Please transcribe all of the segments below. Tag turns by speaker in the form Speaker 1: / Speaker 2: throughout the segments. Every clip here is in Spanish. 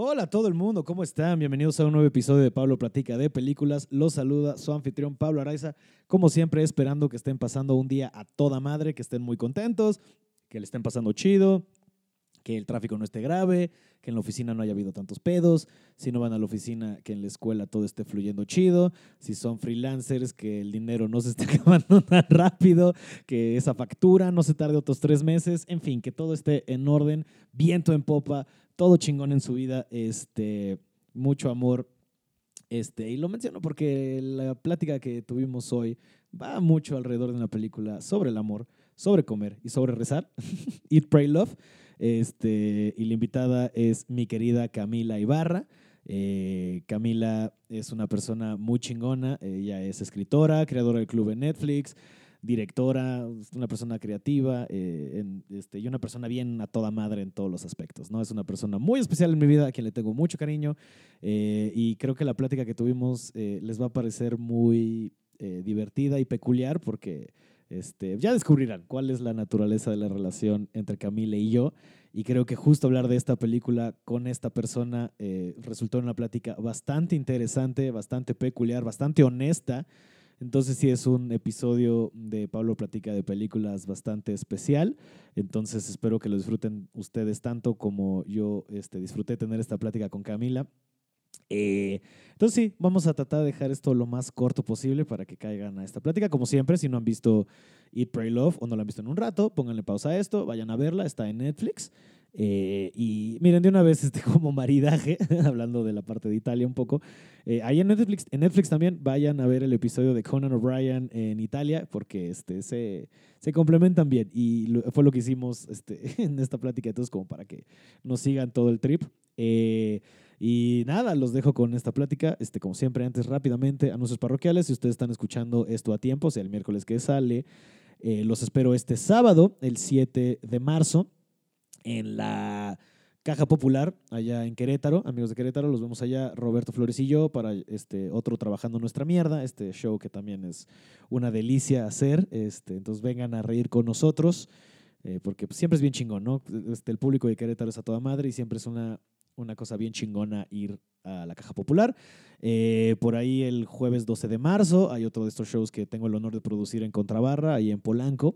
Speaker 1: Hola a todo el mundo, ¿cómo están? Bienvenidos a un nuevo episodio de Pablo Platica de Películas. Los saluda su anfitrión Pablo Araiza, como siempre esperando que estén pasando un día a toda madre, que estén muy contentos, que le estén pasando chido, que el tráfico no esté grave, que en la oficina no haya habido tantos pedos, si no van a la oficina, que en la escuela todo esté fluyendo chido, si son freelancers, que el dinero no se esté acabando tan rápido, que esa factura no se tarde otros tres meses, en fin, que todo esté en orden, viento en popa, todo chingón en su vida, este, mucho amor. Este, y lo menciono porque la plática que tuvimos hoy va mucho alrededor de una película sobre el amor, sobre comer y sobre rezar, Eat, Pray, Love. Este, y la invitada es mi querida Camila Ibarra. Eh, Camila es una persona muy chingona, ella es escritora, creadora del club en Netflix, directora, es una persona creativa eh, en- este, y una persona bien a toda madre en todos los aspectos. ¿no? Es una persona muy especial en mi vida, a quien le tengo mucho cariño eh, y creo que la plática que tuvimos eh, les va a parecer muy eh, divertida y peculiar porque este, ya descubrirán cuál es la naturaleza de la relación entre Camila y yo. Y creo que justo hablar de esta película con esta persona eh, resultó en una plática bastante interesante, bastante peculiar, bastante honesta. Entonces sí es un episodio de Pablo Platica de Películas bastante especial. Entonces espero que lo disfruten ustedes tanto como yo este, disfruté tener esta plática con Camila. Eh, entonces sí, vamos a tratar de dejar esto lo más corto posible para que caigan a esta plática. Como siempre, si no han visto Eat, Pray, Love o no la han visto en un rato, pónganle pausa a esto, vayan a verla, está en Netflix. Eh, y miren, de una vez, este, como maridaje, hablando de la parte de Italia un poco, eh, ahí en Netflix, en Netflix también vayan a ver el episodio de Conan O'Brien en Italia, porque este, se, se complementan bien. Y lo- fue lo que hicimos este, en esta plática, entonces como para que nos sigan todo el trip. Eh, y nada, los dejo con esta plática. Este, como siempre, antes rápidamente, anuncios parroquiales. Si ustedes están escuchando esto a tiempo, o sea el miércoles que sale, eh, los espero este sábado, el 7 de marzo, en la Caja Popular, allá en Querétaro. Amigos de Querétaro, los vemos allá, Roberto Flores y yo, para este otro Trabajando Nuestra Mierda, este show que también es una delicia hacer. Este, entonces vengan a reír con nosotros, eh, porque pues, siempre es bien chingón, ¿no? Este, el público de Querétaro es a toda madre y siempre es una, una cosa bien chingona ir a la Caja Popular. Eh, por ahí el jueves 12 de marzo hay otro de estos shows que tengo el honor de producir en Contrabarra, ahí en Polanco.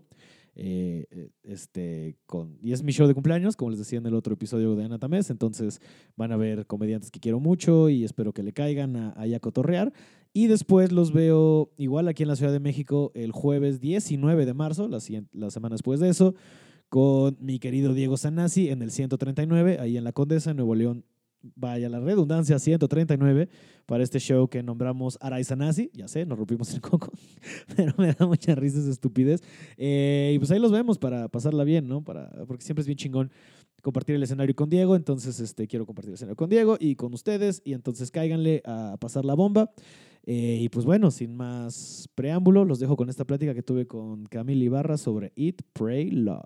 Speaker 1: Eh, eh, este, con, y es mi show de cumpleaños, como les decía en el otro episodio de Ana Tamés. Entonces van a ver comediantes que quiero mucho y espero que le caigan a, ahí a cotorrear. Y después los veo igual aquí en la Ciudad de México el jueves 19 de marzo, la, siguien- la semana después de eso, con mi querido Diego Sanasi en el 139, ahí en la Condesa, en Nuevo León. Vaya la redundancia, 139 para este show que nombramos Araiza Nazi. Ya sé, nos rompimos el coco, pero me da mucha risa esa estupidez. Eh, y pues ahí los vemos para pasarla bien, ¿no? Para, porque siempre es bien chingón compartir el escenario con Diego. Entonces, este, quiero compartir el escenario con Diego y con ustedes. Y entonces cáiganle a pasar la bomba. Eh, y pues bueno, sin más preámbulo, los dejo con esta plática que tuve con Camila Ibarra sobre Eat, Pray, Love.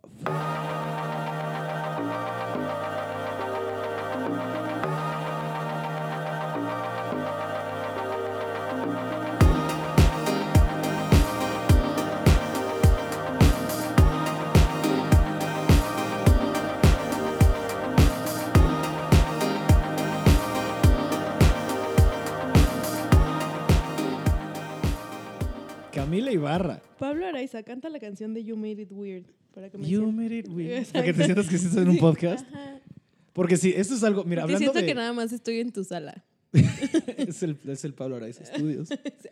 Speaker 1: Camila Ibarra.
Speaker 2: Pablo Araiza canta la canción de You Made It Weird para que me
Speaker 1: You
Speaker 2: sienta-
Speaker 1: made it weird.
Speaker 2: Exacto.
Speaker 1: Para que te sientas que sí estás en un
Speaker 2: Sí,
Speaker 1: podcast.
Speaker 2: ajá.
Speaker 1: Porque sí, esto es algo. Mira,
Speaker 2: Porque
Speaker 1: hablando
Speaker 2: siento que
Speaker 1: de.
Speaker 2: nada más estoy en tu sala.
Speaker 1: Es el, es el Pablo Araiza Studios.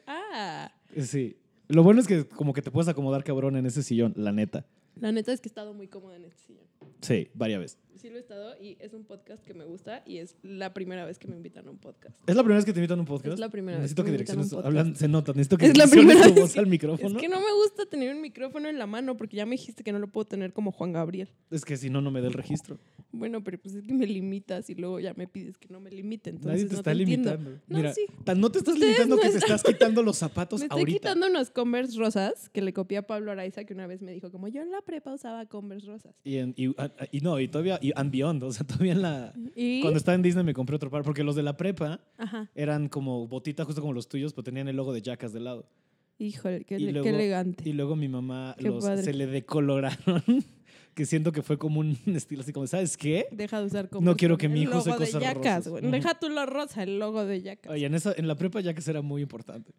Speaker 2: ah,
Speaker 1: Sí. Lo bueno es que como que te puedes acomodar cabrón en ese sillón, la neta.
Speaker 2: la neta es que he estado muy cómoda en este sillón.
Speaker 1: Sí, varias veces.
Speaker 2: Sí lo he estado y es un podcast que me gusta y es la primera vez que me invitan a un podcast.
Speaker 1: ¿Es la primera vez que te invitan a un podcast?
Speaker 2: Es la primera
Speaker 1: necesito
Speaker 2: vez que me
Speaker 1: que
Speaker 2: invitan a un
Speaker 1: direcciones.
Speaker 2: podcast.
Speaker 1: Hablan, se notan. Necesito que
Speaker 2: Es la
Speaker 1: direcciones
Speaker 2: primera
Speaker 1: tu
Speaker 2: vez
Speaker 1: voz
Speaker 2: que-
Speaker 1: al micrófono.
Speaker 2: Es que no me gusta tener un micrófono en la mano porque ya me dijiste que no lo puedo tener como Juan Gabriel.
Speaker 1: si no, no me da el registro.
Speaker 2: Bueno, pero pues es que me limitas y luego ya me pides que no me limite. Entonces
Speaker 1: Nadie te
Speaker 2: no
Speaker 1: está
Speaker 2: entiendo.
Speaker 1: limitando.
Speaker 2: No,
Speaker 1: Mira,
Speaker 2: sí.
Speaker 1: tan no te estás
Speaker 2: Ustedes
Speaker 1: limitando
Speaker 2: no
Speaker 1: que te estás quitando los zapatos
Speaker 2: Me estoy
Speaker 1: Pues ahorita.
Speaker 2: quitando unos Converse rosas que le copié a Pablo Araiza, que una vez me dijo, como yo en la prepa usaba Converse rosas.
Speaker 1: Y, en- y- ah, y no, y todavía, y and beyond, o sea, todavía en la...
Speaker 2: Y,
Speaker 1: Cuando estaba en Disney me compré otro par, porque los de la prepa
Speaker 2: ajá,
Speaker 1: eran como botitas justo como los tuyos, pero tenían el logo de Jackass de lado.
Speaker 2: híjole, qué,
Speaker 1: Y
Speaker 2: qué
Speaker 1: luego-
Speaker 2: elegante.
Speaker 1: Y luego mi mamá
Speaker 2: Qué
Speaker 1: los,
Speaker 2: padre.
Speaker 1: se le decoloraron que siento que fue como un estilo así como, ¿sabes qué?
Speaker 2: Deja de usar
Speaker 1: No quiero que mi hijo
Speaker 2: el
Speaker 1: use
Speaker 2: logo de
Speaker 1: cosas
Speaker 2: Yacas,
Speaker 1: rosas.
Speaker 2: güey.
Speaker 1: Ujú.
Speaker 2: Deja tú lo rosa, el logo de Yacas.
Speaker 1: Oye, en, esa, en la prepa ya que será muy importante.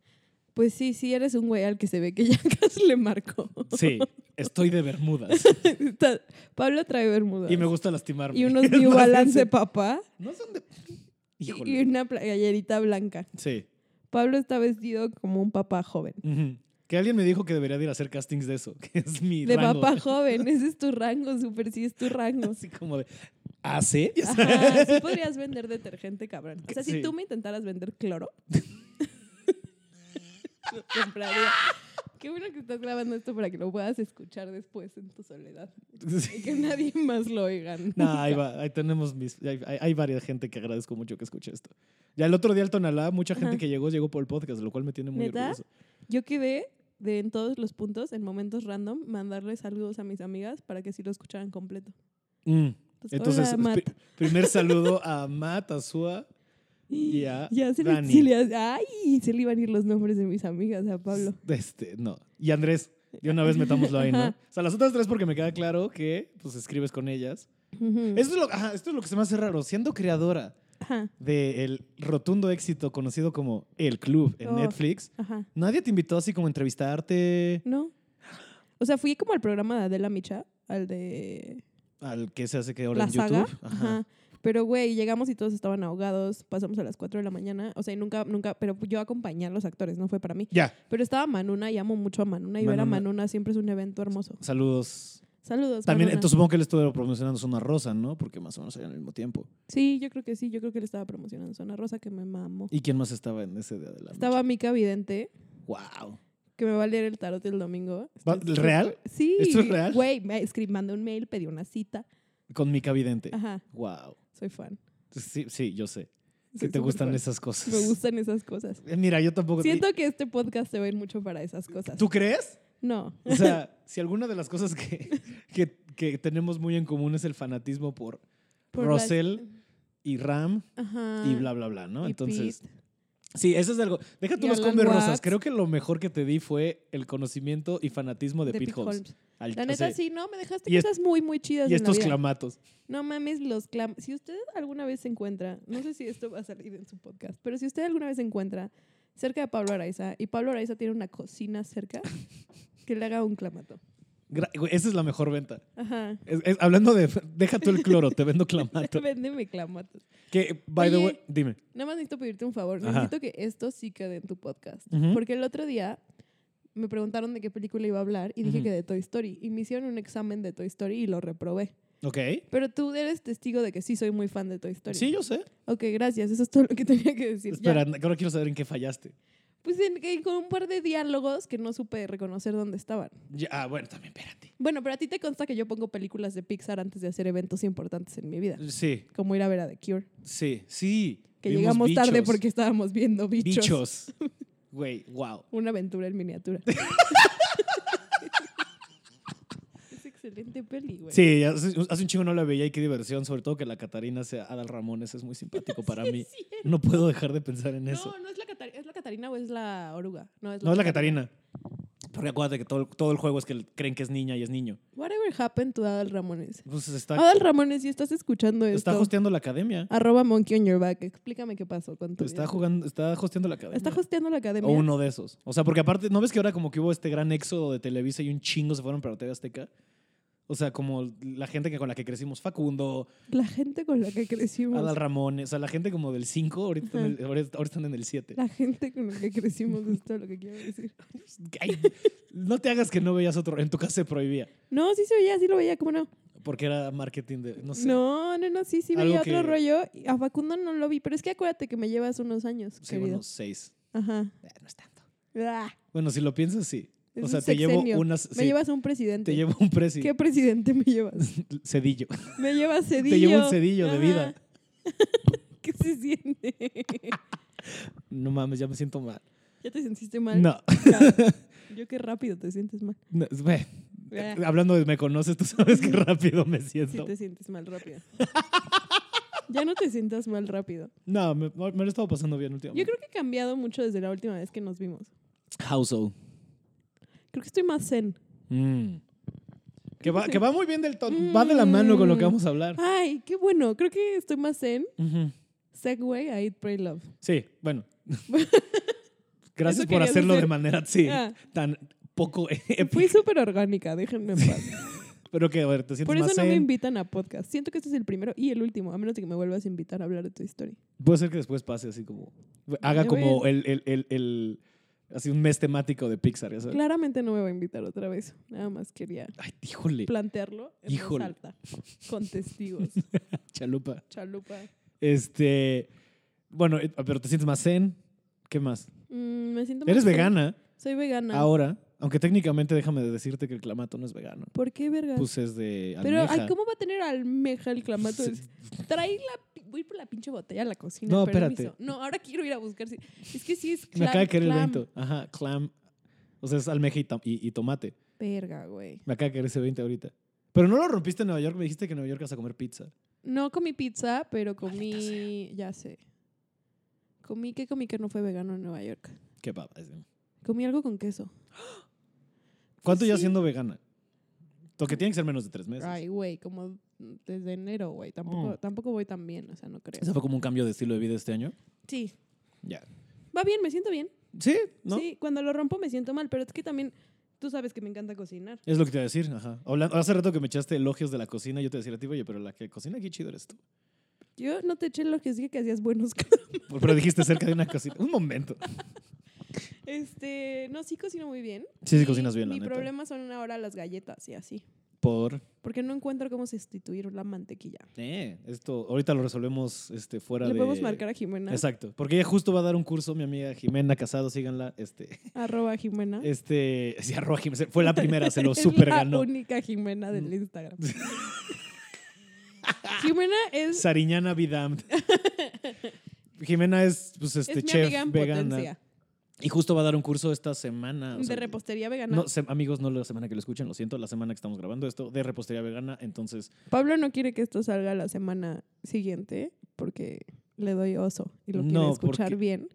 Speaker 2: Pues sí, sí, eres un güey al que se ve que Yacas le marcó.
Speaker 1: Sí, estoy de Bermudas
Speaker 2: Está- Pablo trae bermudas.
Speaker 1: y me gusta lastimarme.
Speaker 2: Y unos
Speaker 1: Es
Speaker 2: New
Speaker 1: más,
Speaker 2: Balance,
Speaker 1: ese-
Speaker 2: papá.
Speaker 1: No son de...
Speaker 2: y-
Speaker 1: Híjole.
Speaker 2: Y una playerita blanca.
Speaker 1: Sí.
Speaker 2: Pablo está vestido como un papá joven.
Speaker 1: Ujú. Que alguien me dijo que debería de ir a hacer castings de eso, que es mi
Speaker 2: De
Speaker 1: rango.
Speaker 2: papá joven, ese es tu rango, súper sí es tu rango.
Speaker 1: Así como de, ¿ah, sí? Ya sabes.
Speaker 2: Ajá, sí podrías vender detergente, cabrón. O sea,
Speaker 1: Sí.
Speaker 2: si tú me intentaras vender cloro, lo compraría. Qué bueno que estás grabando esto para que lo puedas escuchar después en tu soledad.
Speaker 1: Sí.
Speaker 2: Y que nadie más lo oiga. nunca.
Speaker 1: No, ahí va, ahí tenemos mis, hay, hay- hay varias gente que agradezco mucho que escuche esto. Ya el otro día el Tonalá, mucha gente
Speaker 2: Ajá.
Speaker 1: que llegó, llegó por el podcast, lo cual me tiene muy
Speaker 2: ¿Neta?
Speaker 1: orgulloso.
Speaker 2: Yo quedé de en todos los puntos, en momentos random, mandarle saludos a mis amigas para que sí lo escucharan completo.
Speaker 1: Mm.
Speaker 2: Entonces,
Speaker 1: Entonces,
Speaker 2: Pues, hola, Matt.
Speaker 1: pri- primer saludo a Matt, a Sua y a
Speaker 2: Ya se le,
Speaker 1: Dani.
Speaker 2: se le hace- ay, se le iban a ir los nombres de mis amigas a Pablo.
Speaker 1: Este, no. Y Andrés, de una vez metámoslo ahí, ¿no? O
Speaker 2: Ajá.
Speaker 1: sea, las otras tres porque me queda claro que pues escribes con ellas.
Speaker 2: Ujú.
Speaker 1: Esto es lo, ajá, esto es lo que se me hace raro. Siendo creadora
Speaker 2: Ajá,
Speaker 1: del rotundo éxito conocido como El Club en
Speaker 2: Oh.
Speaker 1: Netflix,
Speaker 2: ajá.
Speaker 1: nadie te invitó así como a entrevistarte
Speaker 2: No. O sea, fui como al programa de Adela Micha, al de
Speaker 1: al que se hace que ahora
Speaker 2: La
Speaker 1: en
Speaker 2: Saga.
Speaker 1: YouTube. Ajá.
Speaker 2: Ajá. Pero, güey, llegamos y todos estaban ahogados. Pasamos a las 4 de la mañana. O sea, y nunca, nunca, pero yo acompañé a los actores, no fue para mí.
Speaker 1: Ya.
Speaker 2: Pero estaba Manuna y amo mucho a Manuna. Y ver a
Speaker 1: Manuna.
Speaker 2: Manuna siempre es un evento hermoso.
Speaker 1: Saludos.
Speaker 2: Saludos.
Speaker 1: También,
Speaker 2: Manuna.
Speaker 1: entonces supongo que él estuvo promocionando Zona Rosa, ¿no? Porque más o menos era al mismo tiempo.
Speaker 2: Sí, yo creo que sí. Yo creo que le estaba promocionando Zona Rosa, que me mamó.
Speaker 1: ¿Y quién más estaba en ese día de la
Speaker 2: Estaba Mica Vidente,
Speaker 1: ¡Wow!
Speaker 2: que me va a leer el tarot el domingo.
Speaker 1: Va-
Speaker 2: Estoy súper-
Speaker 1: ¿Real?
Speaker 2: Sí.
Speaker 1: ¿Esto es real?
Speaker 2: Güey, me escri- mandé un mail, pedí una cita.
Speaker 1: Con Mica Vidente.
Speaker 2: Ajá,
Speaker 1: ¡Wow!
Speaker 2: soy fan.
Speaker 1: Sí, sí, yo sé. Que
Speaker 2: Soy
Speaker 1: te
Speaker 2: súper
Speaker 1: gustan
Speaker 2: fan.
Speaker 1: esas cosas.
Speaker 2: Me gustan esas cosas.
Speaker 1: Eh, Mira, yo tampoco.
Speaker 2: Siento que este podcast se va a ir mucho para esas cosas.
Speaker 1: ¿Tú crees?
Speaker 2: No.
Speaker 1: O sea, si alguna de las cosas que, que, que tenemos muy en común es el fanatismo por
Speaker 2: Por las-
Speaker 1: Russell y Ram
Speaker 2: Ajá.
Speaker 1: y bla, bla, bla, ¿no?
Speaker 2: Ah, Y
Speaker 1: Entonces,
Speaker 2: Pete.
Speaker 1: sí, eso es algo. Deja tú
Speaker 2: Y
Speaker 1: los
Speaker 2: Alan
Speaker 1: combes rosas.
Speaker 2: Watts.
Speaker 1: Creo que lo mejor que te di fue el conocimiento y fanatismo de, Pete Holmes. Al-
Speaker 2: La
Speaker 1: o
Speaker 2: neta,
Speaker 1: sea,
Speaker 2: sí, no, me dejaste
Speaker 1: y es-
Speaker 2: cosas muy, muy chidas.
Speaker 1: Y
Speaker 2: en la
Speaker 1: estos
Speaker 2: vida.
Speaker 1: clamatos.
Speaker 2: No mames, los clam. Si usted alguna vez se encuentra, no sé si esto va a salir en su podcast, pero si usted alguna vez se encuentra cerca de Pablo Araiza y Pablo Araiza tiene una cocina cerca, que le haga un clamato.
Speaker 1: Gra- güey, Esa es la mejor venta.
Speaker 2: Ajá.
Speaker 1: Es- es- hablando de, deja tú el cloro, te vendo clamato.
Speaker 2: Véndeme clamatos.
Speaker 1: Que, by the
Speaker 2: Oye.
Speaker 1: way, dime.
Speaker 2: Nada más necesito pedirte un favor.
Speaker 1: Ajá.
Speaker 2: Necesito que esto sí quede en tu podcast.
Speaker 1: Ujú.
Speaker 2: Porque el otro día me preguntaron de qué película iba a hablar y dije
Speaker 1: Ujú.
Speaker 2: que de Toy Story. Y me hicieron un examen de Toy Story y lo reprobé.
Speaker 1: Ok.
Speaker 2: Pero tú eres testigo de que sí soy muy fan de Toy Story.
Speaker 1: Sí, yo sé.
Speaker 2: Ok, gracias. Eso es todo lo que tenía que decir. Ya.
Speaker 1: Espera, ahora quiero saber en qué fallaste.
Speaker 2: Pues en, que- con un par de diálogos que no supe reconocer dónde estaban.
Speaker 1: Ya, ah, bueno, también, espérate.
Speaker 2: Bueno, pero a ti te consta que yo pongo películas de Pixar antes de hacer eventos importantes en mi vida.
Speaker 1: Sí,
Speaker 2: Como ir a ver a The Cure.
Speaker 1: sí, sí.
Speaker 2: Que
Speaker 1: Vimos
Speaker 2: llegamos tarde
Speaker 1: bichos.
Speaker 2: porque estábamos viendo bichos.
Speaker 1: Bichos. Güey, wow.
Speaker 2: Una aventura en miniatura. es excelente peli, güey.
Speaker 1: Sí, hace, hace un chingo no la veía y qué diversión, sobre todo que la Catarina sea Adal Ramones es muy simpático para mí.
Speaker 2: Es cierto.
Speaker 1: No puedo dejar de pensar en eso.
Speaker 2: No, no es la, Catar- ¿es la Catarina o es la oruga. No, es la,
Speaker 1: No es la Catarina. Porque acuérdate que todo, el- todo el juego es que creen que es niña y es niño.
Speaker 2: Whatever happened to Adal Ramones.
Speaker 1: Entonces está,
Speaker 2: Adal Ramones, si estás escuchando esto,
Speaker 1: está hosteando la academia.
Speaker 2: arroba monkey on your back. Explícame qué pasó con tu
Speaker 1: Está
Speaker 2: vida.
Speaker 1: jugando, está hosteando la academia.
Speaker 2: Ah, Está hosteando la
Speaker 1: o
Speaker 2: academia.
Speaker 1: uno de esos. O sea, porque aparte, ¿no ves que ahora como que hubo este gran éxodo de Televisa y un chingo se fueron para TV Azteca? O sea, como la gente que con la que crecimos, Facundo,
Speaker 2: La gente con la que crecimos.
Speaker 1: Adal Ramones, o sea, la gente como del 5, ahorita, están en el- ahorita ahora están en el 7.
Speaker 2: La gente con la que crecimos es todo lo que quiero decir.
Speaker 1: Ay, no te hagas que no veías otro. En tu casa se prohibía.
Speaker 2: No, sí se veía, sí lo veía, ¿cómo no?
Speaker 1: Porque era marketing de. No sé.
Speaker 2: No, no, no, sí, sí
Speaker 1: Algo
Speaker 2: veía
Speaker 1: que-
Speaker 2: otro rollo. Y A Facundo no lo vi, pero es que acuérdate que me llevas unos años,
Speaker 1: sí,
Speaker 2: querido.
Speaker 1: bueno, seis.
Speaker 2: Ajá.
Speaker 1: Eh, no es tanto.
Speaker 2: Ah,
Speaker 1: Bueno, si lo piensas, sí.
Speaker 2: Es
Speaker 1: o
Speaker 2: un
Speaker 1: sea, te llevo
Speaker 2: sexenio.
Speaker 1: unas.
Speaker 2: me
Speaker 1: sí,
Speaker 2: llevas un presidente.
Speaker 1: Te llevo un presi.
Speaker 2: ¿Qué presidente me llevas?
Speaker 1: Cedillo.
Speaker 2: Me llevas cedillo.
Speaker 1: Te llevo un cedillo de
Speaker 2: Ajá.
Speaker 1: vida.
Speaker 2: ¿Qué se siente?
Speaker 1: No mames, ya me siento mal.
Speaker 2: ¿Ya te sentiste mal?
Speaker 1: No.
Speaker 2: Claro. Yo qué rápido te sientes mal.
Speaker 1: No, ve.
Speaker 2: Ah.
Speaker 1: Eh, Hablando de me conoces, tú sabes que rápido me
Speaker 2: Sí
Speaker 1: siento.
Speaker 2: te sientes mal rápido. ya no te sientas mal rápido.
Speaker 1: No, me, me lo he estado pasando bien últimamente.
Speaker 2: Yo creo que he cambiado mucho desde la última vez que nos vimos.
Speaker 1: How so?
Speaker 2: Creo que estoy más zen.
Speaker 1: Mm. Que va, que va muy bien del todo. Va de la mano con lo que vamos a hablar.
Speaker 2: Ay, qué bueno. Creo que estoy más en
Speaker 1: Ujú.
Speaker 2: Segway a Eat, Pray, Love.
Speaker 1: Sí, bueno. Gracias
Speaker 2: Eso
Speaker 1: por
Speaker 2: querías
Speaker 1: hacerlo de
Speaker 2: decir.
Speaker 1: manera sí,
Speaker 2: Ah.
Speaker 1: tan poco épica.
Speaker 2: Fui súper orgánica, déjenme en paz.
Speaker 1: Pero que, a ver, te sientes
Speaker 2: Por eso
Speaker 1: más
Speaker 2: no me
Speaker 1: zen.
Speaker 2: invitan a podcast. Siento que este es el primero y el último, a menos de que me vuelvas a invitar a hablar de tu historia.
Speaker 1: Puede ser que después pase así como. Haga
Speaker 2: Ya
Speaker 1: como el, el, el, el- Así un mes temático de Pixar, ya sabes.
Speaker 2: Claramente no me va a invitar otra vez. Nada más quería
Speaker 1: Ay, híjole,
Speaker 2: plantearlo en
Speaker 1: Híjole.
Speaker 2: voz alta, con testigos.
Speaker 1: chalupa.
Speaker 2: Chalupa.
Speaker 1: Este. Bueno, eh, pero te sientes más zen. ¿Qué más?
Speaker 2: Mm, me siento
Speaker 1: Eres
Speaker 2: más-
Speaker 1: vegana
Speaker 2: Soy vegana.
Speaker 1: ahora. Aunque técnicamente déjame decirte que el clamato no es vegano.
Speaker 2: ¿Por qué, verga?
Speaker 1: Pues es de.
Speaker 2: Pero,
Speaker 1: almeja.
Speaker 2: ay, ¿cómo va a tener almeja el clamato?
Speaker 1: Sí.
Speaker 2: Es- Trae la... pi- Voy por la pinche botella a la cocina.
Speaker 1: No,
Speaker 2: permiso.
Speaker 1: espérate.
Speaker 2: No, ahora quiero ir a buscar. si- Es que sí es
Speaker 1: Me
Speaker 2: clam,
Speaker 1: acaba de caer el
Speaker 2: clam.
Speaker 1: 20. Ajá, clam. O sea, es almeja y, tom- y- y tomate.
Speaker 2: Verga, güey.
Speaker 1: Me acaba de caer ese 20 ahorita. Pero no lo rompiste en Nueva York. Me dijiste que en Nueva York vas a comer pizza.
Speaker 2: No comí pizza, pero comí... Ya sé. Comí... ¿Qué comí que no fue vegano en Nueva York?
Speaker 1: Qué eh. papa. es-
Speaker 2: Comí algo con queso.
Speaker 1: ¿Cuánto ya
Speaker 2: Sí.
Speaker 1: siendo vegana? Lo que tiene que ser menos de tres meses.
Speaker 2: Ay, güey, como desde enero, güey. Tampoco,
Speaker 1: Mm.
Speaker 2: tampoco voy tan bien, o sea, no creo.
Speaker 1: ¿Eso fue como un cambio de estilo de vida este año?
Speaker 2: Sí.
Speaker 1: Ya.
Speaker 2: Va bien, me siento bien.
Speaker 1: Sí, ¿no?
Speaker 2: Sí, cuando lo rompo me siento mal, pero es que también tú sabes que me encanta cocinar.
Speaker 1: Es lo que te iba a decir, ajá. Habla- hace rato que me echaste elogios de la cocina, yo te decía a ti, oye, pero la que cocina aquí chido eres tú.
Speaker 2: Yo no te eché lo que dije que hacías buenos. ca-
Speaker 1: Pero dijiste cerca de una cocina. Un momento.
Speaker 2: este, no, sí cocino muy bien.
Speaker 1: Sí, sí,
Speaker 2: Y
Speaker 1: cocinas bien, la
Speaker 2: Mi
Speaker 1: neta.
Speaker 2: problema son ahora las galletas y así,
Speaker 1: Por.
Speaker 2: porque no encuentro cómo sustituir la mantequilla.
Speaker 1: Eh, esto, ahorita lo resolvemos este, fuera
Speaker 2: Le
Speaker 1: de.
Speaker 2: podemos marcar a Jimena.
Speaker 1: Exacto, porque ella justo va a dar un curso, mi amiga Jimena Casado, síganla. Este,
Speaker 2: Arroba Jimena.
Speaker 1: este, sí, arroba Jimena, se- fue la primera, se lo
Speaker 2: Es
Speaker 1: super
Speaker 2: la
Speaker 1: ganó. Mm.
Speaker 2: única Jimena del Instagram. Jimena es,
Speaker 1: Sariñana be damned. Jimena es, pues, este,
Speaker 2: es mi
Speaker 1: chef
Speaker 2: amiga en
Speaker 1: vegana.
Speaker 2: potencia.
Speaker 1: Y justo va a dar un curso esta semana. o
Speaker 2: De
Speaker 1: sea,
Speaker 2: repostería vegana.
Speaker 1: No, se- amigos, no la semana que lo escuchen, lo siento, la semana que estamos grabando esto, de repostería vegana. Entonces,
Speaker 2: Pablo no quiere que esto salga la semana siguiente porque le doy oso y lo quiere
Speaker 1: No,
Speaker 2: escuchar
Speaker 1: porque-
Speaker 2: bien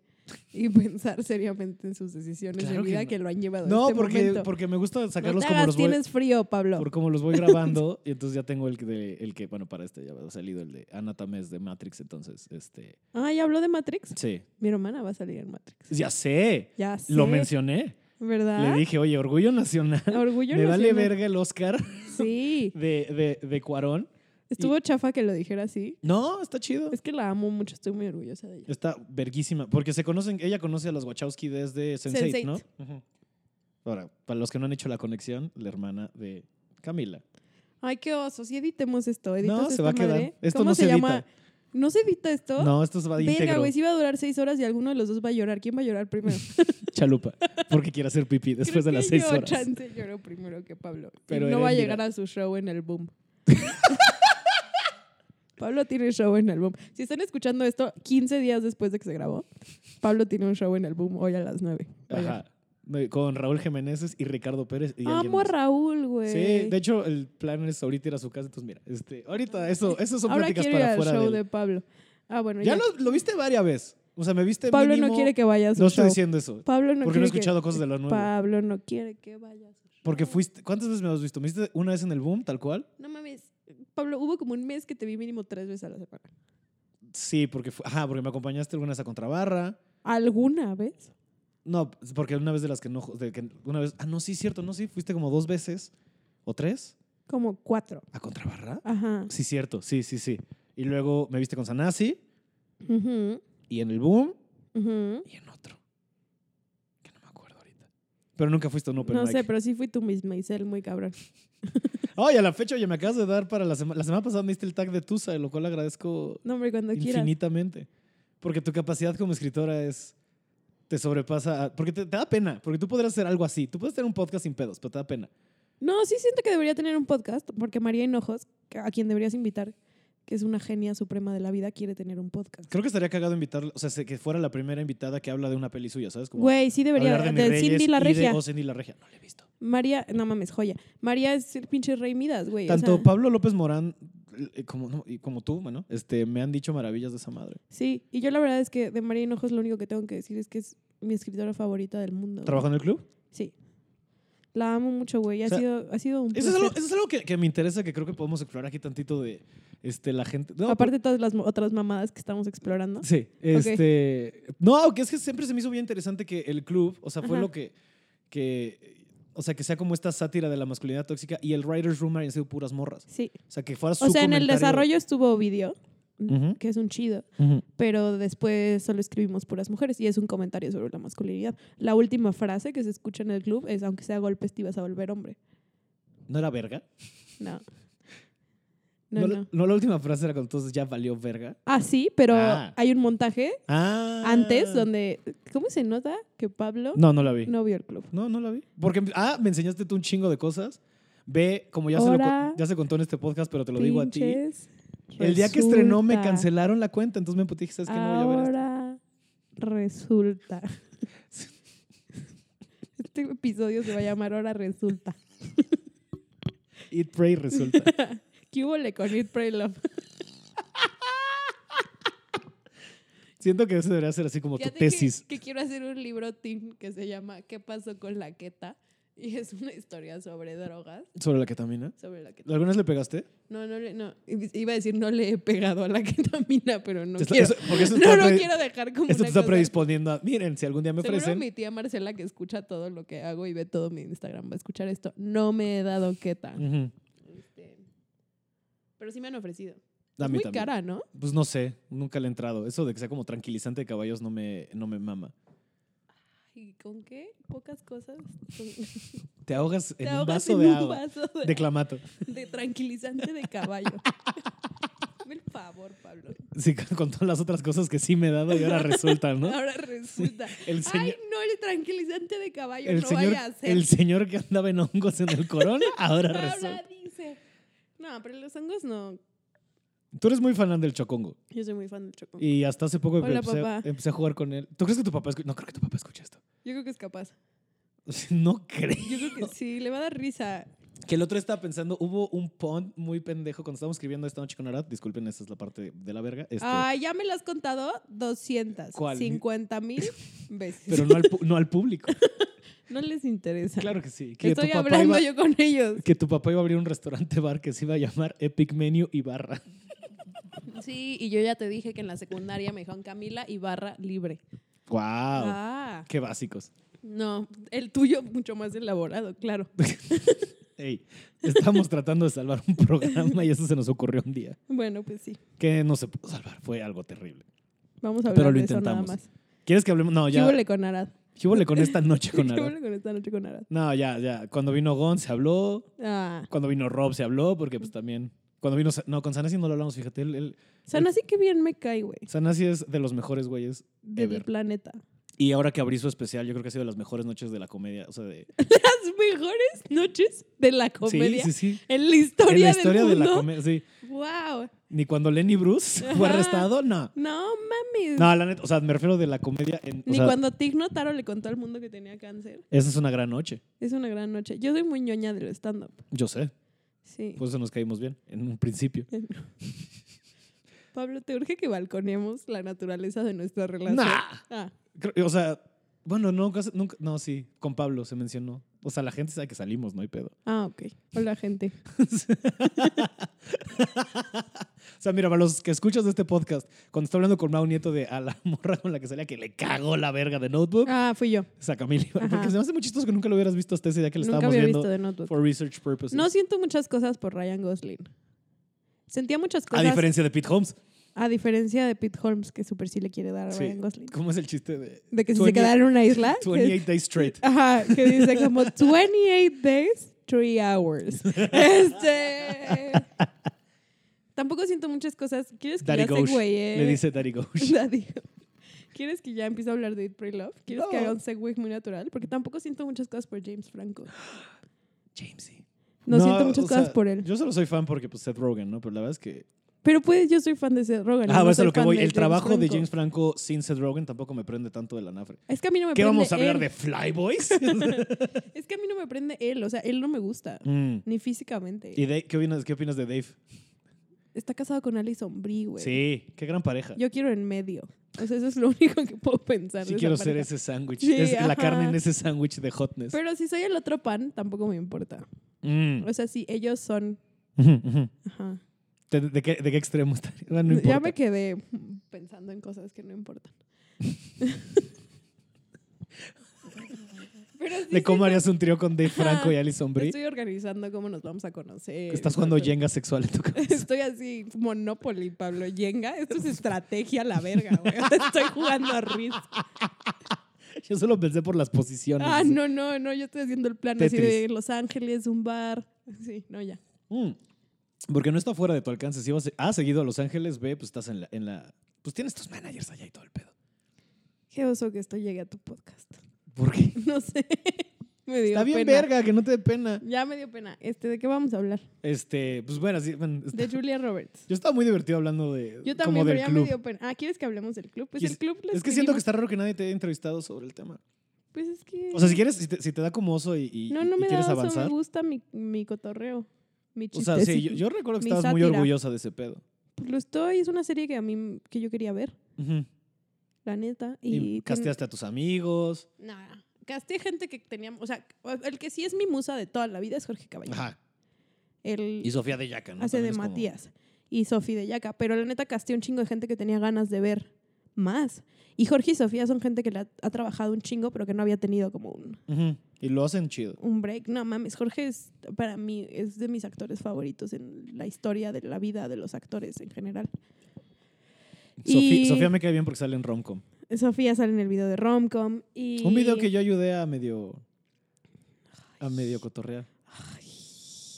Speaker 2: y pensar seriamente en sus decisiones
Speaker 1: Claro
Speaker 2: de
Speaker 1: que
Speaker 2: vida
Speaker 1: no.
Speaker 2: que, lo han llevado a
Speaker 1: no,
Speaker 2: este
Speaker 1: porque,
Speaker 2: momento.
Speaker 1: porque me gusta
Speaker 2: no
Speaker 1: sacarlos
Speaker 2: te
Speaker 1: como
Speaker 2: hagas,
Speaker 1: los voy,
Speaker 2: tienes frío, Pablo.
Speaker 1: por como los voy grabando. y entonces ya tengo el que, de- el que, bueno, para este ya ha salido el de Ana Tamés de Matrix. Entonces, este,
Speaker 2: Ah, ¿ya habló de Matrix?
Speaker 1: sí,
Speaker 2: Mi hermana va a salir en Matrix.
Speaker 1: ya sé,
Speaker 2: Ya sé.
Speaker 1: lo mencioné.
Speaker 2: ¿Verdad?
Speaker 1: Le dije, oye, orgullo nacional.
Speaker 2: Ah. Orgullo
Speaker 1: me vale
Speaker 2: nacional.
Speaker 1: verga el Oscar
Speaker 2: Sí.
Speaker 1: de, de, de Cuarón.
Speaker 2: Estuvo chafa que lo dijera así.
Speaker 1: No, está chido.
Speaker 2: Es que la amo mucho, estoy muy orgullosa de ella.
Speaker 1: Está verguísima. Porque se conocen, ella conoce a las Wachowski desde Sense8,
Speaker 2: Sense8.
Speaker 1: ¿no? Ujú. Ahora, para los que no han hecho la conexión, la hermana de Camila.
Speaker 2: Ay, qué oso. Si editemos esto,
Speaker 1: No,
Speaker 2: editamos
Speaker 1: se va a quedar. Esto no se, edita.
Speaker 2: ¿No se edita esto?
Speaker 1: No, esto se va de
Speaker 2: Verga,
Speaker 1: íntegro.
Speaker 2: güey, si va a durar seis horas y alguno de los dos va a llorar. ¿Quién va a llorar primero?
Speaker 1: Chalupa. Porque quiere hacer pipí después de
Speaker 2: Creo
Speaker 1: las
Speaker 2: que
Speaker 1: seis
Speaker 2: yo,
Speaker 1: horas.
Speaker 2: chance, lloro primero que Pablo. Y
Speaker 1: Pero eh,
Speaker 2: no va a
Speaker 1: Erendira.
Speaker 2: llegar a su show en el boom. Pablo tiene show en el boom. Si están escuchando esto 15 días después de que se grabó, Pablo tiene un show en el boom hoy a las 9. Vaya.
Speaker 1: Ajá. No, Con Raúl Jiménez y Ricardo Pérez. Y alguien
Speaker 2: Amo a
Speaker 1: más.
Speaker 2: Raúl, Ah, güey.
Speaker 1: Sí, de hecho, el plan es ahorita ir a su casa. Entonces, mira, este, ahorita, eso, eso son
Speaker 2: Ahora
Speaker 1: pláticas
Speaker 2: quiero ir
Speaker 1: para
Speaker 2: al
Speaker 1: afuera.
Speaker 2: show
Speaker 1: del-
Speaker 2: de Pablo. Ah, bueno,
Speaker 1: Ya
Speaker 2: ya.
Speaker 1: lo, lo viste varias veces. O sea, me viste
Speaker 2: Pablo
Speaker 1: mínimo-
Speaker 2: no quiere que vaya a su
Speaker 1: No estoy
Speaker 2: show.
Speaker 1: diciendo eso.
Speaker 2: Pablo no
Speaker 1: porque no
Speaker 2: quiere
Speaker 1: he
Speaker 2: que-
Speaker 1: escuchado cosas de lo nuevo.
Speaker 2: Pablo no quiere que vaya a su show.
Speaker 1: Porque fuiste. ¿Cuántas veces me has visto? ¿Me viste una vez en el boom, tal cual?
Speaker 2: No mames. Pablo, hubo como un mes que te vi mínimo tres veces a la semana.
Speaker 1: Sí, porque fu- ajá, porque me acompañaste alguna vez a Contrabarra.
Speaker 2: ¿Alguna vez?
Speaker 1: No, porque una vez de las que no. de que una vez, ah, no, sí, cierto, no, sí, fuiste como dos veces o tres
Speaker 2: Como cuatro.
Speaker 1: a Contrabarra.
Speaker 2: Ajá.
Speaker 1: Sí, cierto, sí, sí, sí. Y luego me viste con Sanasi
Speaker 2: Ujú,
Speaker 1: y en el boom
Speaker 2: ujú.
Speaker 1: y en otro. Que no me acuerdo ahorita. Pero nunca fuiste a un open
Speaker 2: No
Speaker 1: mic.
Speaker 2: sé, pero sí fui tú misma, Isel, muy cabrón.
Speaker 1: Ay, a la fecha, oye, me acabas de dar para la semana. La semana pasada me diste el tag de Tusa, lo cual agradezco
Speaker 2: No, hombre, cuando quieras.
Speaker 1: infinitamente. Porque tu capacidad como escritora es. Te sobrepasa. a- porque te, te da pena. Porque tú podrías hacer algo así. Tú puedes tener un podcast sin pedos, pero te da pena.
Speaker 2: No, sí siento que debería tener un podcast, porque María Hinojos, que- a quien deberías invitar, que es una genia suprema de la vida, quiere tener un podcast.
Speaker 1: Creo que estaría cagado invitar. O sea, se- que fuera la primera invitada que habla de una peli suya, ¿sabes? Como
Speaker 2: Güey, sí debería.
Speaker 1: hablar
Speaker 2: De,
Speaker 1: mis reyes
Speaker 2: Cindy
Speaker 1: y
Speaker 2: La
Speaker 1: de-
Speaker 2: Regia.
Speaker 1: oh, Cindy la Regia. No la he visto.
Speaker 2: María, no mames, joya. María es el pinche rey Midas, güey. o
Speaker 1: Tanto
Speaker 2: sea,
Speaker 1: Pablo López Morán eh, como, no, y como tú, bueno, este, me han dicho maravillas de esa madre.
Speaker 2: Sí, y yo la verdad es que de María Hinojos lo único que tengo que decir es que es mi escritora favorita del mundo. güey.
Speaker 1: ¿Trabaja en el club?
Speaker 2: Sí. La amo mucho, güey. Ha,
Speaker 1: O sea,
Speaker 2: sido, ha sido un
Speaker 1: Eso es algo,
Speaker 2: placer.
Speaker 1: eso es algo que, que me interesa, que creo que podemos explorar aquí tantito de este, la gente. No,
Speaker 2: Aparte de todas las mo- otras mamadas que estamos explorando.
Speaker 1: Sí, este... No, aunque es que siempre se me hizo bien interesante que el club, o sea, fue
Speaker 2: Ajá.
Speaker 1: lo que, que... O sea, que sea como esta sátira de la masculinidad tóxica y el writer's room hayan sido puras morras.
Speaker 2: Sí.
Speaker 1: O sea, que fuera su
Speaker 2: O sea, en el
Speaker 1: comentario-
Speaker 2: desarrollo estuvo Ovidio,
Speaker 1: Ujú.
Speaker 2: que es un chido,
Speaker 1: Ujú.
Speaker 2: pero después solo escribimos puras mujeres y es un comentario sobre la masculinidad. La última frase que se escucha en el club es, aunque sea golpes, te vas a volver hombre.
Speaker 1: ¿No era verga?
Speaker 2: No. No,
Speaker 1: la-
Speaker 2: no.
Speaker 1: no, la última frase era cuando entonces ya valió verga.
Speaker 2: Ah, sí, pero
Speaker 1: Ah.
Speaker 2: hay un montaje
Speaker 1: Ah.
Speaker 2: antes donde... ¿Cómo se nota que Pablo
Speaker 1: No, no la vi. No,
Speaker 2: no vio el club?
Speaker 1: no, la vi. Porque, ah, me enseñaste tú un chingo de cosas. Ve, como ya, se, lo,
Speaker 2: Ahora-
Speaker 1: co- ya se contó en este podcast, pero te lo digo a ti.
Speaker 2: Pinches
Speaker 1: El día que estrenó me
Speaker 2: resulta.
Speaker 1: cancelaron la cuenta, entonces me emputí, ¿sabes que No voy a ver esto.
Speaker 2: Ahora resulta. Este episodio se va a llamar Ahora resulta.
Speaker 1: Eat, Pray resulta.
Speaker 2: ¿Qué hubo le con It Pray Love?
Speaker 1: Siento que eso debería ser así como
Speaker 2: Ya
Speaker 1: tu
Speaker 2: sé que-
Speaker 1: tesis.
Speaker 2: Que, quiero hacer un libro teen que se llama ¿Qué pasó con la queta? Y es una historia sobre drogas,
Speaker 1: Sobre la ketamina.
Speaker 2: sobre la queta.
Speaker 1: ¿Alguna vez le pegaste?
Speaker 2: No, no, le- no. Iba a decir no le he pegado a la ketamina, pero no
Speaker 1: Te está-
Speaker 2: quiero.
Speaker 1: eso- porque eso
Speaker 2: no,
Speaker 1: está
Speaker 2: no
Speaker 1: pre-
Speaker 2: quiero dejar como
Speaker 1: Esto
Speaker 2: una
Speaker 1: te está
Speaker 2: cosa-
Speaker 1: predisponiendo a. Miren, si algún día me
Speaker 2: Seguro
Speaker 1: ofrecen.
Speaker 2: mi tía Marcela, que escucha todo lo que hago y ve todo mi Instagram, va a escuchar esto. No me he dado queta.
Speaker 1: Ujú.
Speaker 2: Este, pero sí me han ofrecido.
Speaker 1: A
Speaker 2: es
Speaker 1: mí
Speaker 2: muy
Speaker 1: también.
Speaker 2: cara, ¿no?
Speaker 1: Pues no sé, nunca le he entrado. Eso de que sea como tranquilizante de caballos no me, no me mama.
Speaker 2: ¿Y con qué? Pocas cosas. Con-
Speaker 1: Te ahogas en
Speaker 2: Te
Speaker 1: un
Speaker 2: ahogas
Speaker 1: vaso
Speaker 2: en
Speaker 1: de
Speaker 2: un
Speaker 1: agua.
Speaker 2: vaso de,
Speaker 1: De clamato.
Speaker 2: de tranquilizante de caballo. Hazme el favor, Pablo.
Speaker 1: Sí, con con todas las otras cosas que sí me he dado y ahora resulta, ¿no?
Speaker 2: Ahora resulta.
Speaker 1: El
Speaker 2: Ay,
Speaker 1: señor.
Speaker 2: no, el tranquilizante de caballo
Speaker 1: el,
Speaker 2: no
Speaker 1: señor
Speaker 2: vaya a ser.
Speaker 1: el señor que andaba en hongos en el corona, ahora
Speaker 2: Ahora
Speaker 1: resulta.
Speaker 2: dice. No, pero los hongos no.
Speaker 1: Tú eres muy fan del chocongo.
Speaker 2: Yo soy muy fan del choco.
Speaker 1: Y hasta hace poco que
Speaker 2: Hola,
Speaker 1: empecé,
Speaker 2: papá.
Speaker 1: empecé a jugar con él. ¿Tú crees que tu papá escucha? No creo que tu papá escuche esto.
Speaker 2: Yo creo que es capaz.
Speaker 1: No creo.
Speaker 2: Yo creo que sí, le va a dar risa.
Speaker 1: Que el otro estaba pensando, hubo un pont muy pendejo cuando estábamos escribiendo esta noche con Arad. Disculpen, esa es la parte de la verga. este,
Speaker 2: Ay, ya me lo has contado
Speaker 1: ¿Cuál?
Speaker 2: 250 mil veces.
Speaker 1: Pero no al, pu- no al público.
Speaker 2: No les interesa.
Speaker 1: Claro que sí. Que
Speaker 2: Estoy
Speaker 1: tu papá
Speaker 2: hablando
Speaker 1: iba-
Speaker 2: yo con ellos.
Speaker 1: Que tu papá iba a abrir un restaurante bar que se iba a llamar Epic Menu y Barra.
Speaker 2: Sí, y yo ya te dije que en la secundaria me dijeron Camila y barra libre.
Speaker 1: ¡Wow!
Speaker 2: Ah,
Speaker 1: ¡Qué básicos!
Speaker 2: no, el tuyo mucho más elaborado, claro.
Speaker 1: Ey, estamos tratando de salvar un programa y eso se nos ocurrió un día.
Speaker 2: Bueno, pues sí,
Speaker 1: Que no se pudo salvar, fue algo terrible.
Speaker 2: vamos a hablar
Speaker 1: Pero lo
Speaker 2: de eso nada
Speaker 1: intentamos.
Speaker 2: más.
Speaker 1: ¿Quieres que hablemos? No,
Speaker 2: ¿Qué
Speaker 1: ya.
Speaker 2: hubo con Arad?
Speaker 1: ¿Qué hubo con esta noche con
Speaker 2: ¿Qué
Speaker 1: Arad?
Speaker 2: hubo con esta noche con Arad?
Speaker 1: No, ya, ya. Cuando vino Gon se habló.
Speaker 2: Ah,
Speaker 1: Cuando vino Rob se habló, porque pues también. Cuando vino. Sa- No, con Sanasi no lo hablamos, fíjate. Él, él-
Speaker 2: Sanasi que bien me cae, güey,
Speaker 1: Sanasi es de los mejores güeyes.
Speaker 2: del
Speaker 1: Ever.
Speaker 2: planeta.
Speaker 1: Y ahora que abrí su especial, yo creo que ha sido de las mejores noches de la comedia. O sea, de.
Speaker 2: Las mejores noches de la comedia.
Speaker 1: Sí, sí, sí.
Speaker 2: En la historia,
Speaker 1: En la historia de
Speaker 2: del
Speaker 1: la
Speaker 2: mundo.
Speaker 1: comedia, sí.
Speaker 2: wow.
Speaker 1: Ni cuando Lenny Bruce fue
Speaker 2: Ajá.
Speaker 1: arrestado, no.
Speaker 2: No mames.
Speaker 1: No, la neta, o sea, me refiero de la comedia en. o
Speaker 2: Ni
Speaker 1: sea,
Speaker 2: cuando Tig Notaro le contó al mundo que tenía cáncer.
Speaker 1: Esa es una gran noche.
Speaker 2: Es una gran noche. Yo soy muy ñoña del stand-up.
Speaker 1: Yo sé.
Speaker 2: Sí.
Speaker 1: Por eso nos caímos bien, en un principio.
Speaker 2: Pablo, te urge que balconeemos la naturaleza de nuestra relación.
Speaker 1: Nah.
Speaker 2: Ah,
Speaker 1: Creo- O sea, bueno, no, casi- nunca, no, sí, con Pablo se mencionó. O sea, la gente sabe que salimos, no hay pedo.
Speaker 2: ah, ok. Hola, gente.
Speaker 1: O sea, mira, para los que escuchas de este podcast, cuando está hablando con Mau Nieto de a la morra con la que salía que le cagó la verga de Notebook,
Speaker 2: Ah, fui yo.
Speaker 1: esa Camila.
Speaker 2: Ajá.
Speaker 1: Porque se me hace muy chistoso que nunca lo hubieras visto hasta ese día que le
Speaker 2: Nunca
Speaker 1: estábamos
Speaker 2: había
Speaker 1: viendo
Speaker 2: visto de Notebook.
Speaker 1: for research purposes.
Speaker 2: No siento muchas cosas por Ryan Gosling. Sentía muchas
Speaker 1: a
Speaker 2: cosas.
Speaker 1: diferencia de Pete Holmes.
Speaker 2: a diferencia de Pete Holmes, que súper sí le quiere dar a
Speaker 1: Sí.
Speaker 2: Ryan Gosling.
Speaker 1: ¿Cómo es el chiste de
Speaker 2: De que si se
Speaker 1: 28
Speaker 2: quedara en una isla. que-
Speaker 1: 28 Days Straight?
Speaker 2: Ajá, que dice como 28 days, 3 hours. Este. Tampoco siento muchas cosas. ¿Quieres que
Speaker 1: Daddy
Speaker 2: ya se
Speaker 1: Gauche.
Speaker 2: güey? eh?
Speaker 1: Le dice Daddy Gauche.
Speaker 2: Daddy Gauche. ¿Quieres que ya empiece a hablar de It Pray Love? ¿Quieres que
Speaker 1: No.
Speaker 2: haga un segue muy natural? Porque tampoco siento muchas cosas por James Franco.
Speaker 1: Jamesy.
Speaker 2: No, siento muchas
Speaker 1: E. o
Speaker 2: cosas
Speaker 1: sea,
Speaker 2: por él.
Speaker 1: Yo solo soy fan porque pues Seth Rogen, ¿no? Pero la verdad es que
Speaker 2: Pero pues yo soy fan de Seth Rogen.
Speaker 1: Ah,
Speaker 2: no
Speaker 1: vas a
Speaker 2: soy
Speaker 1: lo que
Speaker 2: fan
Speaker 1: voy.
Speaker 2: de
Speaker 1: El trabajo de
Speaker 2: Franco.
Speaker 1: James Franco sin Seth Rogen tampoco me prende tanto de la nafre.
Speaker 2: Es que a mí no me
Speaker 1: ¿Qué
Speaker 2: prende
Speaker 1: vamos a hablar de
Speaker 2: él.
Speaker 1: Flyboys?
Speaker 2: Es que a mí no me prende él. O sea, él no me gusta.
Speaker 1: Mm.
Speaker 2: Ni físicamente.
Speaker 1: ¿Y Dave- qué, opinas, qué opinas de Dave?
Speaker 2: Está casado con Alison Brie, güey.
Speaker 1: Sí, qué gran pareja.
Speaker 2: Yo quiero en medio. O sea, eso es lo único que puedo pensar.
Speaker 1: Sí
Speaker 2: de esa
Speaker 1: quiero ser
Speaker 2: pareja.
Speaker 1: ese sándwich.
Speaker 2: Sí,
Speaker 1: es la
Speaker 2: ajá.
Speaker 1: carne en ese sándwich de hotness.
Speaker 2: Pero si soy el otro pan, tampoco me importa.
Speaker 1: Mm.
Speaker 2: O sea, si ellos son.
Speaker 1: Ujú, ujú.
Speaker 2: Ajá.
Speaker 1: ¿De, de qué, de qué extremo estaría? Ah, no importa.
Speaker 2: ya me quedé pensando en cosas que no importan. Pero sí
Speaker 1: ¿De
Speaker 2: soy-
Speaker 1: cómo harías un trío con Dave Franco y Alison Brie?
Speaker 2: Estoy organizando cómo nos vamos a conocer.
Speaker 1: Estás jugando
Speaker 2: Estoy-
Speaker 1: Jenga sexual en tu cabeza.
Speaker 2: Estoy así, Monopoly, Pablo Yenga. Esto es estrategia a la verga, güey. O sea, Estoy jugando a Risk.
Speaker 1: Yo solo pensé por las posiciones.
Speaker 2: Ah, no, no, no. Yo estoy haciendo el plan así de
Speaker 1: Tetris.
Speaker 2: Los Ángeles, un bar. Sí, no, ya.
Speaker 1: Mm. Porque no está fuera de tu alcance. Si vas, has seguido a Los Ángeles, ve, pues estás en la, en la... Pues tienes tus managers allá y todo el pedo.
Speaker 2: Qué oso que esto llegue a tu podcast.
Speaker 1: ¿Por qué?
Speaker 2: No sé. Me dio
Speaker 1: Está bien
Speaker 2: pena.
Speaker 1: verga, que no te dé pena.
Speaker 2: Ya me dio pena. Este, ¿de qué vamos a hablar?
Speaker 1: Este, pues bueno, así... bueno,
Speaker 2: De Julia Roberts.
Speaker 1: Yo estaba muy divertido hablando de...
Speaker 2: Yo
Speaker 1: como
Speaker 2: también,
Speaker 1: del
Speaker 2: pero ya
Speaker 1: club.
Speaker 2: me dio pena. Ah, ¿quieres que hablemos del club? Pues
Speaker 1: Quis-
Speaker 2: el club lo
Speaker 1: Es que siento que
Speaker 2: escribimos.
Speaker 1: está raro que nadie te haya entrevistado sobre el tema.
Speaker 2: Pues es que...
Speaker 1: O sea, si quieres, si te, si te da como oso y, y-
Speaker 2: no, no
Speaker 1: y
Speaker 2: me da
Speaker 1: quieres
Speaker 2: oso,
Speaker 1: avanzar.
Speaker 2: me gusta mi, mi cotorreo. Mi
Speaker 1: o sea, sí,
Speaker 2: chistecito.
Speaker 1: yo, yo recuerdo que
Speaker 2: Mi
Speaker 1: estabas muy
Speaker 2: sátira.
Speaker 1: orgullosa de ese pedo.
Speaker 2: Pues Lo estoy, es una serie que a mí, que yo quería ver,
Speaker 1: Ujú.
Speaker 2: la neta. Y,
Speaker 1: Y,
Speaker 2: tiene-
Speaker 1: casteaste a tus amigos.
Speaker 2: Nah, casté gente que teníamos, o sea, el que sí es mi musa de toda la vida es Jorge Caballero.
Speaker 1: Ajá.
Speaker 2: Él
Speaker 1: Y Sofía de Yaca, ¿no?
Speaker 2: hace
Speaker 1: También
Speaker 2: de
Speaker 1: es como-
Speaker 2: Matías y Sofi de Yaca, pero la neta casté un chingo de gente que tenía ganas de ver más. Y Jorge y Sofía son gente que la ha trabajado un chingo, pero que no había tenido como un,
Speaker 1: Ujú. Y lo hacen chido.
Speaker 2: un break. No mames, Jorge es para mí es de mis actores favoritos en la historia de la vida de los actores en general.
Speaker 1: Sofía,
Speaker 2: Y-
Speaker 1: Sofía me cae bien porque sale en romcom.
Speaker 2: Sofía sale en el video de Romcom y
Speaker 1: Un video que yo ayudé a medio... A medio cotorrear.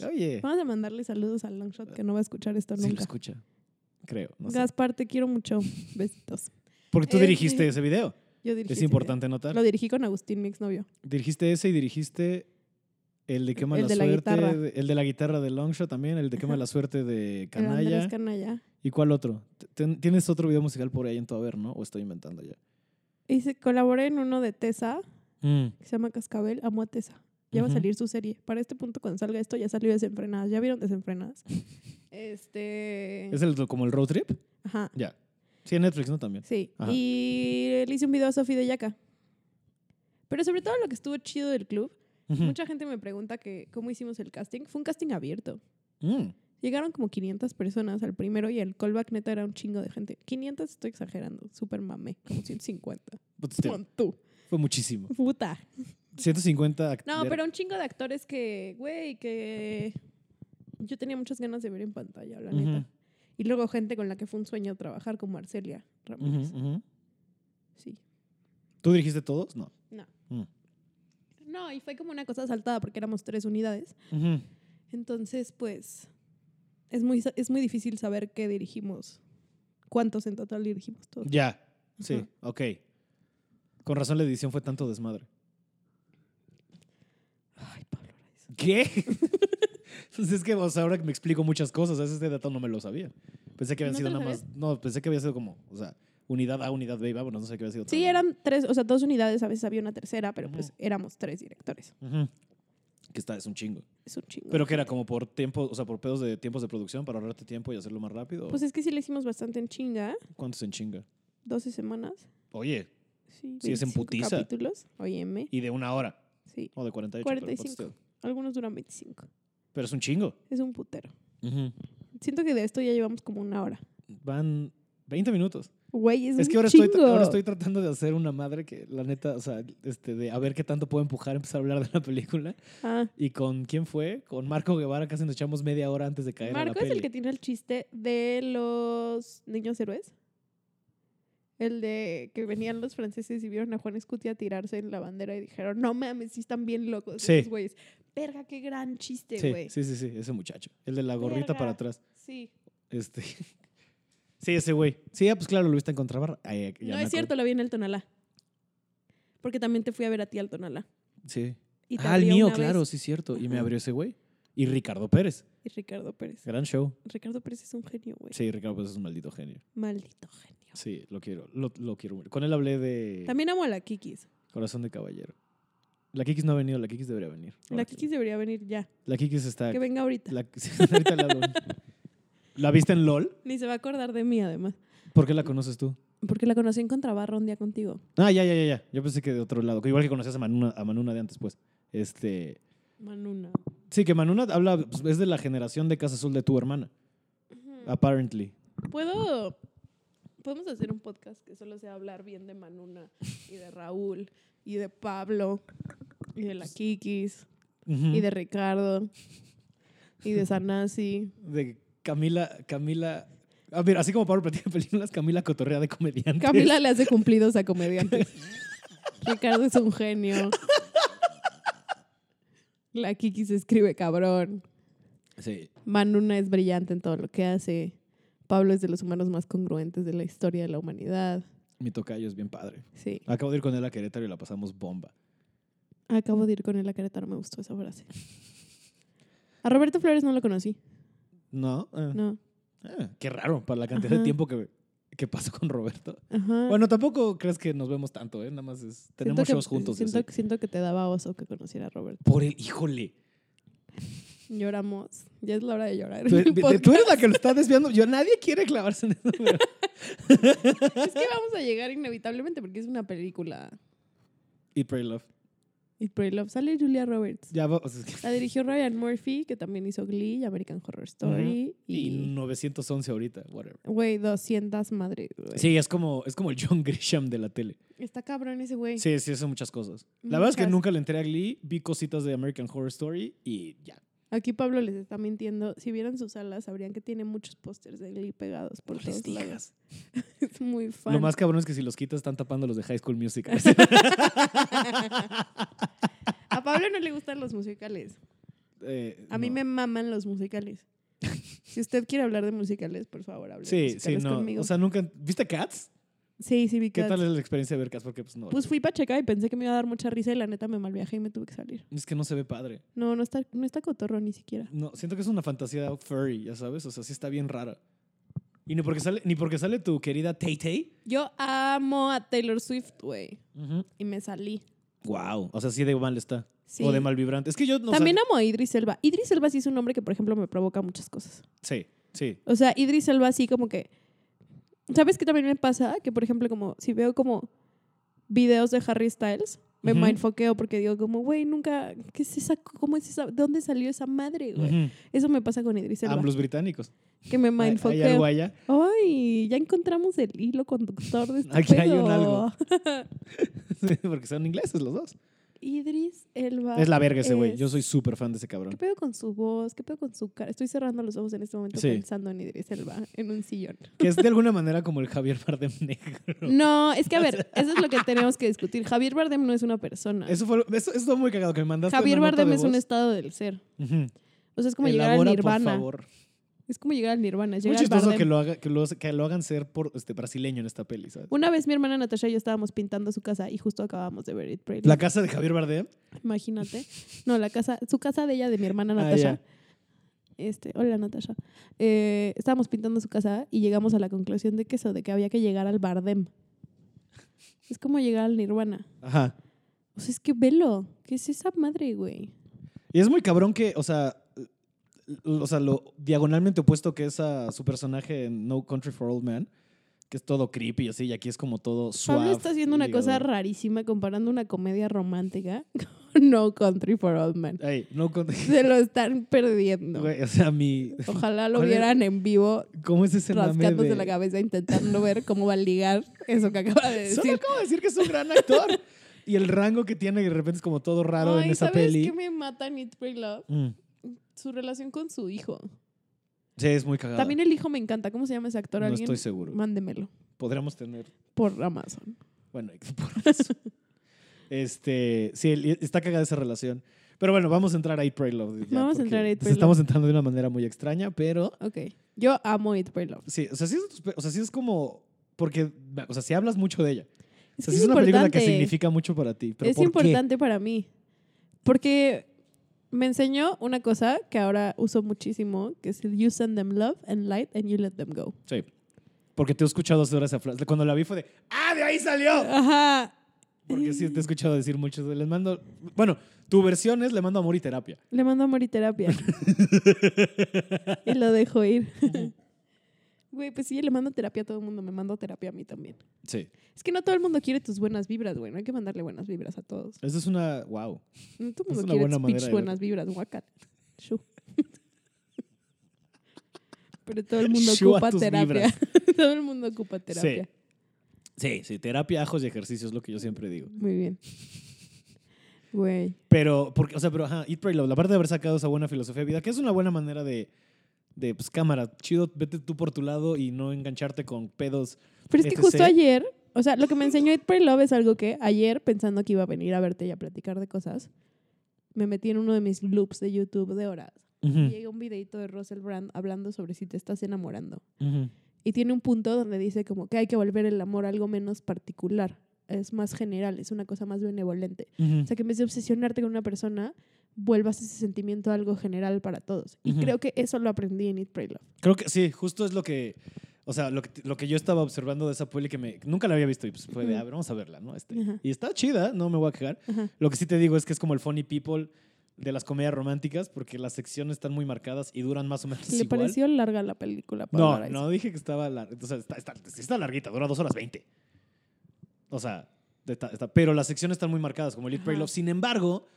Speaker 1: Oye,
Speaker 2: Vamos a mandarle saludos al Longshot que no va a escuchar esto
Speaker 1: si lo
Speaker 2: nunca.
Speaker 1: escucha. Creo, no sé.
Speaker 2: Gaspar, te quiero mucho. Besitos.
Speaker 1: Porque tú
Speaker 2: Este-
Speaker 1: dirigiste ese video.
Speaker 2: Yo dirigí
Speaker 1: Es
Speaker 2: ese
Speaker 1: importante
Speaker 2: video.
Speaker 1: notar.
Speaker 2: Lo dirigí con Agustín, mi exnovio.
Speaker 1: Dirigiste ese y dirigiste el de Quema
Speaker 2: El
Speaker 1: la
Speaker 2: de la
Speaker 1: Suerte,
Speaker 2: guitarra.
Speaker 1: de- el de la guitarra de Longshot también, el de Quema la Suerte de
Speaker 2: El Andrés
Speaker 1: Canalla.
Speaker 2: Canalla.
Speaker 1: ¿Y cuál otro? Ten- ¿Tienes otro video musical por ahí en tu haber, no? ¿O estoy inventando ya?
Speaker 2: Y se colaboré en uno de Tesa, que se llama Cascabel. Amo a Tesa. Ya va a
Speaker 1: Ujú.
Speaker 2: salir su serie. Para este punto, cuando salga esto, ya salió Desenfrenadas. ¿Ya vieron Desenfrenadas? Este...
Speaker 1: ¿Es el, como el road trip?
Speaker 2: Ajá.
Speaker 1: Ya. Sí, en Netflix, ¿no? También.
Speaker 2: Sí.
Speaker 1: Ajá.
Speaker 2: Y le hice un video a Sofi de Yaca. Pero sobre todo lo que estuvo chido del club,
Speaker 1: Ujú.
Speaker 2: mucha gente me pregunta que cómo hicimos el casting. Fue un casting abierto.
Speaker 1: Mm.
Speaker 2: Llegaron como 500 personas al primero y el callback neta era un chingo de gente. 500 estoy exagerando, súper mamé, como 150.
Speaker 1: Puta, este,
Speaker 2: Pon tú,
Speaker 1: Fue muchísimo.
Speaker 2: puta.
Speaker 1: 150 act-
Speaker 2: No,
Speaker 1: de-
Speaker 2: pero un chingo de actores que, güey, que yo tenía muchas ganas de ver en pantalla, la
Speaker 1: Ujú,
Speaker 2: neta. Y luego gente con la que fue un sueño trabajar, como Arcelia Ramírez.
Speaker 1: ujú, ujú.
Speaker 2: Sí.
Speaker 1: ¿Tú dirigiste todos? No.
Speaker 2: No.
Speaker 1: Mm.
Speaker 2: No, y fue como una cosa saltada porque éramos tres unidades.
Speaker 1: Ujú.
Speaker 2: Entonces, pues, es muy, sa- es muy difícil saber qué dirigimos, cuántos en total dirigimos todos.
Speaker 1: Ya. Sí,
Speaker 2: Ajá.
Speaker 1: ok. Con razón la edición fue tanto desmadre.
Speaker 2: Ay, Pablo Araiza.
Speaker 1: ¿Qué? pues es que o sea, ahora que me explico muchas cosas, a veces este dato no me lo sabía. Pensé que habían
Speaker 2: ¿No
Speaker 1: sido
Speaker 2: te lo
Speaker 1: nada más. No, pensé que había sido como, o sea, unidad A, unidad B, y vámonos, no sé qué había sido.
Speaker 2: Sí,
Speaker 1: todo.
Speaker 2: eran tres, o sea, dos unidades, a veces había una tercera, pero pues
Speaker 1: Ujú.
Speaker 2: éramos tres directores.
Speaker 1: Ujú. Que está, es un chingo.
Speaker 2: Es un chingo.
Speaker 1: Pero que era como por tiempo, o sea, por pedos de tiempos de producción para ahorrarte tiempo y hacerlo más rápido.
Speaker 2: Pues es que sí le hicimos bastante en chinga,
Speaker 1: ¿Cuántos en chinga?
Speaker 2: 12 semanas.
Speaker 1: Oye,
Speaker 2: Sí,
Speaker 1: Sí, es en
Speaker 2: 25
Speaker 1: putiza.
Speaker 2: capítulos, óyeme,
Speaker 1: y de una hora.
Speaker 2: sí.
Speaker 1: O de 48. pero ponte
Speaker 2: 45.
Speaker 1: usted.
Speaker 2: Algunos duran 25.
Speaker 1: Pero es un chingo.
Speaker 2: Es un putero. Siento que de esto ya llevamos como una hora.
Speaker 1: Van 20 minutos.
Speaker 2: Güey, es,
Speaker 1: Es
Speaker 2: un
Speaker 1: que ahora
Speaker 2: chingo.
Speaker 1: estoy, ahora estoy tratando de hacer una madre que, la neta, o sea, este, de a ver qué tanto puedo empujar, empezar a hablar de la película.
Speaker 2: Ah.
Speaker 1: ¿Y con quién fue? Con Marco Guevara, casi nos echamos media hora antes de caer a la
Speaker 2: Marco es el
Speaker 1: peli.
Speaker 2: que tiene el chiste de los niños héroes. El de que venían los franceses y vieron a Juan Escutia tirarse en la bandera y dijeron, no mames, sí están bien locos
Speaker 1: Sí.
Speaker 2: esos güeyes. Verga, qué gran chiste, güey.
Speaker 1: sí, sí, sí, sí, ese muchacho. El de la gorrita
Speaker 2: Verga.
Speaker 1: para atrás.
Speaker 2: Sí.
Speaker 1: Este. sí, ese güey. Sí, ah, pues claro, lo viste en Contrabarra. Ay, ya
Speaker 2: no
Speaker 1: me
Speaker 2: es
Speaker 1: acordé.
Speaker 2: cierto, lo vi en el Tonalá. Porque también te fui a ver a ti al Tonalá.
Speaker 1: Sí.
Speaker 2: Y te
Speaker 1: ah, el
Speaker 2: abrió
Speaker 1: mío,
Speaker 2: una vez.
Speaker 1: claro, sí, cierto. Y me
Speaker 2: Ajá.
Speaker 1: abrió ese güey. Y Ricardo Pérez.
Speaker 2: Y Ricardo Pérez.
Speaker 1: Gran show.
Speaker 2: Ricardo Pérez es un genio, güey.
Speaker 1: Sí, Ricardo Pérez es un maldito genio.
Speaker 2: Maldito genio.
Speaker 1: Sí, lo quiero. Lo, lo quiero mucho. Con él hablé de
Speaker 2: También amo a la Kikis.
Speaker 1: Corazón de Caballero. La Kikis no ha venido, la Kikis debería venir.
Speaker 2: La Kikis debería venir ya.
Speaker 1: La Kikis está.
Speaker 2: Que venga ahorita.
Speaker 1: La, ahorita la, doy. ¿La viste en LOL?
Speaker 2: Ni se va a acordar de mí, además.
Speaker 1: ¿Por qué la conoces tú?
Speaker 2: Porque la conocí en contrabarro un día contigo.
Speaker 1: Ah, ya, ya, ya, ya. Yo pensé que de otro lado. que Igual que conocías a Manuna, a Manuna de antes, pues. Este.
Speaker 2: Manuna.
Speaker 1: Sí, que Manuna habla, pues, es de la generación de Casa Azul de tu hermana, apparently.
Speaker 2: Puedo. Podemos hacer un podcast que solo sea hablar bien de Manuna y de Raúl y de Pablo y de la
Speaker 1: Pues,
Speaker 2: Kikis
Speaker 1: Ujú.
Speaker 2: y de Ricardo y de Sanasi.
Speaker 1: De Camila, Camila. Ah, mira, así como Pablo platica películas, Camila cotorrea de comediante.
Speaker 2: Camila le hace cumplidos a comediantes. Ricardo es un genio. La Kiki se escribe cabrón.
Speaker 1: Sí.
Speaker 2: Manuna es brillante en todo lo que hace. Pablo es de los humanos más congruentes de la historia de la humanidad.
Speaker 1: Mi tocayo es bien padre.
Speaker 2: Sí.
Speaker 1: Acabo de ir con él a Querétaro y la pasamos bomba.
Speaker 2: Acabo de ir con él a Querétaro, me gustó esa frase. A Roberto Flores no lo conocí.
Speaker 1: ¿No? Ah.
Speaker 2: No.
Speaker 1: Ah, qué raro, para la cantidad
Speaker 2: Ajá.
Speaker 1: de tiempo que, que pasó con Roberto.
Speaker 2: Ajá.
Speaker 1: Bueno, tampoco crees que nos vemos tanto, ¿eh? Nada más es,
Speaker 2: Siento
Speaker 1: tenemos
Speaker 2: que-
Speaker 1: shows juntos. yo
Speaker 2: Siento,
Speaker 1: sé.
Speaker 2: siento que te daba oso que conociera a Roberto.
Speaker 1: Por el, híjole.
Speaker 2: Lloramos. Ya es la hora de llorar.
Speaker 1: Tú,
Speaker 2: en el
Speaker 1: tú
Speaker 2: podcast.
Speaker 1: eres la que lo está desviando. Yo, nadie quiere clavarse en eso. pero-
Speaker 2: Es que vamos a llegar inevitablemente porque es una película.
Speaker 1: Eat, Pray, Love.
Speaker 2: Y Pray Love. Sale Julia Roberts.
Speaker 1: Ya va- o sea, es que-
Speaker 2: La dirigió Ryan Murphy, que también hizo Glee, y American Horror Story.
Speaker 1: Y
Speaker 2: Y.
Speaker 1: 911 ahorita, whatever.
Speaker 2: Güey, 200 madres. güey.
Speaker 1: Sí, es como, es como el John Grisham de la tele.
Speaker 2: Está cabrón ese güey.
Speaker 1: Sí, Mm, sí, son muchas cosas. La verdad es que
Speaker 2: Muchas.
Speaker 1: nunca le entré a Glee, vi cositas de American Horror Story y ya.
Speaker 2: Aquí Pablo les está mintiendo. Si vieran sus alas, sabrían que tiene muchos pósters de Glee pegados por
Speaker 1: No les
Speaker 2: todos lados.
Speaker 1: Pues digas.
Speaker 2: Es muy fan.
Speaker 1: Lo más cabrón es que si los quitas están tapando los de High School Music.
Speaker 2: A Pablo no le gustan los musicales.
Speaker 1: Eh,
Speaker 2: A mí
Speaker 1: no.
Speaker 2: me maman los musicales. Si usted quiere hablar de musicales, por favor, hable de
Speaker 1: Sí, sí,
Speaker 2: musicales
Speaker 1: no.
Speaker 2: conmigo.
Speaker 1: O sea, nunca. ¿Viste Cats?
Speaker 2: sí, sí, vi
Speaker 1: ¿Qué
Speaker 2: Cats.
Speaker 1: tal es la experiencia de ver Cats? Porque pues no.
Speaker 2: Pues fui pacheca y pensé que me iba a dar mucha risa y la neta me malviajé y me tuve que salir.
Speaker 1: Es que no se ve padre.
Speaker 2: No, no está, no está cotorro ni siquiera.
Speaker 1: No, siento que es una fantasía furry, ya sabes. O sea, sí está bien rara. Y ni porque sale, ni porque sale tu querida Tay Tay.
Speaker 2: Yo amo a Taylor Swift, güey. Y me salí.
Speaker 1: Wow. O sea, sí de mal está.
Speaker 2: Sí.
Speaker 1: O de mal vibrante. Es que yo no
Speaker 2: También amo a Idris Elba. Idris Elba sí es un hombre que, por ejemplo, me provoca muchas cosas.
Speaker 1: Sí, sí.
Speaker 2: O sea, Idris Elba así como que... ¿Sabes qué también me pasa? Que, por ejemplo, como si veo como videos de Harry Styles, me
Speaker 1: Ujú.
Speaker 2: mindfoqueo porque digo como, güey, nunca... ¿Qué es esa? ¿Cómo es esa? ¿De dónde salió esa madre, güey?
Speaker 1: Ujú.
Speaker 2: Eso me pasa con Idris Elba.
Speaker 1: Ambos británicos.
Speaker 2: Que me
Speaker 1: Hay- Hay algo
Speaker 2: mindfoqueo.
Speaker 1: allá.
Speaker 2: Ay, ya encontramos el hilo conductor de este
Speaker 1: Aquí hay un
Speaker 2: pedo.
Speaker 1: algo. porque son ingleses los dos.
Speaker 2: Idris Elba.
Speaker 1: Es la verga ese güey.
Speaker 2: Ah, es-
Speaker 1: Yo soy súper fan de ese
Speaker 2: ¿Qué
Speaker 1: cabrón.
Speaker 2: pedo con su voz? ¿Qué pedo con su cara? Estoy cerrando los ojos en este momento
Speaker 1: Sí.
Speaker 2: pensando en Idris Elba en un sillón.
Speaker 1: Que es de alguna manera como el Javier Bardem negro.
Speaker 2: No, es que a ver, eso es lo que tenemos que discutir. Javier Bardem no es una persona.
Speaker 1: Eso fue, eso, eso fue muy cagado que me mandaste.
Speaker 2: Ah. Javier
Speaker 1: una nota
Speaker 2: Bardem
Speaker 1: de
Speaker 2: es un
Speaker 1: voz.
Speaker 2: estado del ser.
Speaker 1: Ujú.
Speaker 2: O sea, es como llegar
Speaker 1: Elabora,
Speaker 2: al Nirvana.
Speaker 1: por favor.
Speaker 2: Es como llegar al Nirvana.
Speaker 1: Muy
Speaker 2: Llega al
Speaker 1: chistoso
Speaker 2: Bardem.
Speaker 1: que lo, haga, que, lo, que lo hagan ser por, este, brasileño en esta peli, ¿sabes?
Speaker 2: Una vez mi hermana Natasha y yo estábamos pintando su casa y justo acabábamos de ver It Pray Love.
Speaker 1: La casa de Javier Bardem.
Speaker 2: Imagínate. No, la casa, su casa de ella, de mi hermana
Speaker 1: Ah, ya.
Speaker 2: Natasha. este, hola Natasha. Eh, estábamos pintando su casa y llegamos a la conclusión de que eso, de que había que llegar al Bardem. Es como llegar al Nirvana.
Speaker 1: Ajá.
Speaker 2: O sea, es que velo. ¿Qué es esa madre, güey?
Speaker 1: Y es muy cabrón que, o sea, l- o sea, lo diagonalmente opuesto que es a su personaje en No Country for Old Man, que es todo creepy y así, y aquí es como todo suave.
Speaker 2: Pablo está haciendo una cosa
Speaker 1: llegador.
Speaker 2: rarísima comparando una comedia romántica con No Country for Old Men.
Speaker 1: Ey, No Country.
Speaker 2: Se lo están perdiendo.
Speaker 1: Güey, o sea, mi.
Speaker 2: Ojalá lo
Speaker 1: ¿Cuál es?
Speaker 2: vieran en vivo
Speaker 1: ¿Cómo es ese mame
Speaker 2: rascándose
Speaker 1: de-
Speaker 2: la cabeza intentando ver cómo va a ligar eso que acaba de
Speaker 1: Solo
Speaker 2: decir.
Speaker 1: acabo de decir que es un gran actor. y el rango que tiene, que de repente es como todo raro
Speaker 2: Ay,
Speaker 1: en esa
Speaker 2: ¿sabes
Speaker 1: peli.
Speaker 2: qué me mata en It Pray Love?
Speaker 1: Mm.
Speaker 2: Su relación con su hijo.
Speaker 1: Sí, es muy cagado.
Speaker 2: También el hijo me encanta. ¿Cómo se llama ese actor?
Speaker 1: no
Speaker 2: ¿Alguien?
Speaker 1: estoy seguro.
Speaker 2: Mándemelo
Speaker 1: Podríamos tener
Speaker 2: por Amazon.
Speaker 1: Bueno, por eso. este, sí, el- está cagada esa relación. Pero bueno, vamos a entrar a Eat, Pray, Love. ya,
Speaker 2: Vamos a
Speaker 1: porque
Speaker 2: entrar a Eat,
Speaker 1: nos
Speaker 2: Pray,
Speaker 1: Estamos entrando de una manera muy extraña, pero
Speaker 2: Ok. Yo amo It Pray Love.
Speaker 1: sí, o sea, sí es, o sea, sí es como, porque, o sea, sí hablas mucho de ella. O
Speaker 2: Es
Speaker 1: sea,
Speaker 2: que
Speaker 1: sí
Speaker 2: es
Speaker 1: es una película que
Speaker 2: importante.
Speaker 1: significa mucho para ti. Pero
Speaker 2: es
Speaker 1: ¿por qué?
Speaker 2: importante para mí. Porque me enseñó una cosa que ahora uso muchísimo, que es el you send them love and light and you let them go.
Speaker 1: Sí. Porque te he escuchado hacer esa frase. Cuando la vi fue de, ¡ah, de ahí salió!
Speaker 2: Ajá.
Speaker 1: Porque sí te he escuchado decir mucho. Les mando, bueno, tu versión es le mando amor y terapia.
Speaker 2: Le mando amor y terapia. y lo dejo ir. Güey, pues sí, le mando terapia a todo el mundo, me mando terapia a mí también.
Speaker 1: Sí.
Speaker 2: Es que no todo el mundo quiere tus buenas vibras, güey. No hay que mandarle buenas vibras a todos.
Speaker 1: Esa es una. ¡Wow!
Speaker 2: No todo
Speaker 1: Es una
Speaker 2: el mundo quiere
Speaker 1: buena
Speaker 2: tus
Speaker 1: manera
Speaker 2: pinches
Speaker 1: de
Speaker 2: buenas vibras, guacat. Shu. Pero todo el mundo
Speaker 1: Shu a
Speaker 2: ocupa
Speaker 1: tus
Speaker 2: terapia.
Speaker 1: vibras.
Speaker 2: todo el mundo ocupa terapia.
Speaker 1: Sí, sí, terapia, ajos y ejercicio es lo que yo siempre digo.
Speaker 2: Muy bien. Güey.
Speaker 1: Pero, porque, o sea, pero ajá, Eat, Pray, Love, la parte de haber sacado esa buena filosofía de vida, que es una buena manera de, de pues cámara, chido, vete tú por tu lado y no engancharte con pedos.
Speaker 2: Pero es que
Speaker 1: ETC.
Speaker 2: justo ayer, o sea, lo que me enseñó It Pray Love es algo que ayer, pensando que iba a venir a verte y a platicar de cosas, me metí en uno de mis loops de YouTube de horas.
Speaker 1: Mm.
Speaker 2: Y llega un videito de Russell Brand hablando sobre si te estás enamorando. Y tiene un punto donde dice como que hay que volver el amor algo menos particular. Es más general, es una cosa más benevolente. O sea, que en vez de obsesionarte con una persona, vuelvas ese sentimiento a algo general para todos. Y
Speaker 1: Ujú.
Speaker 2: creo que eso lo aprendí en It Pray Love.
Speaker 1: Creo que sí, justo es lo que, o sea, lo que, lo que yo estaba observando de esa peli que me, nunca la había visto y pues fue de,
Speaker 2: Ujú.
Speaker 1: a ver, vamos a verla, ¿no? Este,
Speaker 2: Ajá.
Speaker 1: y está chida, no me voy a quejar.
Speaker 2: Ajá.
Speaker 1: Lo que sí te digo es que es como el funny people de las comedias románticas porque las secciones están muy marcadas y duran más o menos
Speaker 2: ¿Le
Speaker 1: igual.
Speaker 2: pareció larga la película? Pablo
Speaker 1: No,
Speaker 2: Araiza?
Speaker 1: no dije que estaba larga. O sea, está, está- sí está larguita, dura dos horas veinte. O sea, está- está- pero las secciones están muy marcadas, como el Eat, Pray,
Speaker 2: Ajá.
Speaker 1: Love. Sin embargo,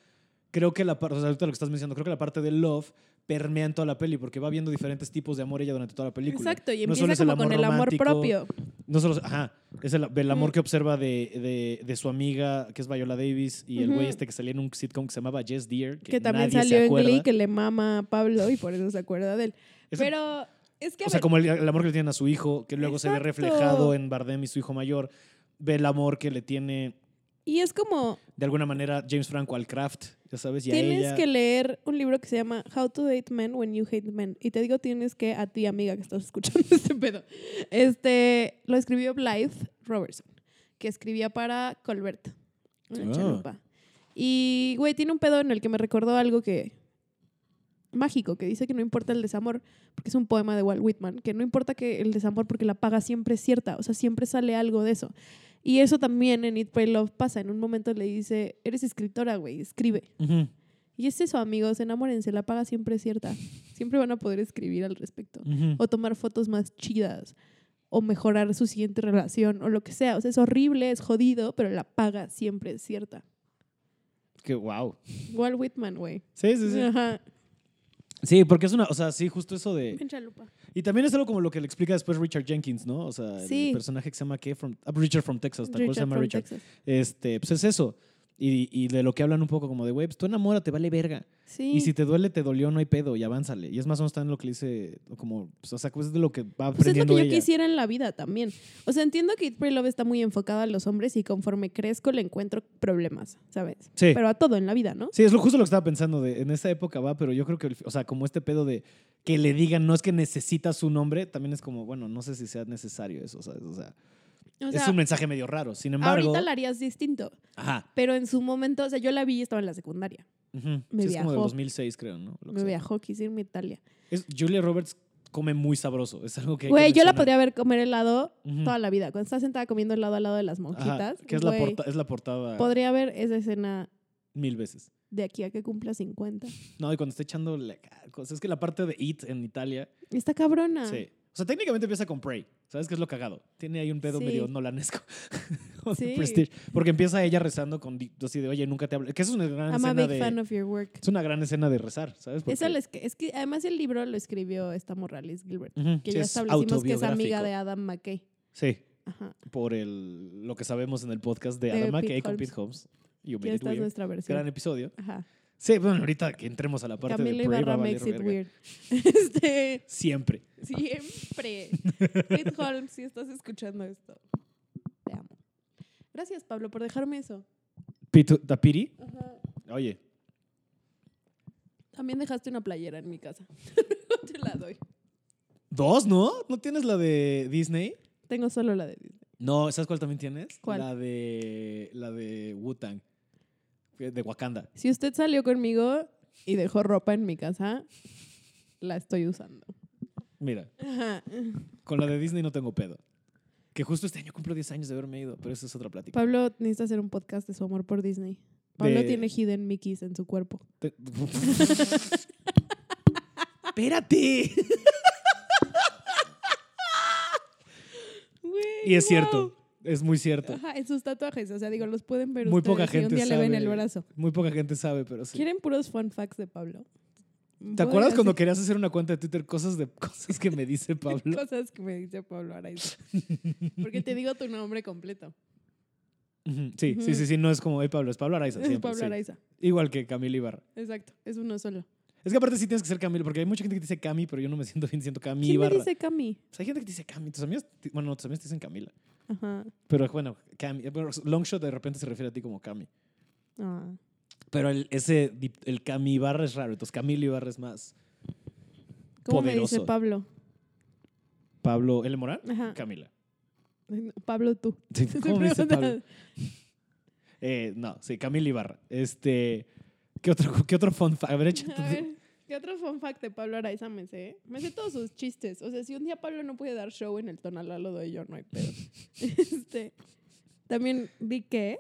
Speaker 1: creo que la parte, o sea, ahorita lo que estás mencionando, creo que la parte del love permea en toda la peli, porque va viendo diferentes tipos de amor ella durante toda la película.
Speaker 2: Exacto, y
Speaker 1: No
Speaker 2: empieza
Speaker 1: solo es el
Speaker 2: como con el amor
Speaker 1: romántico,
Speaker 2: propio.
Speaker 1: No solo, es- ajá, es el, el amor
Speaker 2: Mm.
Speaker 1: que observa de, de- de su amiga, que es Viola Davis, y el
Speaker 2: Ujú.
Speaker 1: güey este que salía en un sitcom que se llamaba Jess Dear, que,
Speaker 2: Que, también
Speaker 1: nadie se
Speaker 2: salió en
Speaker 1: acuerda.
Speaker 2: Glee, que le mama a Pablo y por eso se acuerda de él.
Speaker 1: Es-
Speaker 2: Pero es que... a
Speaker 1: O sea,
Speaker 2: ver,
Speaker 1: como el, el amor que le tienen a su hijo, que luego se ve
Speaker 2: Exacto.
Speaker 1: reflejado en Bardem y su hijo mayor. Ve el amor que le tiene,
Speaker 2: Y es como...
Speaker 1: de alguna manera, James Franco al craft, ya sabes, y a
Speaker 2: Tienes
Speaker 1: ella.
Speaker 2: que leer un libro que se llama How to Date Men When You Hate Men. Y te digo, tienes que, a ti, amiga, que estás escuchando este pedo. Este, lo escribió Blythe Robertson, que escribía para Colbert, una
Speaker 1: Ah.
Speaker 2: chalupa. Y, güey, tiene un pedo en el que me recordó algo que. mágico, que dice que no importa el desamor, porque es un poema de Walt Whitman, que no importa que el desamor, porque la paga siempre es cierta. O sea, siempre sale algo de eso. Y eso también en It Pray Love pasa. En un momento le dice, eres escritora, güey, escribe.
Speaker 1: Ujú,
Speaker 2: Y es eso, amigos, enamórense, la paga siempre es cierta. Siempre van a poder escribir al respecto.
Speaker 1: ujú.
Speaker 2: O tomar fotos más chidas. O mejorar su siguiente relación. O lo que sea. O sea, es horrible, es jodido, pero la paga siempre es cierta.
Speaker 1: Que wow.
Speaker 2: Walt Whitman, güey.
Speaker 1: Sí, sí, sí.
Speaker 2: Ajá.
Speaker 1: Sí, porque es una, o sea, sí, justo eso de.
Speaker 2: En chalupa.
Speaker 1: Y también es algo como lo que le explica después Richard Jenkins, ¿no? O sea,
Speaker 2: Sí.
Speaker 1: el personaje que se llama ¿qué? From- ah, Richard from Texas, ¿te acuerdas? Se
Speaker 2: Richard
Speaker 1: llama
Speaker 2: from
Speaker 1: Richard.
Speaker 2: Texas.
Speaker 1: Este, pues es eso. Y, y de lo que hablan un poco como de, güey, pues tú enamórate, vale verga.
Speaker 2: Sí.
Speaker 1: Y si te duele, te dolió, no hay pedo y avánzale. Y es más o menos también lo que le dice, como, pues, o sea, pues es de lo que va
Speaker 2: Pues es lo
Speaker 1: aprendiendo
Speaker 2: que yo
Speaker 1: ella.
Speaker 2: quisiera en la vida también. O sea, entiendo que It Pray Love está muy enfocada a los hombres y conforme crezco le encuentro problemas, ¿sabes?
Speaker 1: Sí.
Speaker 2: Pero a todo en la vida, ¿no?
Speaker 1: Sí, es lo, justo lo que estaba pensando. De, en esa época va, pero yo creo que, el- o sea, como este pedo de que le digan, no es que necesitas un hombre, también es como, bueno, no sé si sea necesario eso, ¿sabes? O sea,
Speaker 2: O sea,
Speaker 1: es un mensaje medio raro. Sin embargo.
Speaker 2: ahorita la harías distinto.
Speaker 1: Ajá.
Speaker 2: Pero en su momento, o sea, yo la vi y estaba en la secundaria.
Speaker 1: ujú. Sí,
Speaker 2: Me
Speaker 1: es como de
Speaker 2: viajó.
Speaker 1: 2006, creo, ¿no? Lo que
Speaker 2: Me
Speaker 1: sea.
Speaker 2: viajó, quise irme a Italia.
Speaker 1: Es- Julia Roberts come muy sabroso. Es algo que. hay que
Speaker 2: Güey, yo la
Speaker 1: mencionar.
Speaker 2: podría ver comer helado
Speaker 1: Ujú.
Speaker 2: toda la vida. Cuando estaba sentada comiendo helado al lado de las
Speaker 1: Mm. Ajá,
Speaker 2: monjitas,
Speaker 1: que es la,
Speaker 2: güey,
Speaker 1: porta- es la portada
Speaker 2: podría ver esa escena
Speaker 1: mil veces.
Speaker 2: de aquí a que cumpla 50.
Speaker 1: No, y cuando está echando la cosa, es que la parte de It en Italia,
Speaker 2: Está cabrona.
Speaker 1: sí. O sea, técnicamente empieza con Prey. ¿Sabes qué es lo cagado? Tiene ahí un pedo
Speaker 2: Sí.
Speaker 1: medio nolanesco. O de
Speaker 2: Sí.
Speaker 1: Prestige. Porque empieza ella rezando con di- así de, oye, nunca te hablo. Que es una gran
Speaker 2: I'm a
Speaker 1: escena
Speaker 2: big
Speaker 1: de.
Speaker 2: fan of your work.
Speaker 1: Es una gran escena de rezar, ¿sabes? Porque-
Speaker 2: Esa les- es que además el libro lo escribió esta Morales Gilbert,
Speaker 1: Ujú,
Speaker 2: que
Speaker 1: sí,
Speaker 2: ya
Speaker 1: es
Speaker 2: establecimos que es amiga
Speaker 1: autobiográfico.
Speaker 2: de Adam McKay.
Speaker 1: Sí,
Speaker 2: Ajá.
Speaker 1: por el, lo que sabemos en el podcast de
Speaker 2: De
Speaker 1: Adama,
Speaker 2: Pete
Speaker 1: que hay con
Speaker 2: Holmes.
Speaker 1: Pete Holmes. Y You
Speaker 2: Que
Speaker 1: Made It
Speaker 2: esta es
Speaker 1: Weird.
Speaker 2: nuestra versión.
Speaker 1: Gran episodio.
Speaker 2: Ajá.
Speaker 1: Sí, bueno, ahorita que entremos a la parte
Speaker 2: Camila
Speaker 1: de Prey va a
Speaker 2: Ibarra
Speaker 1: valer
Speaker 2: makes it
Speaker 1: verga.
Speaker 2: weird. este.
Speaker 1: Siempre.
Speaker 2: Siempre. Pete Holmes, si estás escuchando esto, te amo. Gracias, Pablo, por dejarme eso.
Speaker 1: Pito- ¿Tapiri? Oye,
Speaker 2: También dejaste una playera en mi casa. te la doy.
Speaker 1: dos, ¿no? ¿No tienes la de Disney?
Speaker 2: Tengo solo la de Disney.
Speaker 1: No, ¿sabes cuál también tienes?
Speaker 2: ¿Cuál?
Speaker 1: La de. La de Wu-Tang. eh, De Wakanda.
Speaker 2: Si usted salió conmigo y dejó ropa en mi casa, la estoy usando.
Speaker 1: Mira,
Speaker 2: Ajá.
Speaker 1: con la de Disney no tengo pedo. Que justo este año cumplo 10 años de haberme ido, pero esa es otra plática.
Speaker 2: Pablo necesita hacer un podcast de su amor por Disney. Pablo
Speaker 1: De-
Speaker 2: tiene hidden Mickeys en su cuerpo.
Speaker 1: Te- ¡Espérate! Y es
Speaker 2: wow.
Speaker 1: cierto, es muy cierto.
Speaker 2: Ajá, en sus tatuajes, o sea, digo, los pueden ver
Speaker 1: Muy
Speaker 2: ustedes
Speaker 1: poca
Speaker 2: si
Speaker 1: gente
Speaker 2: un día le ven
Speaker 1: sabe.
Speaker 2: el brazo.
Speaker 1: Muy poca gente sabe, pero sí.
Speaker 2: ¿Quieren puros fun facts de Pablo?
Speaker 1: ¿Te acuerdas cuando querías hacer una cuenta de Twitter cosas de cosas que me dice Pablo?
Speaker 2: Cosas que me dice Pablo Araiza. Porque te digo tu nombre completo.
Speaker 1: Ujú, sí, sí, sí, sí, no es como, hey Pablo, es Pablo Araiza
Speaker 2: Es
Speaker 1: siempre.
Speaker 2: Pablo
Speaker 1: sí.
Speaker 2: Araiza.
Speaker 1: Igual que Camila Ibarra.
Speaker 2: Exacto, es uno solo.
Speaker 1: Es que aparte sí tienes que ser Camila, porque hay mucha gente que te dice Cami, pero yo no me siento bien siento Cami
Speaker 2: ¿Quién me
Speaker 1: Ibarra.
Speaker 2: dice Cami?
Speaker 1: O sea, hay gente que te dice Cami, tus amigos, te- bueno, no, tus amigos te dicen Camila.
Speaker 2: Ajá.
Speaker 1: Pero bueno, Cami, pero Longshot de repente se refiere a ti como Cami.
Speaker 2: Ah.
Speaker 1: Pero el, ese, dip- el Cami Ibarra es raro, entonces Camila Ibarra es más.
Speaker 2: ¿Cómo me
Speaker 1: Poderoso.
Speaker 2: dice Pablo?
Speaker 1: Pablo L. Moral,
Speaker 2: Ajá.
Speaker 1: Camila.
Speaker 2: Pablo tú.
Speaker 1: Sí,
Speaker 2: Te
Speaker 1: ¿Cómo me dice
Speaker 2: preguntan.
Speaker 1: Pablo? Eh, no, sí, Camila Ibarra. Este, ¿qué otro, qué otro fun fact? A ver, échate- ¿Eh?
Speaker 2: A ver, ¿qué otro fun fact de Pablo Araiza me sé? Me sé todos sus chistes. O sea, si un día Pablo no puede dar show en el Tonalá, lo doy yo, no hay pedo. este, también vi que...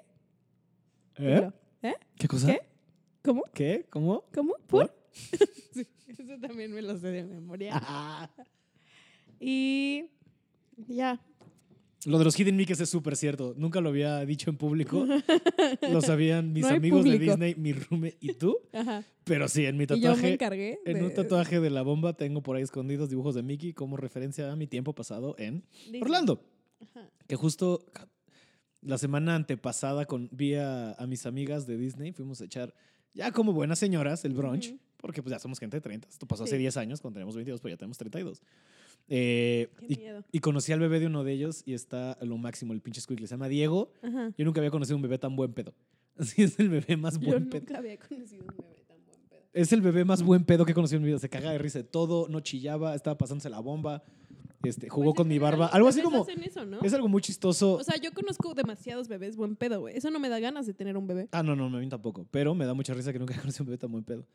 Speaker 1: ¿Eh?
Speaker 2: Dilo. ¿Eh?
Speaker 1: ¿Qué cosa?
Speaker 2: ¿Qué? ¿Cómo?
Speaker 1: ¿Qué? ¿Cómo?
Speaker 2: ¿Cómo? ¿Por? Sí, eso también me lo sé de memoria.
Speaker 1: Ah.
Speaker 2: Y ya.
Speaker 1: Lo de los Hidden Mickeys es súper cierto. Nunca lo había dicho en público. Lo sabían mis
Speaker 2: No hay
Speaker 1: amigos de
Speaker 2: público.
Speaker 1: Disney, mi roommate y tú.
Speaker 2: Ajá.
Speaker 1: Pero sí, en mi
Speaker 2: Y yo me
Speaker 1: tatuaje.
Speaker 2: encargué.
Speaker 1: En un
Speaker 2: de-
Speaker 1: tatuaje de la bomba tengo por ahí escondidos dibujos de Mickey como referencia a mi tiempo pasado en
Speaker 2: Disney.
Speaker 1: Orlando.
Speaker 2: Ajá.
Speaker 1: Que justo la semana antepasada con, vi a, a mis amigas de Disney, fuimos a echar, ya como buenas señoras, el brunch,
Speaker 2: Ujú.
Speaker 1: porque pues ya somos gente de 30. Esto pasó hace
Speaker 2: Sí.
Speaker 1: 10 años, cuando teníamos 22, pero ya tenemos 32. Eh,
Speaker 2: Qué
Speaker 1: y,
Speaker 2: miedo.
Speaker 1: y conocí al bebé de uno de ellos y está a lo máximo, el pinche squinkle. Se llama Diego.
Speaker 2: Ajá.
Speaker 1: Yo nunca había conocido un bebé tan buen pedo. Así es el bebé más
Speaker 2: Yo
Speaker 1: buen pedo.
Speaker 2: nunca había conocido un bebé tan buen pedo.
Speaker 1: Es el bebé más buen pedo que he conocido en mi vida. Se caga de risa de todo, no chillaba, estaba pasándose la bomba, este, jugó
Speaker 2: Pues,
Speaker 1: con
Speaker 2: en
Speaker 1: mi
Speaker 2: general,
Speaker 1: barba.
Speaker 2: los
Speaker 1: Algo así
Speaker 2: bebés
Speaker 1: como...
Speaker 2: hacen eso, ¿no?
Speaker 1: Es algo muy chistoso.
Speaker 2: O sea, yo conozco demasiados bebés buen pedo, güey. Eso no me da ganas de tener un bebé.
Speaker 1: Ah, no, no, a mí tampoco. Pero me da mucha risa que nunca he conocido un bebé tan buen pedo.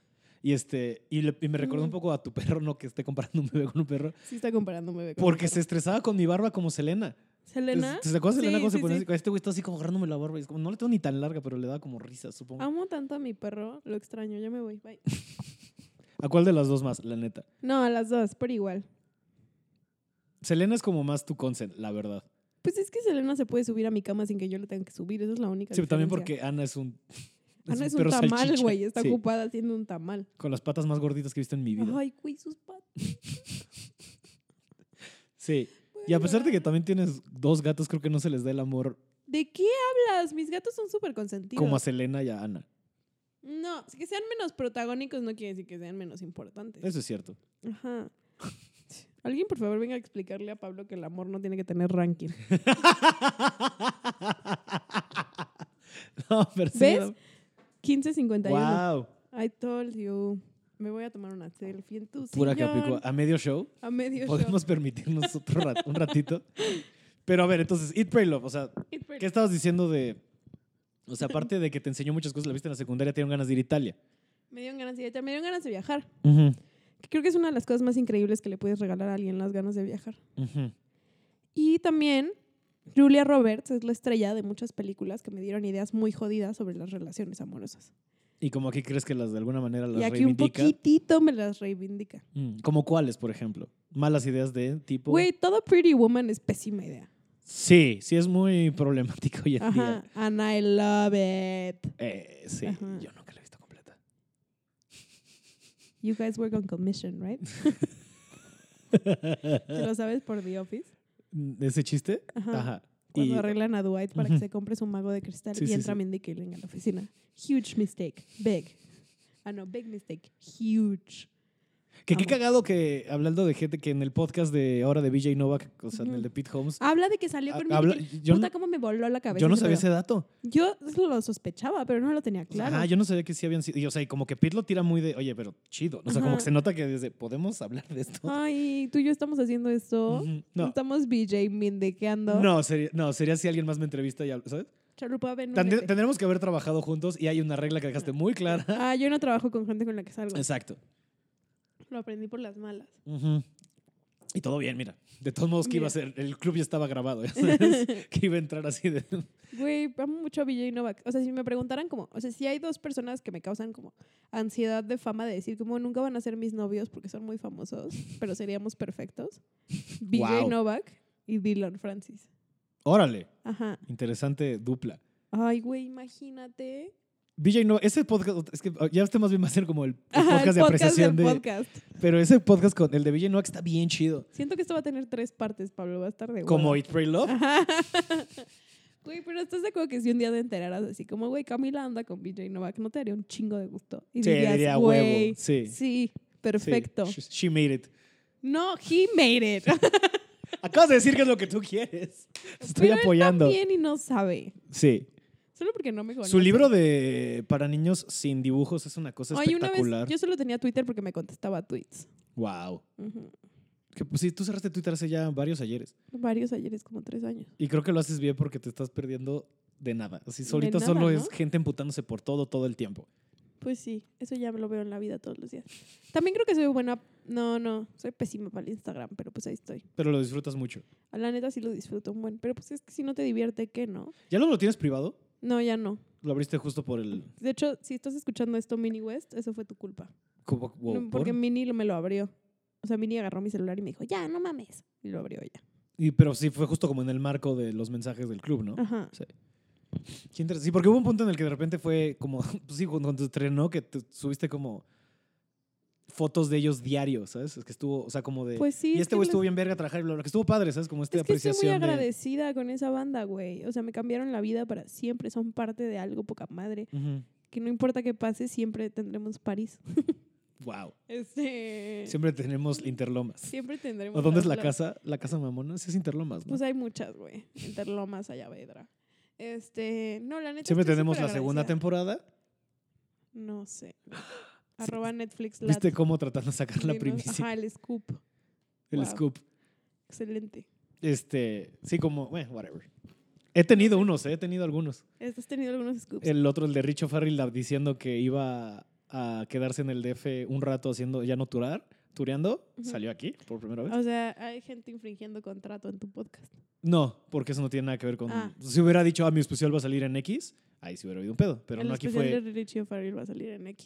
Speaker 1: Y, este, y, le- y me recordó un
Speaker 2: Ujú.
Speaker 1: poco a tu perro, no que esté comparando un bebé con un perro,
Speaker 2: Sí está comparando un bebé con
Speaker 1: porque
Speaker 2: un
Speaker 1: se
Speaker 2: perro.
Speaker 1: estresaba con mi barba como Selena.
Speaker 2: ¿Selena?
Speaker 1: ¿Te te acuerdas de Selena
Speaker 2: Sí,
Speaker 1: cómo se
Speaker 2: sí,
Speaker 1: ponía?
Speaker 2: sí.
Speaker 1: así? Este güey está así como agarrándome la barba. Y es como, no le tengo ni tan larga, pero le da como risa, supongo.
Speaker 2: Amo tanto a mi perro, lo extraño, ya me voy, bye.
Speaker 1: ¿A cuál de las dos más, la neta?
Speaker 2: No, a las dos, por igual.
Speaker 1: Selena es como más tu consent, la verdad.
Speaker 2: Pues es que Selena se puede subir a mi cama sin que yo le tenga que subir, esa es la única
Speaker 1: Sí, pero también
Speaker 2: diferencia.
Speaker 1: porque Ana es un.
Speaker 2: Ana Ah, es un
Speaker 1: perro
Speaker 2: tamal,
Speaker 1: salchicha.
Speaker 2: güey, está
Speaker 1: Sí,
Speaker 2: ocupada haciendo un tamal.
Speaker 1: Con las patas más gorditas que he visto en mi vida.
Speaker 2: Ay, güey, sus patas.
Speaker 1: Sí. Y a pesar de que también tienes dos gatos, creo que no se les da el amor
Speaker 2: ¿De qué hablas? Mis gatos son súper consentidos.
Speaker 1: como a Selena y a Ana.
Speaker 2: No, que sean menos protagónicos no quiere decir que sean menos importantes.
Speaker 1: Eso es cierto.
Speaker 2: Ajá. Alguien, por favor, venga a explicarle a Pablo que el amor no tiene que tener ranking.
Speaker 1: no, pero sí.
Speaker 2: ¿Ves?
Speaker 1: ¿no?
Speaker 2: 1551.
Speaker 1: Wow.
Speaker 2: I told you. Me voy a tomar una selfie en tu
Speaker 1: Pura
Speaker 2: sillón.
Speaker 1: Capicúa. A medio show
Speaker 2: A medio
Speaker 1: podemos permitirnos otro rat- un ratito. Pero a ver, entonces, Eat, Pray, Love. O sea,
Speaker 2: show.
Speaker 1: ¿qué estabas diciendo de...? O sea, aparte de que te enseñó muchas cosas, la viste en la secundaria, tienen ganas de ir a Italia.
Speaker 2: Me dieron ganas de viajar. Me dieron ganas de viajar. que Creo que es una de las cosas más increíbles que le puedes regalar a alguien, las ganas de viajar.
Speaker 1: Ujú.
Speaker 2: Y también Julia Roberts es la estrella de muchas películas que me dieron ideas muy jodidas sobre las relaciones amorosas.
Speaker 1: Y como aquí crees que las de alguna manera las
Speaker 2: y aquí un
Speaker 1: reivindica.
Speaker 2: poquitito me las reivindica.
Speaker 1: Mm, ¿Como cuáles, por ejemplo? Malas ideas de tipo...
Speaker 2: Güey, todo Pretty Woman es pésima idea.
Speaker 1: Sí, sí es muy problemático hoy en
Speaker 2: Ajá.
Speaker 1: día.
Speaker 2: And I love it.
Speaker 1: Eh, sí,
Speaker 2: Ajá.
Speaker 1: yo nunca la he visto completa.
Speaker 2: You guys work on commission, right? ¿Te lo sabes por The Office?
Speaker 1: Mm, ¿Ese chiste?
Speaker 2: Ajá.
Speaker 1: Ajá.
Speaker 2: Cuando
Speaker 1: Y-
Speaker 2: arreglan a Dwight para que
Speaker 1: Ujú.
Speaker 2: se compre su mago de cristal
Speaker 1: Sí,
Speaker 2: y
Speaker 1: sí,
Speaker 2: entra
Speaker 1: sí.
Speaker 2: Mindy Kaling a la oficina. Huge mistake. Big. Ah, no, big mistake. Huge.
Speaker 1: Que qué
Speaker 2: Amo.
Speaker 1: cagado que, hablando de gente que en el podcast de ahora de BJ Novak, o sea, en el de Pete Holmes,
Speaker 2: Habla de que salió
Speaker 1: ha-
Speaker 2: con
Speaker 1: Ah, habla-
Speaker 2: Mindy Kaling.
Speaker 1: yo,
Speaker 2: Puta,
Speaker 1: no-
Speaker 2: cómo me voló la cabeza.
Speaker 1: yo no
Speaker 2: ese
Speaker 1: sabía
Speaker 2: pedo.
Speaker 1: ese dato.
Speaker 2: Yo lo sospechaba, pero no lo tenía
Speaker 1: O sea,
Speaker 2: claro.
Speaker 1: ah, yo no sabía que sí habían sido. Y, o sea, y como que Pete lo tira muy de, oye, pero chido. ¿no? O sea, como
Speaker 2: Ajá.
Speaker 1: que se nota que desde, ¿podemos hablar de esto?
Speaker 2: Ay, tú y yo estamos haciendo esto.
Speaker 1: Ujú. No.
Speaker 2: Estamos BJ mindequeando.
Speaker 1: No, sería, no, sería si alguien más me entrevista y habla, ¿sabes?
Speaker 2: Chalupa, ven,
Speaker 1: Tendré-
Speaker 2: únete.
Speaker 1: Tendremos que haber trabajado juntos y hay una regla que dejaste muy clara.
Speaker 2: Ah, yo no trabajo con gente con la que salgo.
Speaker 1: Exacto.
Speaker 2: Lo aprendí por las malas.
Speaker 1: Ujú. Y todo bien, mira. De todos modos, que iba a ser? El club ya estaba grabado, ya sabes, que iba a entrar así de...
Speaker 2: Güey, amo mucho a BJ Novak. O sea, si me preguntaran como, o sea, si hay dos personas que me causan como ansiedad de fama de decir como nunca van a ser mis novios porque son muy famosos, pero seríamos perfectos. BJ
Speaker 1: Wow.
Speaker 2: Novak y Dylan Francis.
Speaker 1: Órale,
Speaker 2: Ajá.
Speaker 1: interesante dupla.
Speaker 2: Ay, güey, imagínate.
Speaker 1: DJ no, ese podcast, es que ya este más bien va a ser como el, el
Speaker 2: Ajá,
Speaker 1: podcast de apreciación
Speaker 2: del
Speaker 1: de.
Speaker 2: podcast.
Speaker 1: Pero ese podcast con el de Villa Noack está bien chido.
Speaker 2: Siento que esto va a tener tres partes, Pablo. Va a estar de
Speaker 1: Como
Speaker 2: hueva.
Speaker 1: It Pray Love.
Speaker 2: Ajá. Güey, pero estás de acuerdo que si un día te enteraras así como, güey, Camila anda con BJ Novak, no te haría un chingo de gusto. Y
Speaker 1: Sí,
Speaker 2: dirías,
Speaker 1: diría
Speaker 2: güey,
Speaker 1: huevo. Sí. sí,
Speaker 2: sí, perfecto.
Speaker 1: she- She made it.
Speaker 2: No, he made it.
Speaker 1: Acabas de decir que es lo que tú quieres. Te Estoy
Speaker 2: Pero él
Speaker 1: apoyando.
Speaker 2: también y no sabe.
Speaker 1: Sí.
Speaker 2: Solo porque no me conoce.
Speaker 1: Su libro de para niños sin dibujos es una cosa
Speaker 2: Ay, una vez
Speaker 1: espectacular.
Speaker 2: yo solo tenía Twitter porque me contestaba tweets.
Speaker 1: Wow.
Speaker 2: Ujú.
Speaker 1: Que, pues, sí, tú cerraste Twitter hace ya varios ayeres.
Speaker 2: Varios ayeres, como tres años.
Speaker 1: Y creo que lo haces bien porque te estás perdiendo de nada. Así
Speaker 2: De
Speaker 1: solita
Speaker 2: nada,
Speaker 1: solo
Speaker 2: ¿no?
Speaker 1: es gente emputándose por todo, todo el tiempo.
Speaker 2: Pues sí, eso ya me lo veo en la vida todos los días. También creo que soy buena. No, no, soy pésima para el Instagram, pero pues ahí estoy.
Speaker 1: Pero lo disfrutas mucho.
Speaker 2: A la neta sí lo disfruto un buen. Pero pues es que si no te divierte, ¿qué no?
Speaker 1: ¿Ya lo, lo tienes privado?
Speaker 2: No, ya no.
Speaker 1: Lo abriste justo por el.
Speaker 2: De hecho, si estás escuchando esto, Mini West, eso fue tu culpa.
Speaker 1: como- wow,
Speaker 2: No, porque
Speaker 1: ¿por?
Speaker 2: Mini lo- me lo abrió. O sea, Mini agarró mi celular y me dijo, ya, no mames. Y lo abrió ella.
Speaker 1: Y- pero sí, fue justo como en el marco de los mensajes del club, ¿no?
Speaker 2: Ajá.
Speaker 1: Qué interes- Sí, porque hubo un punto en el que de repente fue como, pues sí, cuando te estrenó, que tú subiste como fotos de ellos diarios, ¿sabes? Es que estuvo, o sea, como de...
Speaker 2: Pues sí.
Speaker 1: y
Speaker 2: es
Speaker 1: este
Speaker 2: que
Speaker 1: güey
Speaker 2: les-
Speaker 1: estuvo bien verga a trabajar y bla, bla, que estuvo padre, ¿sabes? Como esta
Speaker 2: Es que estoy muy
Speaker 1: apreciación de...
Speaker 2: agradecida con esa banda, güey. O sea, me cambiaron la vida para siempre. Son parte de algo poca madre. Que no importa qué pase, siempre tendremos París.
Speaker 1: Wow.
Speaker 2: Este...
Speaker 1: Siempre tenemos Interlomas.
Speaker 2: Siempre tendremos...
Speaker 1: ¿O dónde es la
Speaker 2: las-
Speaker 1: casa? La casa mamona. Sí es Interlomas, ¿no?
Speaker 2: Pues hay muchas, güey. Interlomas, Ayavedra. Este... No, la neta
Speaker 1: Siempre
Speaker 2: estoy
Speaker 1: tenemos la
Speaker 2: súper
Speaker 1: segunda
Speaker 2: agradecida.
Speaker 1: temporada.
Speaker 2: No sé. Arroba Netflix.
Speaker 1: ¿Viste
Speaker 2: Lat.
Speaker 1: cómo tratan de sacar la
Speaker 2: Dinos-
Speaker 1: primicia?
Speaker 2: Ajá, el scoop.
Speaker 1: el
Speaker 2: wow.
Speaker 1: scoop.
Speaker 2: Excelente.
Speaker 1: Este, sí, como, bueno, whatever. He tenido unos, eh, he tenido algunos.
Speaker 2: Este, ¿Has tenido algunos scoops?
Speaker 1: El otro, el de Richo Farrell, la- diciendo que iba a quedarse en el DF un rato haciendo, ya no turar, tureando,
Speaker 2: Ujú. Ah.
Speaker 1: salió aquí por primera vez.
Speaker 2: O sea, hay gente infringiendo contrato en tu podcast.
Speaker 1: No, porque eso no tiene nada que ver con...
Speaker 2: Ah.
Speaker 1: Si hubiera dicho, ah, mi especial va a salir en X, ahí sí hubiera habido un pedo, pero
Speaker 2: el
Speaker 1: no aquí fue...
Speaker 2: especial de Richie Farrell va a salir en X.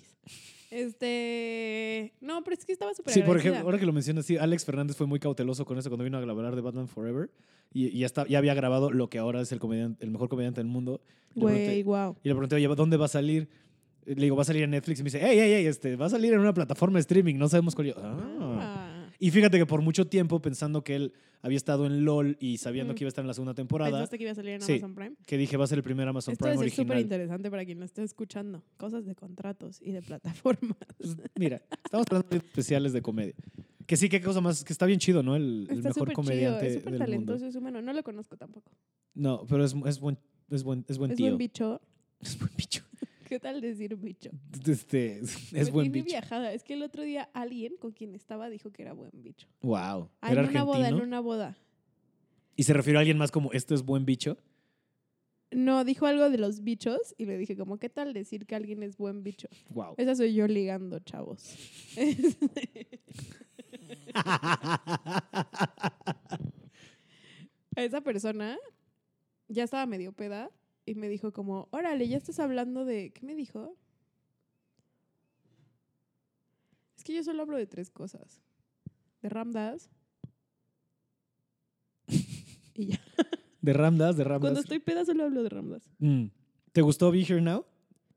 Speaker 2: Este... No, pero es que estaba súper
Speaker 1: Sí, por
Speaker 2: agradecida.
Speaker 1: ejemplo, ahora que lo mencionas, sí, Alex Fernández fue muy cauteloso con eso cuando vino a grabar de Batman Forever y, y ya, está, ya había grabado lo que ahora es el, comediante, el mejor comediante del mundo. Y le pregunté-
Speaker 2: Güey, wow.
Speaker 1: Y le pregunté, oye, ¿dónde va a salir? Le digo, va a salir en Netflix. Y me dice, hey, hey, hey, este, va a salir en una plataforma de streaming, no sabemos cuál. Y yo, "Ah". Y fíjate que por mucho tiempo, pensando que él había estado en LOL y sabiendo
Speaker 2: Mm.
Speaker 1: que iba a estar en la segunda temporada,
Speaker 2: ¿Pensaste que iba a salir en
Speaker 1: Sí.
Speaker 2: Amazon Prime?
Speaker 1: que dije, va a ser el primer Amazon
Speaker 2: Esto
Speaker 1: Prime
Speaker 2: es súper
Speaker 1: original.
Speaker 2: interesante para quien lo esté escuchando. Cosas de contratos y de plataformas.
Speaker 1: Pues, mira, estamos hablando de especiales de comedia. Que sí, qué cosa más, que está bien chido, ¿no? El, el
Speaker 2: Está
Speaker 1: mejor
Speaker 2: súper chido,
Speaker 1: comediante
Speaker 2: es súper
Speaker 1: del
Speaker 2: talentoso,
Speaker 1: mundo.
Speaker 2: es humano. No lo conozco tampoco.
Speaker 1: No, pero es, es buen, es buen, es buen
Speaker 2: es
Speaker 1: tío.
Speaker 2: buen bicho.
Speaker 1: es buen bicho.
Speaker 2: ¿Qué tal decir bicho?
Speaker 1: Este, es
Speaker 2: Me
Speaker 1: buen
Speaker 2: tiene
Speaker 1: bicho.
Speaker 2: viajada. Es que el otro día alguien con quien estaba dijo que era buen bicho.
Speaker 1: Wow.
Speaker 2: Ah, en
Speaker 1: Era
Speaker 2: una
Speaker 1: argentino.
Speaker 2: boda, en una boda.
Speaker 1: Y se refirió a alguien más como, esto es buen bicho.
Speaker 2: No, dijo algo de los bichos y le dije como, ¿qué tal decir que alguien es buen bicho?
Speaker 1: Wow.
Speaker 2: Esa soy yo ligando, chavos. Este, Esa persona ya estaba medio peda y me dijo como, órale, ya estás hablando de... ¿Qué me dijo? Es que yo solo hablo de tres cosas. De Ramdas. Y ya.
Speaker 1: de Ramdas, de Ramdas.
Speaker 2: Cuando estoy peda solo hablo de Ramdas.
Speaker 1: Mm. ¿Te gustó Be Here Now?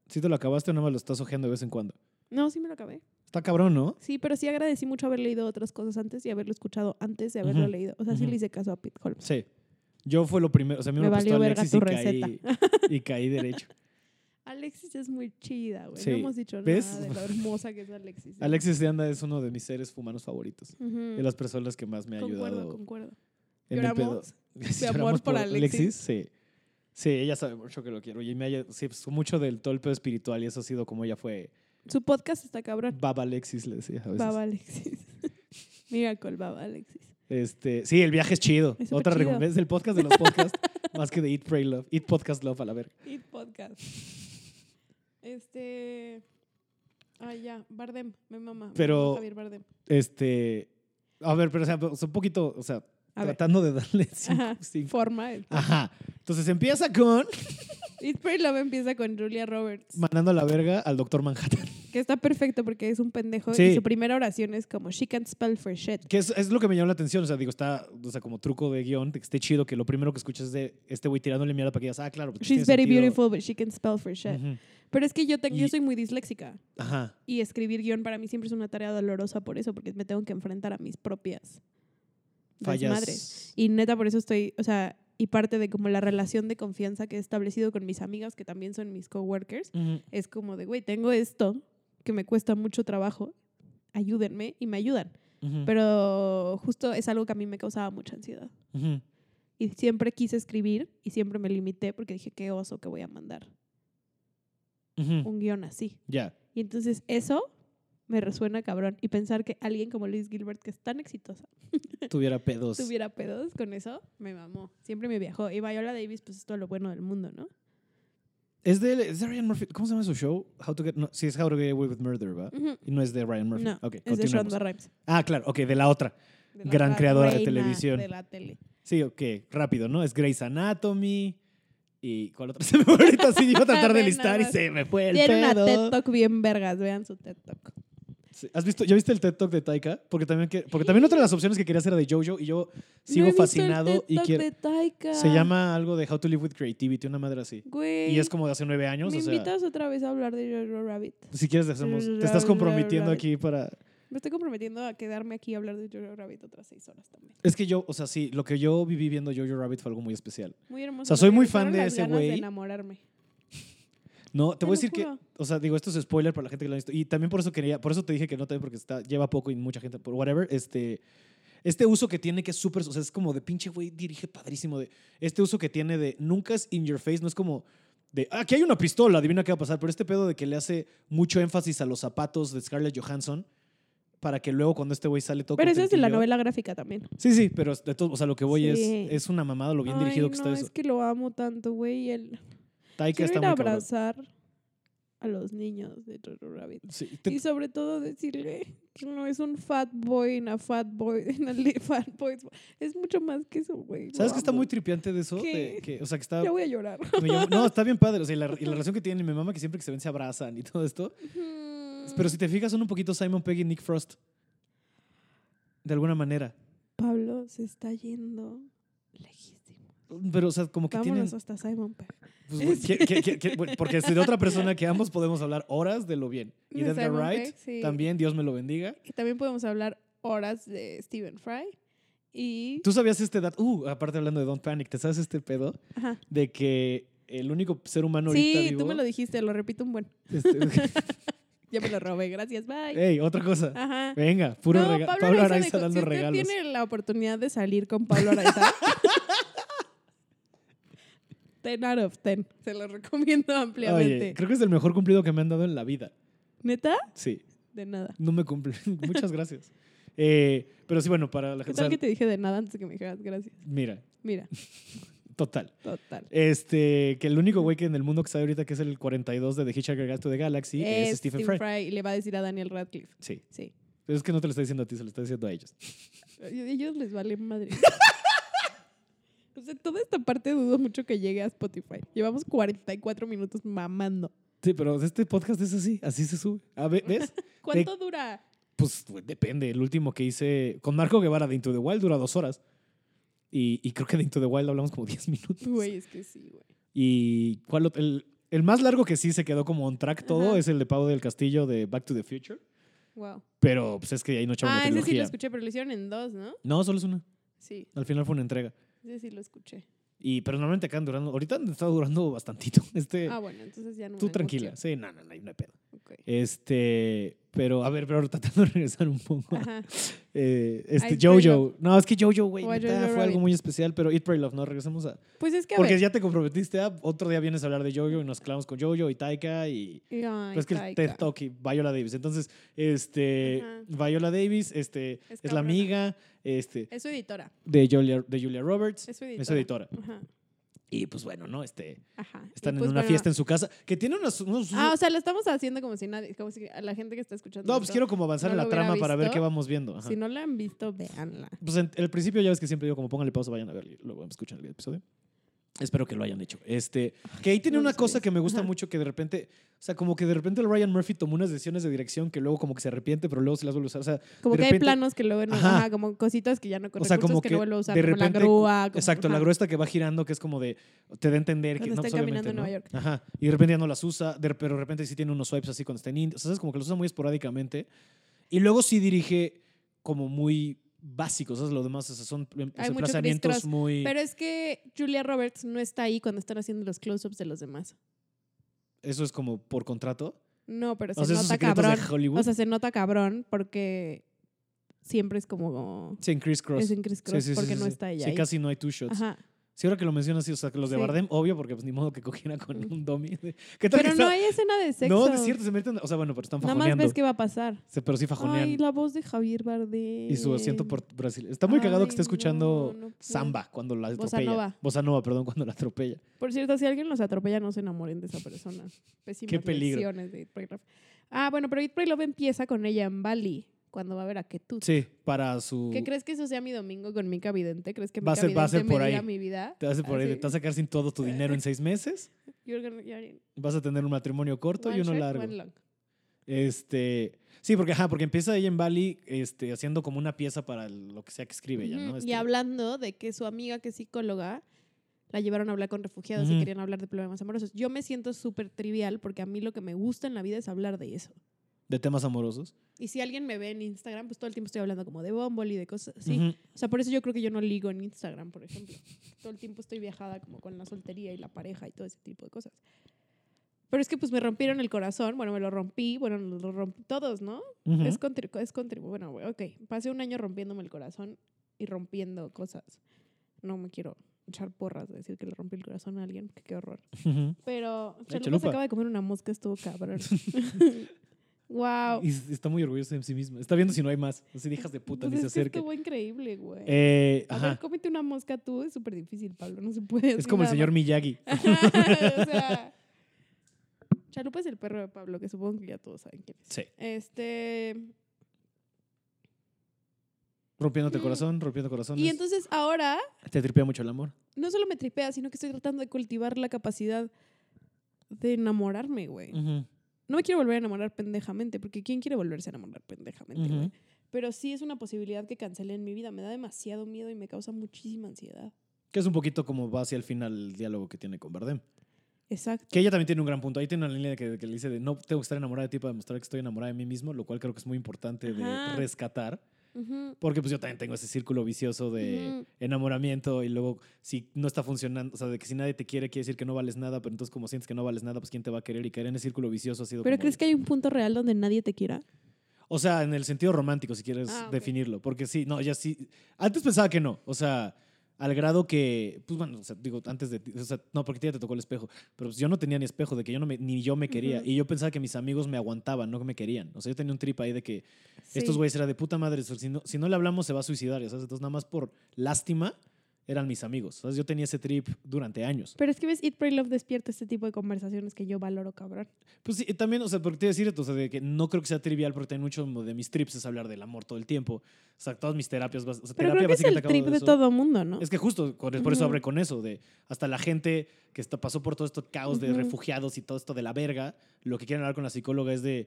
Speaker 1: ¿Sí te lo acabaste o nada más lo estás ojeando de vez en cuando?
Speaker 2: No, sí me lo acabé.
Speaker 1: Está cabrón, ¿no?
Speaker 2: Sí, pero sí agradecí mucho haber leído otras cosas antes y haberlo escuchado antes de haberlo
Speaker 1: Ujú,
Speaker 2: leído. O sea, sí
Speaker 1: ujú.
Speaker 2: le hice caso a Pete Holmes.
Speaker 1: Sí. Yo fue lo primero. O sea, a mí me,
Speaker 2: Me
Speaker 1: prestó
Speaker 2: valió verga
Speaker 1: Alexis
Speaker 2: tu
Speaker 1: y caí, y caí derecho.
Speaker 2: Alexis es muy chida, güey.
Speaker 1: Sí.
Speaker 2: No hemos dicho
Speaker 1: ¿Ves?
Speaker 2: nada de lo hermosa que es Alexis.
Speaker 1: Alexis de Anda es uno de mis seres humanos favoritos.
Speaker 2: Ujú.
Speaker 1: De las personas que más me ha
Speaker 2: Mm. Concuerdo,
Speaker 1: ayudado
Speaker 2: concuerdo.
Speaker 1: en el pedo.
Speaker 2: Lloramos
Speaker 1: Sí,
Speaker 2: amor
Speaker 1: lloramos
Speaker 2: por Alexis.
Speaker 1: Sí. Sí, ella sabe mucho que lo quiero. Y me haya, sí, pues, mucho del todo el pedo espiritual y eso ha sido como ella fue.
Speaker 2: Su podcast está cabrón.
Speaker 1: Baba Alexis, le decía a veces.
Speaker 2: Baba Alexis. Mira con Baba Alexis.
Speaker 1: Este, sí, el viaje es chido.
Speaker 2: Es súper
Speaker 1: Otra
Speaker 2: chido.
Speaker 1: recomendación. Es el podcast de los podcasts, más que de Eat, Pray, Love. Eat Podcast Love, a la verga.
Speaker 2: Y podcast. Este. Ah, ya. Bardem. Me mama. me
Speaker 1: Pero-
Speaker 2: mama Javier Bardem.
Speaker 1: Este, a ver, pero o sea, es un poquito, o sea,
Speaker 2: A ver.
Speaker 1: tratando de darle cinco.
Speaker 2: Ajá.
Speaker 1: cinco.
Speaker 2: Forma. el-
Speaker 1: Ajá. Entonces empieza con
Speaker 2: It's Pretty Love empieza con Julia Roberts.
Speaker 1: mandando a la verga al doctor Manhattan.
Speaker 2: que que está perfecto porque es un pendejo
Speaker 1: Sí.
Speaker 2: y su primera oración es como she can't spell for shit.
Speaker 1: Que es, es lo que me llamó la atención. O sea, digo, está, o sea, como truco de guión, de que esté chido que lo primero que escuchas es de este güey tirándole mierda para que digas, ah, claro. pues, tiene
Speaker 2: She's very
Speaker 1: sentido".
Speaker 2: beautiful, but she can spell for shit.
Speaker 1: Ujú.
Speaker 2: Pero es que yo, tengo,
Speaker 1: Y-
Speaker 2: yo soy muy disléxica
Speaker 1: Ajá.
Speaker 2: y escribir guión para mí siempre es una tarea dolorosa por eso, porque me tengo que enfrentar a mis propias
Speaker 1: Fallas.
Speaker 2: desmadres. Y neta, por eso estoy, o sea, y parte de como la relación de confianza que he establecido con mis amigas, que también son mis coworkers,
Speaker 1: Ujú.
Speaker 2: es como de, güey, tengo esto que me cuesta mucho trabajo, ayúdenme y me ayudan.
Speaker 1: Ujú.
Speaker 2: Pero justo es algo que a mí me causaba mucha ansiedad.
Speaker 1: Ujú.
Speaker 2: Y siempre quise escribir y siempre me limité porque dije, qué oso que voy a mandar
Speaker 1: Ujú.
Speaker 2: un guión así.
Speaker 1: Ya.
Speaker 2: Y entonces eso me resuena cabrón. Y pensar que alguien como Luis Gilbert, que es tan exitosa,
Speaker 1: Tuviera pedos.
Speaker 2: tuviera pedos con eso, me mamó. Siempre me viajó. Y Viola Davis, pues es todo lo bueno del mundo, ¿no?
Speaker 1: Es de, es de Ryan Murphy. ¿Cómo se llama su show? How to get, no, sí, es How to Get Away with Murder, ¿verdad?
Speaker 2: Ujú.
Speaker 1: Y no es de Ryan Murphy.
Speaker 2: Mm. No,
Speaker 1: Ok,
Speaker 2: es de
Speaker 1: continuemos.
Speaker 2: Shonda Rhimes.
Speaker 1: Ah, claro, ok, de la otra.
Speaker 2: de la
Speaker 1: Gran
Speaker 2: ra-
Speaker 1: creadora de
Speaker 2: reina
Speaker 1: televisión.
Speaker 2: De la tele.
Speaker 1: Sí, ok, rápido, ¿no? Es Grey's Anatomy. ¿Y cuál otra? Se me fue ahorita sí, iba a tratar de
Speaker 2: Ve
Speaker 1: listar y
Speaker 2: nada
Speaker 1: se me fue el
Speaker 2: Tiene una
Speaker 1: pedo.
Speaker 2: TED Talk bien vergas. Vean su TED Talk.
Speaker 1: Sí, ¿Has visto, ¿Ya viste el TED Talk de Taika? Porque también, que- porque también otra de las opciones que quería hacer era de JoJo y yo sigo
Speaker 2: No he visto el
Speaker 1: fascinado
Speaker 2: TED
Speaker 1: y
Speaker 2: Talk
Speaker 1: quiero...
Speaker 2: de Taika.
Speaker 1: Se llama algo de How to Live with Creativity, una madre así.
Speaker 2: Güey.
Speaker 1: Y es como de hace nueve años,
Speaker 2: ¿Me
Speaker 1: o sea...
Speaker 2: invitas otra vez a hablar de Jojo Rabbit?
Speaker 1: Si quieres, hacemos... Te estás
Speaker 2: Ra-
Speaker 1: comprometiendo
Speaker 2: ra-
Speaker 1: aquí para...
Speaker 2: Me estoy comprometiendo a quedarme aquí a hablar de Jojo Rabbit otras seis horas también.
Speaker 1: Es que yo, o sea, sí, lo que yo viví viendo Jojo Rabbit fue algo muy especial.
Speaker 2: Muy hermoso.
Speaker 1: O sea,
Speaker 2: me
Speaker 1: soy muy
Speaker 2: regresaron
Speaker 1: fan de
Speaker 2: las
Speaker 1: ese
Speaker 2: ganas
Speaker 1: güey.
Speaker 2: de enamorarme.
Speaker 1: No, te,
Speaker 2: Te
Speaker 1: voy a
Speaker 2: lo
Speaker 1: decir que,
Speaker 2: juro.
Speaker 1: o sea, digo, esto es spoiler para la gente que lo ha visto. Y también por eso quería, por eso te dije que no también porque está, lleva poco y mucha gente, por whatever, este, este uso que tiene que es súper, o sea, es como de pinche güey, dirige padrísimo, de, este uso que tiene de nunca es in your face, no es como de, "Ah, aquí hay una pistola, adivina qué va a pasar, pero este pedo de que le hace mucho énfasis a los zapatos de Scarlett Johansson para que luego cuando este güey sale todo
Speaker 2: Pero eso es de la
Speaker 1: contentillo-
Speaker 2: novela gráfica también.
Speaker 1: Sí, sí, pero de todo, o sea, lo que voy
Speaker 2: Sí.
Speaker 1: es, es una mamada lo bien dirigido
Speaker 2: Ay,
Speaker 1: que
Speaker 2: no,
Speaker 1: está
Speaker 2: es
Speaker 1: eso.
Speaker 2: que lo amo tanto, güey. y el-
Speaker 1: Taika
Speaker 2: Quiero
Speaker 1: está
Speaker 2: ir
Speaker 1: muy
Speaker 2: a
Speaker 1: cabrón.
Speaker 2: abrazar a los niños de Jojo Rabbit.
Speaker 1: Sí, te-
Speaker 2: Y sobre todo decirle que no es un fat boy, en a fat boy, en a li- fat boy. Es mucho más que eso, güey.
Speaker 1: ¿Sabes
Speaker 2: Lo
Speaker 1: que está
Speaker 2: amo.
Speaker 1: muy tripiante de eso?
Speaker 2: ¿Qué?
Speaker 1: De que, o sea, que está...
Speaker 2: Ya voy a llorar.
Speaker 1: Me llamó- no, está bien padre. O sea, y la, y la relación que tienen mi mamá, que siempre que se ven se abrazan y todo esto.
Speaker 2: Mm.
Speaker 1: Pero si te fijas, son un poquito Simon Pegg y Nick Frost. De alguna manera.
Speaker 2: Pablo se está yendo lejísimo.
Speaker 1: Pero, o sea, como que
Speaker 2: Vámonos
Speaker 1: tienen.
Speaker 2: hasta Simon Pegg.
Speaker 1: pues, bueno, que- que- que- que- bueno, porque soy de otra persona que ambos podemos hablar horas de lo bien. Y de
Speaker 2: De
Speaker 1: Edgar
Speaker 2: Simon
Speaker 1: Wright,
Speaker 2: Pegg, sí.
Speaker 1: también, Dios me lo bendiga.
Speaker 2: Y también podemos hablar horas de Stephen Fry. Y.
Speaker 1: ¿Tú sabías este dato? Uh, aparte hablando de Don't Panic, ¿te sabes este pedo?
Speaker 2: Ajá.
Speaker 1: De que el único ser humano ahorita
Speaker 2: Sí,
Speaker 1: vivo.
Speaker 2: tú me lo dijiste, lo repito un buen.
Speaker 1: este-
Speaker 2: Ya me lo robé, gracias, bye.
Speaker 1: Ey, otra cosa.
Speaker 2: Ajá.
Speaker 1: Venga, puro
Speaker 2: No,
Speaker 1: regalo. Pablo,
Speaker 2: Araiza
Speaker 1: Araiza
Speaker 2: me-
Speaker 1: dando
Speaker 2: si usted
Speaker 1: regalos.
Speaker 2: tiene la oportunidad de salir con Pablo Araiza. 10 out of 10. Se lo recomiendo ampliamente.
Speaker 1: Oye, creo que es el mejor cumplido que me han dado en la vida.
Speaker 2: ¿Neta?
Speaker 1: Sí,
Speaker 2: De nada.
Speaker 1: no me cumple. Muchas gracias. Eh, pero sí, bueno, para la
Speaker 2: ¿Qué
Speaker 1: gente. o sea,
Speaker 2: tal que te dije de nada antes de que me dijeras gracias?
Speaker 1: Mira,
Speaker 2: Mira,
Speaker 1: total.
Speaker 2: total.
Speaker 1: Este, que el único güey que en el mundo que sabe ahorita que es el 42 de The Hitchhiker Guide to the Galaxy es, Stephen Fry.
Speaker 2: Y le va a decir a Daniel Radcliffe.
Speaker 1: Sí,
Speaker 2: Sí.
Speaker 1: pero es que no te lo está diciendo a ti, se lo está diciendo a ellos.
Speaker 2: A ellos les vale madre. o sea, toda esta parte dudo mucho que llegue a Spotify. Llevamos 44 minutos mamando.
Speaker 1: Sí, pero este podcast es así, así se sube. A ver, ¿Ves?
Speaker 2: ¿Cuánto dura?
Speaker 1: Pues güey, depende. El último que hice con Marco Guevara de Into the Wild dura dos horas. Y, y creo que de Into the Wild hablamos como 10 minutos.
Speaker 2: Güey, es que sí, güey.
Speaker 1: Y cuál ot- el, el más largo que sí se quedó como on track todo
Speaker 2: Ajá.
Speaker 1: es el de Pau del Castillo de Back to the Future.
Speaker 2: Wow.
Speaker 1: Pero pues es que ahí no echaron
Speaker 2: Ah,
Speaker 1: una
Speaker 2: ese sí lo
Speaker 1: trilogía.
Speaker 2: escuché, pero lo hicieron en dos, ¿no?
Speaker 1: no, solo es una.
Speaker 2: Sí,
Speaker 1: Al final fue una entrega.
Speaker 2: ese sí lo escuché.
Speaker 1: Y, pero normalmente acaban durando. Ahorita han estado durando bastantito. Este,
Speaker 2: Ah, bueno, entonces ya no.
Speaker 1: tú
Speaker 2: me angustio.
Speaker 1: tranquila. Sí, no, no, no, ahí no hay pedo.
Speaker 2: Ok.
Speaker 1: Este, pero a ver, pero ahora tratando de regresar un poco. a-
Speaker 2: Ajá.
Speaker 1: eh, este,
Speaker 2: Ice Pray
Speaker 1: Jojo. No, es que Jojo, güey,
Speaker 2: O a
Speaker 1: neta,
Speaker 2: Jojo
Speaker 1: fue
Speaker 2: Rabbit.
Speaker 1: algo muy especial. Pero Eat, Pray, Love, no, regresemos a.
Speaker 2: Pues es que a
Speaker 1: Porque
Speaker 2: ver.
Speaker 1: ya te comprometiste a. Otro día vienes a hablar de Jojo y nos clavamos con Jojo y Taika y.
Speaker 2: Ay,
Speaker 1: Pues que el
Speaker 2: Taika.
Speaker 1: TED Talk y Viola Davis. Entonces, este,
Speaker 2: Ajá.
Speaker 1: Viola Davis este, es,
Speaker 2: Es
Speaker 1: la
Speaker 2: cabrona.
Speaker 1: amiga este,
Speaker 2: Es su editora.
Speaker 1: de, Julia, de Julia Roberts.
Speaker 2: Es su editora.
Speaker 1: Es editora.
Speaker 2: Ajá.
Speaker 1: Y pues bueno, ¿no? Este,
Speaker 2: Ajá. Y
Speaker 1: están
Speaker 2: pues,
Speaker 1: en una
Speaker 2: bueno,
Speaker 1: fiesta en su casa que tiene unas... unos-
Speaker 2: Ah, o sea, lo estamos haciendo como si nadie, como si a la gente que está escuchando.
Speaker 1: no, pues
Speaker 2: esto,
Speaker 1: quiero como avanzar
Speaker 2: no
Speaker 1: en la
Speaker 2: lo hubiera
Speaker 1: trama para ver
Speaker 2: visto.
Speaker 1: qué vamos viendo. Ajá.
Speaker 2: Si no la han visto, véanla.
Speaker 1: Pues en el principio ya ves que siempre digo como pónganle pausa, vayan a ver y luego escuchan el episodio. Espero que lo hayan hecho. Este, que ahí tiene
Speaker 2: No
Speaker 1: una
Speaker 2: lo
Speaker 1: cosa
Speaker 2: sabes.
Speaker 1: que me gusta
Speaker 2: Ajá.
Speaker 1: mucho, que de repente, o sea, como que de repente el Ryan Murphy tomó unas decisiones de dirección que luego como que se arrepiente, pero luego se las vuelve a usar. O sea,
Speaker 2: Como
Speaker 1: de
Speaker 2: que hay
Speaker 1: repente-
Speaker 2: planos que luego no,
Speaker 1: Ajá.
Speaker 2: ajá, como cositas que ya no
Speaker 1: o sea,
Speaker 2: recursos
Speaker 1: como
Speaker 2: que,
Speaker 1: que,
Speaker 2: no vuelvo a usar,
Speaker 1: de
Speaker 2: como
Speaker 1: repente,
Speaker 2: la grúa. como-
Speaker 1: exacto, la
Speaker 2: ajá.
Speaker 1: grúa esta que va girando, que es como de, te da a entender que
Speaker 2: Cuando
Speaker 1: no,
Speaker 2: están
Speaker 1: pues, obviamente,
Speaker 2: caminando en
Speaker 1: ¿no?
Speaker 2: Nueva York.
Speaker 1: Ajá. Y de repente ya no las usa, de- pero de repente sí tiene unos swipes así cuando está en India. O sea, es como que los usa muy esporádicamente. Y luego sí dirige como muy básicos, ¿sabes? Lo demás o sea, son em, o sea,
Speaker 2: mucho Chris
Speaker 1: emplazamientos
Speaker 2: Cross,
Speaker 1: muy...
Speaker 2: Pero es que Julia Roberts no está ahí cuando están haciendo los close-ups de los demás.
Speaker 1: Eso es como por contrato.
Speaker 2: No, pero se
Speaker 1: o sea, esos
Speaker 2: nota
Speaker 1: secretos
Speaker 2: cabrón.
Speaker 1: de Hollywood.
Speaker 2: O sea, se nota cabrón porque siempre es como...
Speaker 1: sí, en Chris Cross.
Speaker 2: Es en Chris Cross porque no está ella
Speaker 1: Sí,
Speaker 2: ahí.
Speaker 1: casi no hay two shots.
Speaker 2: Ajá.
Speaker 1: Sí, ahora que lo mencionas, sí, o sea, que los de
Speaker 2: Sí.
Speaker 1: Bardem, obvio, porque pues ni modo que cogiera con
Speaker 2: Mm.
Speaker 1: un dummy. ¿Qué tal que
Speaker 2: Pero
Speaker 1: está-
Speaker 2: no hay escena de sexo.
Speaker 1: No, es cierto, se meten. O sea, bueno, pero están
Speaker 2: Nada más
Speaker 1: fajoneando.
Speaker 2: ves qué va a pasar.
Speaker 1: Se- Pero sí fajonean.
Speaker 2: Ay, la voz de Javier Bardem.
Speaker 1: Y su asiento por Brasil. Está muy cagado que esté
Speaker 2: Ay,
Speaker 1: escuchando
Speaker 2: no, no puedo.
Speaker 1: samba cuando la
Speaker 2: Bossa
Speaker 1: atropella.
Speaker 2: Nova.
Speaker 1: Bossa Nova, perdón, cuando la atropella.
Speaker 2: Por cierto, si alguien los atropella, no se enamoren de esa persona. Pésimas
Speaker 1: Qué peligro.
Speaker 2: lecciones de Eat, Pray, Love. Ah, bueno, pero Eat, Pray, Love empieza con ella en Bali, cuando va a ver a Ketut.
Speaker 1: Sí, para su.
Speaker 2: ¿Qué crees que eso sea mi domingo con Mica Vidente? ¿Crees que
Speaker 1: Va a
Speaker 2: Mica
Speaker 1: ser- va a
Speaker 2: Vidente
Speaker 1: ser por
Speaker 2: me diga
Speaker 1: ahí.
Speaker 2: mi vida?
Speaker 1: Te vas a, por ahí,
Speaker 2: Así,
Speaker 1: te vas a sacar sin todo tu dinero en seis meses.
Speaker 2: you're gonna- you're
Speaker 1: Vas a tener un matrimonio corto
Speaker 2: one
Speaker 1: y uno
Speaker 2: short,
Speaker 1: largo.
Speaker 2: one long.
Speaker 1: Este. Sí, porque, ajá, porque empieza ella en Bali este, haciendo como una pieza para lo que sea que escribe ella, ¿no?
Speaker 2: Ujú,
Speaker 1: Este,
Speaker 2: Y hablando de que su amiga que es psicóloga la llevaron a hablar con refugiados y
Speaker 1: Ujú.
Speaker 2: querían hablar de problemas amorosos. Yo me siento súper trivial porque a mí lo que me gusta en la vida es hablar de eso.
Speaker 1: De temas amorosos.
Speaker 2: Y si alguien me ve en Instagram, pues todo el tiempo estoy hablando como de Bumble y de cosas así.
Speaker 1: Ujú.
Speaker 2: O sea, por eso yo creo que yo no ligo en Instagram, por ejemplo. Todo el tiempo estoy viajada como con la soltería y la pareja y todo ese tipo de cosas. Pero es que pues me rompieron el corazón, bueno, me lo rompí, bueno, nos lo rompí todos, ¿no?
Speaker 1: Ujú.
Speaker 2: Es contribu, es contri- bueno, güey, ok, pasé un año rompiéndome el corazón y rompiendo cosas. No me quiero echar porras de decir que le rompí el corazón a alguien, que qué horror.
Speaker 1: Ujú.
Speaker 2: Pero Chalupa,
Speaker 1: Chalupa.
Speaker 2: se acaba de comer una mosca, estuvo cabrón. wow.
Speaker 1: Y s- está muy orgullosa de sí misma. Está viendo si no hay más. Así de hijas de puta,
Speaker 2: Pues
Speaker 1: ni se
Speaker 2: es que
Speaker 1: acerque.
Speaker 2: Estuvo increíble, güey.
Speaker 1: Eh,
Speaker 2: A
Speaker 1: ajá.
Speaker 2: ver, cómete una mosca tú, es súper difícil, Pablo, no se puede.
Speaker 1: Es
Speaker 2: así
Speaker 1: como el
Speaker 2: nada
Speaker 1: señor Miyagi.
Speaker 2: más. o sea, Chalupa es el perro de Pablo, que supongo que ya todos saben quién es.
Speaker 1: Sí.
Speaker 2: Este.
Speaker 1: Rompiéndote el
Speaker 2: Mm.
Speaker 1: corazón, rompiendo corazones.
Speaker 2: Y entonces ahora
Speaker 1: Te tripea mucho el amor.
Speaker 2: no solo me tripea, sino que estoy tratando de cultivar la capacidad de enamorarme, güey.
Speaker 1: Ujú.
Speaker 2: No me quiero volver a enamorar pendejamente, porque ¿quién quiere volverse a enamorar pendejamente,
Speaker 1: Ujú.
Speaker 2: güey? Pero sí es una posibilidad que cancelé en mi vida. Me da demasiado miedo y me causa muchísima ansiedad.
Speaker 1: Que es un poquito como va hacia el final el diálogo que tiene con Bardem.
Speaker 2: Exacto.
Speaker 1: Que ella también tiene un gran punto. Ahí tiene una línea que, que le dice de no tengo que estar enamorada de ti para demostrar que estoy enamorada de mí mismo, lo cual creo que es muy importante de
Speaker 2: Ajá.
Speaker 1: rescatar.
Speaker 2: Ujú.
Speaker 1: Porque pues yo también tengo ese círculo vicioso de
Speaker 2: Ujú.
Speaker 1: enamoramiento y luego si no está funcionando, o sea, de que si nadie te quiere quiere decir que no vales nada, pero entonces como sientes que no vales nada, pues quién te va a querer y caer en ese círculo vicioso ha sido
Speaker 2: Pero
Speaker 1: como
Speaker 2: ¿crees
Speaker 1: el-
Speaker 2: que hay un punto real donde nadie te quiera?
Speaker 1: O sea, en el sentido romántico, si quieres
Speaker 2: Ah, ok.
Speaker 1: definirlo. Porque sí, no, ya sí. Antes pensaba que no. O sea, al grado que. Pues bueno, o sea, digo, antes de. ti- O sea, no, porque a ti ya te tocó el espejo. Pero pues yo no tenía ni espejo, de que yo no me- ni yo me quería.
Speaker 2: Ujú.
Speaker 1: Y yo pensaba que mis amigos me aguantaban, no que me querían. O sea, yo tenía un trip ahí de que estos güeyes era de puta madre. Si no, si no le hablamos, se va a suicidar. ya ¿sabes? Entonces, nada más por lástima, eran mis amigos. ¿sabes? Yo tenía ese trip durante años.
Speaker 2: Pero es que ves, Eat, Pray, Love despierta este tipo de conversaciones que yo valoro, cabrón.
Speaker 1: Pues sí, y también, o sea, porque te iba a decir, o sea, de que no creo que sea trivial, porque también mucho de mis trips es hablar del amor todo el tiempo. O sea, todas mis terapias, bas- o sea,
Speaker 2: Pero
Speaker 1: terapia
Speaker 2: creo que es
Speaker 1: básicamente
Speaker 2: el
Speaker 1: acabo
Speaker 2: trip de
Speaker 1: eso.
Speaker 2: todo mundo, ¿no?
Speaker 1: Es que justo, con- por eso
Speaker 2: Ujú.
Speaker 1: abre con eso, de hasta la gente que está, pasó por todo esto caos de
Speaker 2: Ujú.
Speaker 1: refugiados y todo esto de la verga, lo que quieren hablar con la psicóloga es de,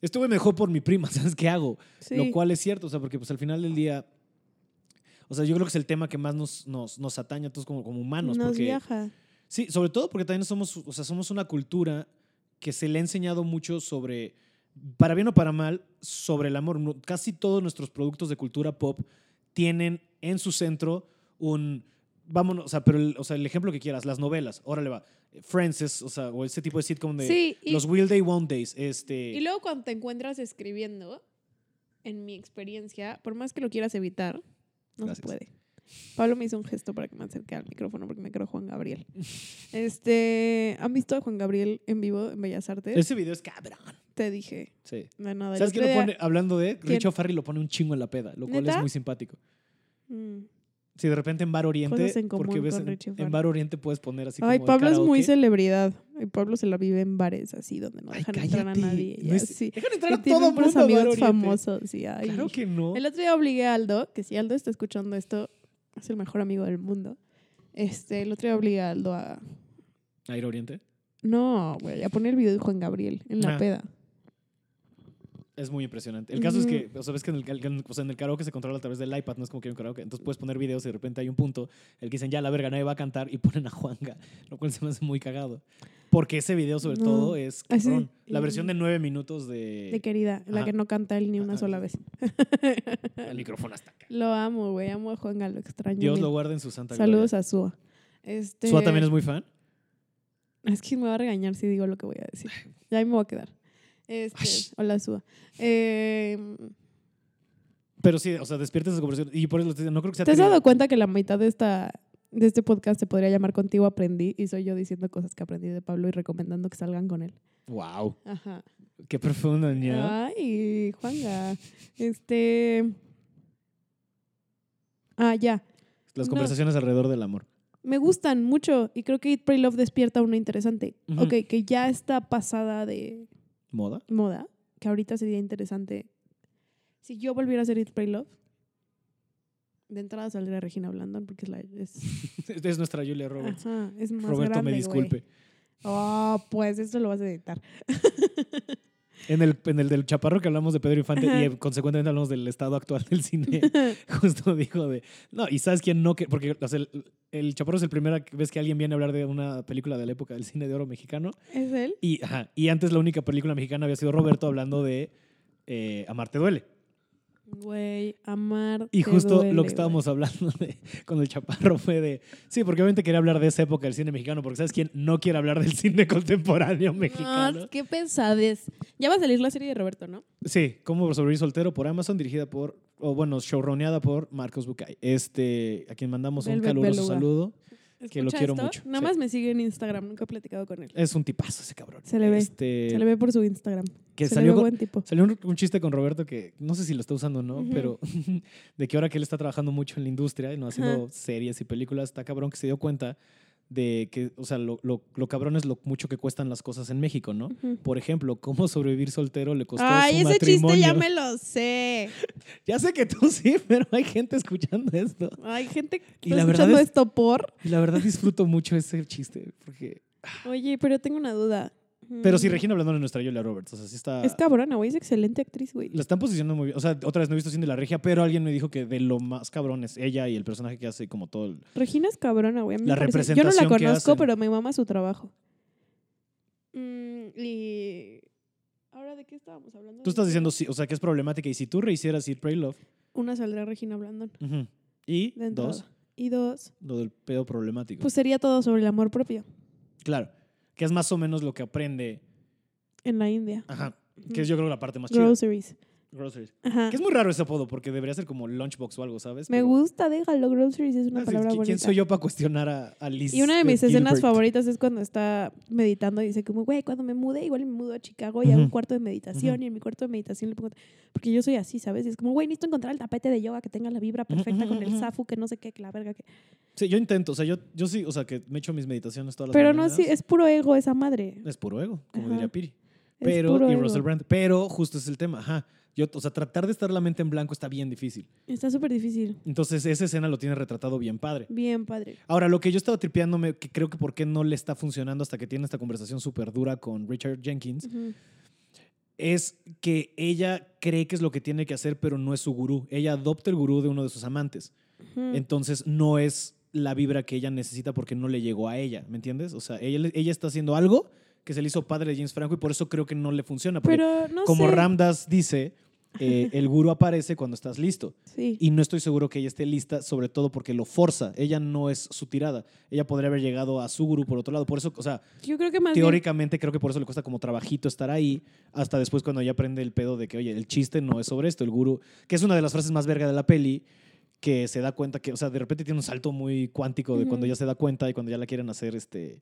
Speaker 1: este güey me dejó por mi prima, ¿sabes qué hago?
Speaker 2: Sí.
Speaker 1: Lo cual es cierto, o sea, porque pues al final del día, o sea, yo creo que es el tema que más nos, nos, nos atañe a todos como, como humanos.
Speaker 2: nos
Speaker 1: porque,
Speaker 2: viaja.
Speaker 1: Sí, sobre todo porque también somos, o sea, somos una cultura que se le ha enseñado mucho sobre, para bien o para mal, sobre el amor. No- Casi todos nuestros productos de cultura pop tienen en su centro un, vámonos, o sea, pero el, o sea, el ejemplo que quieras, las novelas, órale va, Friends, es, o sea, o ese tipo de sitcom de
Speaker 2: Sí, y-
Speaker 1: los Will Day, Won't Days, este,
Speaker 2: Y luego cuando te encuentras escribiendo, en mi experiencia, por más que lo quieras evitar, no
Speaker 1: Gracias.
Speaker 2: se puede. Pablo me hizo un gesto para que me acerque al micrófono porque me creo Juan Gabriel. Este, ¿han visto a Juan Gabriel en vivo en Bellas Artes?
Speaker 1: ese video es cabrón.
Speaker 2: Te dije,
Speaker 1: Sí.
Speaker 2: de nada. el
Speaker 1: ¿Sabes qué
Speaker 2: otro
Speaker 1: lo
Speaker 2: día-
Speaker 1: pone? Hablando de,
Speaker 2: ¿Quién?
Speaker 1: Richo Farri lo pone un chingo en la peda, lo cual es
Speaker 2: ¿Neta?
Speaker 1: muy simpático.
Speaker 2: Mm.
Speaker 1: Si de repente en Bar Oriente,
Speaker 2: Cosas en
Speaker 1: porque
Speaker 2: común
Speaker 1: ves
Speaker 2: con
Speaker 1: en,
Speaker 2: Richie
Speaker 1: en
Speaker 2: Farrell.
Speaker 1: Bar Oriente puedes poner así
Speaker 2: Ay,
Speaker 1: como
Speaker 2: Pablo es muy
Speaker 1: karaoke.
Speaker 2: celebridad. Y Pablo se la vive en bares así donde no
Speaker 1: Ay,
Speaker 2: dejan entrar a
Speaker 1: cállate.
Speaker 2: nadie.
Speaker 1: No
Speaker 2: ya,
Speaker 1: es-
Speaker 2: sí.
Speaker 1: Dejan entrar
Speaker 2: Y
Speaker 1: a
Speaker 2: tiene
Speaker 1: todo
Speaker 2: puros
Speaker 1: mundo a Bar
Speaker 2: amigos
Speaker 1: Oriente.
Speaker 2: famosos. y ay,
Speaker 1: Claro que no.
Speaker 2: El otro día obligué a Aldo, que si Aldo está escuchando esto, es el mejor amigo del mundo. Este, el otro día obligué a Aldo a...
Speaker 1: ¿A ir a Oriente?
Speaker 2: No, güey, a poner el video de Juan Gabriel en la
Speaker 1: Ah.
Speaker 2: peda.
Speaker 1: Es muy impresionante. El caso es que,
Speaker 2: Ujú.
Speaker 1: o sea, ves que en el, cal- o sea, en el karaoke se controla a través del iPad, no es como que hay un karaoke. Entonces puedes poner videos y de repente hay un punto el que dicen, ya la verga, nadie va a cantar y ponen a Juanga, lo cual se me hace muy cagado. Porque ese video, sobre
Speaker 2: No.
Speaker 1: todo, es
Speaker 2: Ah, sí.
Speaker 1: cabrón. La versión
Speaker 2: Mm.
Speaker 1: de nueve minutos de,
Speaker 2: De querida, la
Speaker 1: ajá.
Speaker 2: que no canta él ni una
Speaker 1: Ajá.
Speaker 2: sola vez.
Speaker 1: el micrófono hasta acá.
Speaker 2: Lo amo, güey. Amo a Juanga, lo extraño.
Speaker 1: Dios
Speaker 2: mil.
Speaker 1: lo guarde en su santa
Speaker 2: Saludos a Sua. Este,
Speaker 1: gloria. ¿Sua también es muy fan?
Speaker 2: Es que me va a regañar si digo lo que voy a decir. Ya ahí me voy a quedar. Este, hola, Sua. Eh,
Speaker 1: Pero sí, o sea, despierta esa conversación. Y por eso lo estoy diciendo, no creo que sea...
Speaker 2: ¿Te has
Speaker 1: trivial.
Speaker 2: dado cuenta que la mitad de esta de este podcast se podría llamar Contigo Aprendí y soy yo diciendo cosas que aprendí de Pablo y recomendando que salgan con él?
Speaker 1: Wow,
Speaker 2: Ajá.
Speaker 1: qué profundo,
Speaker 2: Ah,
Speaker 1: ña.
Speaker 2: Ay, Juanga. Este. Ah, ya.
Speaker 1: Las
Speaker 2: no.
Speaker 1: conversaciones alrededor del amor.
Speaker 2: Me gustan mucho y creo que Eat, Pray, Love despierta una interesante.
Speaker 1: Ujú.
Speaker 2: Ok, que ya está pasada de
Speaker 1: ¿Moda?
Speaker 2: moda, que ahorita sería interesante. Si yo volviera a hacer Eat, Pray, Love, de entrada saldría Regina Blandón porque es la. Es,
Speaker 1: es nuestra Julia Roberts.
Speaker 2: ajá, es Ah, más
Speaker 1: Roberto,
Speaker 2: grande,
Speaker 1: me
Speaker 2: güey.
Speaker 1: disculpe.
Speaker 2: Oh, pues esto lo vas a editar.
Speaker 1: En el, en el del chaparro que hablamos de Pedro Infante
Speaker 2: Ajá.
Speaker 1: y eh, consecuentemente hablamos del estado actual del cine, justo dijo de... No, y sabes quién no... Que, porque o sea, el, el chaparro es la primera vez que alguien viene a hablar de una película de la época del cine de oro mexicano.
Speaker 2: ¿Es él?
Speaker 1: Y, ajá, y antes la única película mexicana había sido Roberto hablando de eh, Amarte Duele.
Speaker 2: Güey, amar.
Speaker 1: Y
Speaker 2: te
Speaker 1: justo
Speaker 2: duele,
Speaker 1: lo que estábamos hablando de- con el chaparro fue de... Sí, porque obviamente quería hablar de esa época del cine mexicano, porque sabes quién no quiere hablar del cine contemporáneo
Speaker 2: güey.
Speaker 1: mexicano.
Speaker 2: Ah, qué pesades. Ya va a salir la serie de Roberto, ¿no?
Speaker 1: Sí, Cómo sobrevivir soltero por Amazon, dirigida por, o bueno, showroneada por Marcos Bucay. Este, a quien mandamos un
Speaker 2: Velvet
Speaker 1: caluroso
Speaker 2: Beluga.
Speaker 1: saludo. Que lo
Speaker 2: Escucha
Speaker 1: quiero
Speaker 2: esto.
Speaker 1: mucho,
Speaker 2: Nada
Speaker 1: sí. Eh,
Speaker 2: más me sigue en Instagram, nunca he platicado con él.
Speaker 1: Es un tipazo ese cabrón.
Speaker 2: Se le ve,
Speaker 1: Este,
Speaker 2: Se le ve por su Instagram.
Speaker 1: que
Speaker 2: Se le
Speaker 1: salió,
Speaker 2: ve
Speaker 1: con-
Speaker 2: buen tipo.
Speaker 1: salió un, un chiste con Roberto que no sé si lo está usando o no,
Speaker 2: Ujú.
Speaker 1: pero de que ahora que él está trabajando mucho en la industria y no haciendo
Speaker 2: Ajá.
Speaker 1: series y películas, está cabrón que se dio cuenta de que, o sea, lo, lo, lo cabrón es lo mucho que cuestan las cosas en México, ¿no?
Speaker 2: Ujú.
Speaker 1: Por ejemplo, cómo sobrevivir soltero le costó
Speaker 2: Ay,
Speaker 1: su
Speaker 2: ese
Speaker 1: matrimonio.
Speaker 2: chiste ya me lo sé.
Speaker 1: Ya sé que tú sí, pero hay gente escuchando esto.
Speaker 2: Hay gente que
Speaker 1: Y
Speaker 2: está
Speaker 1: la verdad
Speaker 2: escuchando
Speaker 1: es-
Speaker 2: esto por.
Speaker 1: Y la verdad disfruto mucho ese chiste. Porque...
Speaker 2: Oye, pero tengo una duda.
Speaker 1: Pero sí,
Speaker 2: Mm.
Speaker 1: Regina Blandón es nuestra Julia Roberts. O sea, sí está.
Speaker 2: Es cabrona, güey. Es excelente actriz, güey.
Speaker 1: La están posicionando muy bien. O sea, otra vez no he visto Cindy la Regia, pero alguien me dijo que de lo más cabrón es ella y el personaje que hace como todo. el-
Speaker 2: Regina es cabrona, güey. A mí
Speaker 1: La
Speaker 2: me parece- Yo no la
Speaker 1: representación que
Speaker 2: conozco,
Speaker 1: hace.
Speaker 2: pero me mama su trabajo. Mm, y. ¿Ahora de qué estábamos hablando?
Speaker 1: Tú estás diciendo, sí, o sea, que es problemática. Y si tú rehicieras Eat, Pray, Love.
Speaker 2: Una saldrá Regina Blandón.
Speaker 1: ujú, Y
Speaker 2: De entrada.
Speaker 1: dos,
Speaker 2: Y dos.
Speaker 1: lo del pedo problemático.
Speaker 2: Pues sería todo sobre el amor propio
Speaker 1: claro. Que es más o menos lo que aprende.
Speaker 2: en la India.
Speaker 1: Ajá. Que es yo creo la parte más chida.
Speaker 2: Groceries.
Speaker 1: Groceries.
Speaker 2: Ajá.
Speaker 1: Que es muy raro ese apodo porque debería ser como lunchbox o algo, ¿sabes?
Speaker 2: Ah. Me
Speaker 1: Pero-
Speaker 2: gusta, déjalo. Groceries es una
Speaker 1: Ah, sí,
Speaker 2: palabra
Speaker 1: ¿qui-
Speaker 2: bonita.
Speaker 1: ¿Quién soy yo para cuestionar a, a Liz?
Speaker 2: Y una de mis escenas
Speaker 1: Gilbert?
Speaker 2: favoritas es cuando está meditando y dice como, güey, cuando me mudé, igual me mudo a Chicago y hago un
Speaker 1: Ujú.
Speaker 2: cuarto de meditación
Speaker 1: Ujú.
Speaker 2: y en mi cuarto de meditación le pongo... Porque yo soy así, ¿sabes? Y es como, güey, necesito encontrar el tapete de yoga que tenga la vibra
Speaker 1: Ujú,
Speaker 2: perfecta
Speaker 1: ujú,
Speaker 2: con el
Speaker 1: ujú.
Speaker 2: zafu, que no sé qué, que la verga que...
Speaker 1: Sí, yo intento, o sea, yo, yo sí, o sea, que me echo mis meditaciones todas las
Speaker 2: Pero no,
Speaker 1: mañanas.
Speaker 2: sí, es puro ego esa madre.
Speaker 1: Es puro ego, como
Speaker 2: Ajá.
Speaker 1: diría Piri.
Speaker 2: Es
Speaker 1: Pero,
Speaker 2: puro
Speaker 1: y
Speaker 2: ego.
Speaker 1: Russell Brand, pero justo es el tema, ajá. Yo, o sea, tratar de estar la mente en blanco está bien difícil.
Speaker 2: Está súper difícil.
Speaker 1: Entonces, esa escena lo tiene retratado bien padre.
Speaker 2: Bien, padre.
Speaker 1: Ahora, lo que yo estaba tripeándome, que creo que por qué no le está funcionando hasta que tiene esta conversación súper dura con Richard Jenkins,
Speaker 2: Ujú.
Speaker 1: es que ella cree que es lo que tiene que hacer, pero no es su gurú. Ella adopta el gurú de uno de sus amantes.
Speaker 2: Ujú.
Speaker 1: Entonces no es la vibra que ella necesita porque no le llegó a ella, ¿me entiendes? O sea, ella, ella está haciendo algo que se le hizo padre de James Franco y por eso creo que no le funciona. Porque
Speaker 2: Pero no
Speaker 1: como
Speaker 2: sé.
Speaker 1: Ramdas dice, eh, el gurú aparece cuando estás listo.
Speaker 2: Sí.
Speaker 1: Y no estoy seguro que ella esté lista, sobre todo porque lo forza. Ella no es su tirada. Ella podría haber llegado a su gurú por otro lado. Por eso, o sea,
Speaker 2: Yo creo que más bien-
Speaker 1: teóricamente creo que por eso le cuesta como trabajito estar ahí, hasta después cuando ella aprende el pedo de que, oye, el chiste no es sobre esto, el gurú, que es una de las frases más verga de la peli, que se da cuenta que, o sea, de repente tiene un salto muy cuántico de cuando
Speaker 2: Ujú.
Speaker 1: ya se da cuenta y cuando ya la quieren hacer este...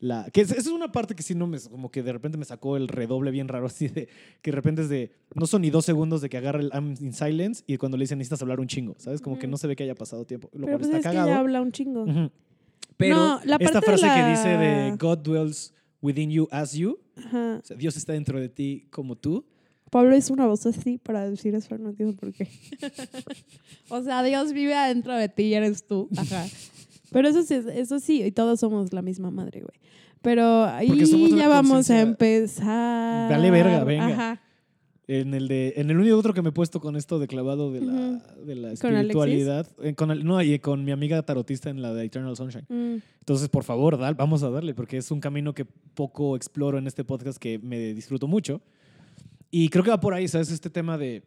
Speaker 1: La, que es- esa es una parte que sí no me como que de repente me sacó el redoble bien raro así de que de repente es de no son ni dos segundos de que agarra el I'm in silence y cuando le dicen necesitas hablar un chingo sabes como que
Speaker 2: Ujú.
Speaker 1: no se ve que haya pasado tiempo lo cual
Speaker 2: Pero pues
Speaker 1: está
Speaker 2: es
Speaker 1: cagado
Speaker 2: que ella habla un chingo.
Speaker 1: Ujú. Pero
Speaker 2: No, la
Speaker 1: esta
Speaker 2: parte de
Speaker 1: frase que
Speaker 2: la-
Speaker 1: dice de God dwells within you as you,
Speaker 2: Ajá.
Speaker 1: o sea, Dios está dentro de ti como tú.
Speaker 2: Pablo es una voz así para decir eso, no entiendo por qué. o sea, Dios vive adentro de ti y eres tú. Ajá. Pero eso sí, es- eso sí, y todos somos la misma madre, güey. Pero
Speaker 1: Porque somos
Speaker 2: ahí
Speaker 1: una
Speaker 2: ya vamos
Speaker 1: conciencia-
Speaker 2: a empezar.
Speaker 1: Dale verga, venga.
Speaker 2: Ajá.
Speaker 1: En el de, en el único otro que me he puesto con esto de clavado de la, de la
Speaker 2: ¿Con Alexis?
Speaker 1: espiritualidad. eh, con Al- no, y con mi amiga tarotista en la de Eternal Sunshine.
Speaker 2: Mm.
Speaker 1: Entonces, por favor, dal, vamos a darle, porque es un camino que poco exploro en este podcast que me disfruto mucho. Y creo que va por ahí, ¿sabes? Este tema de,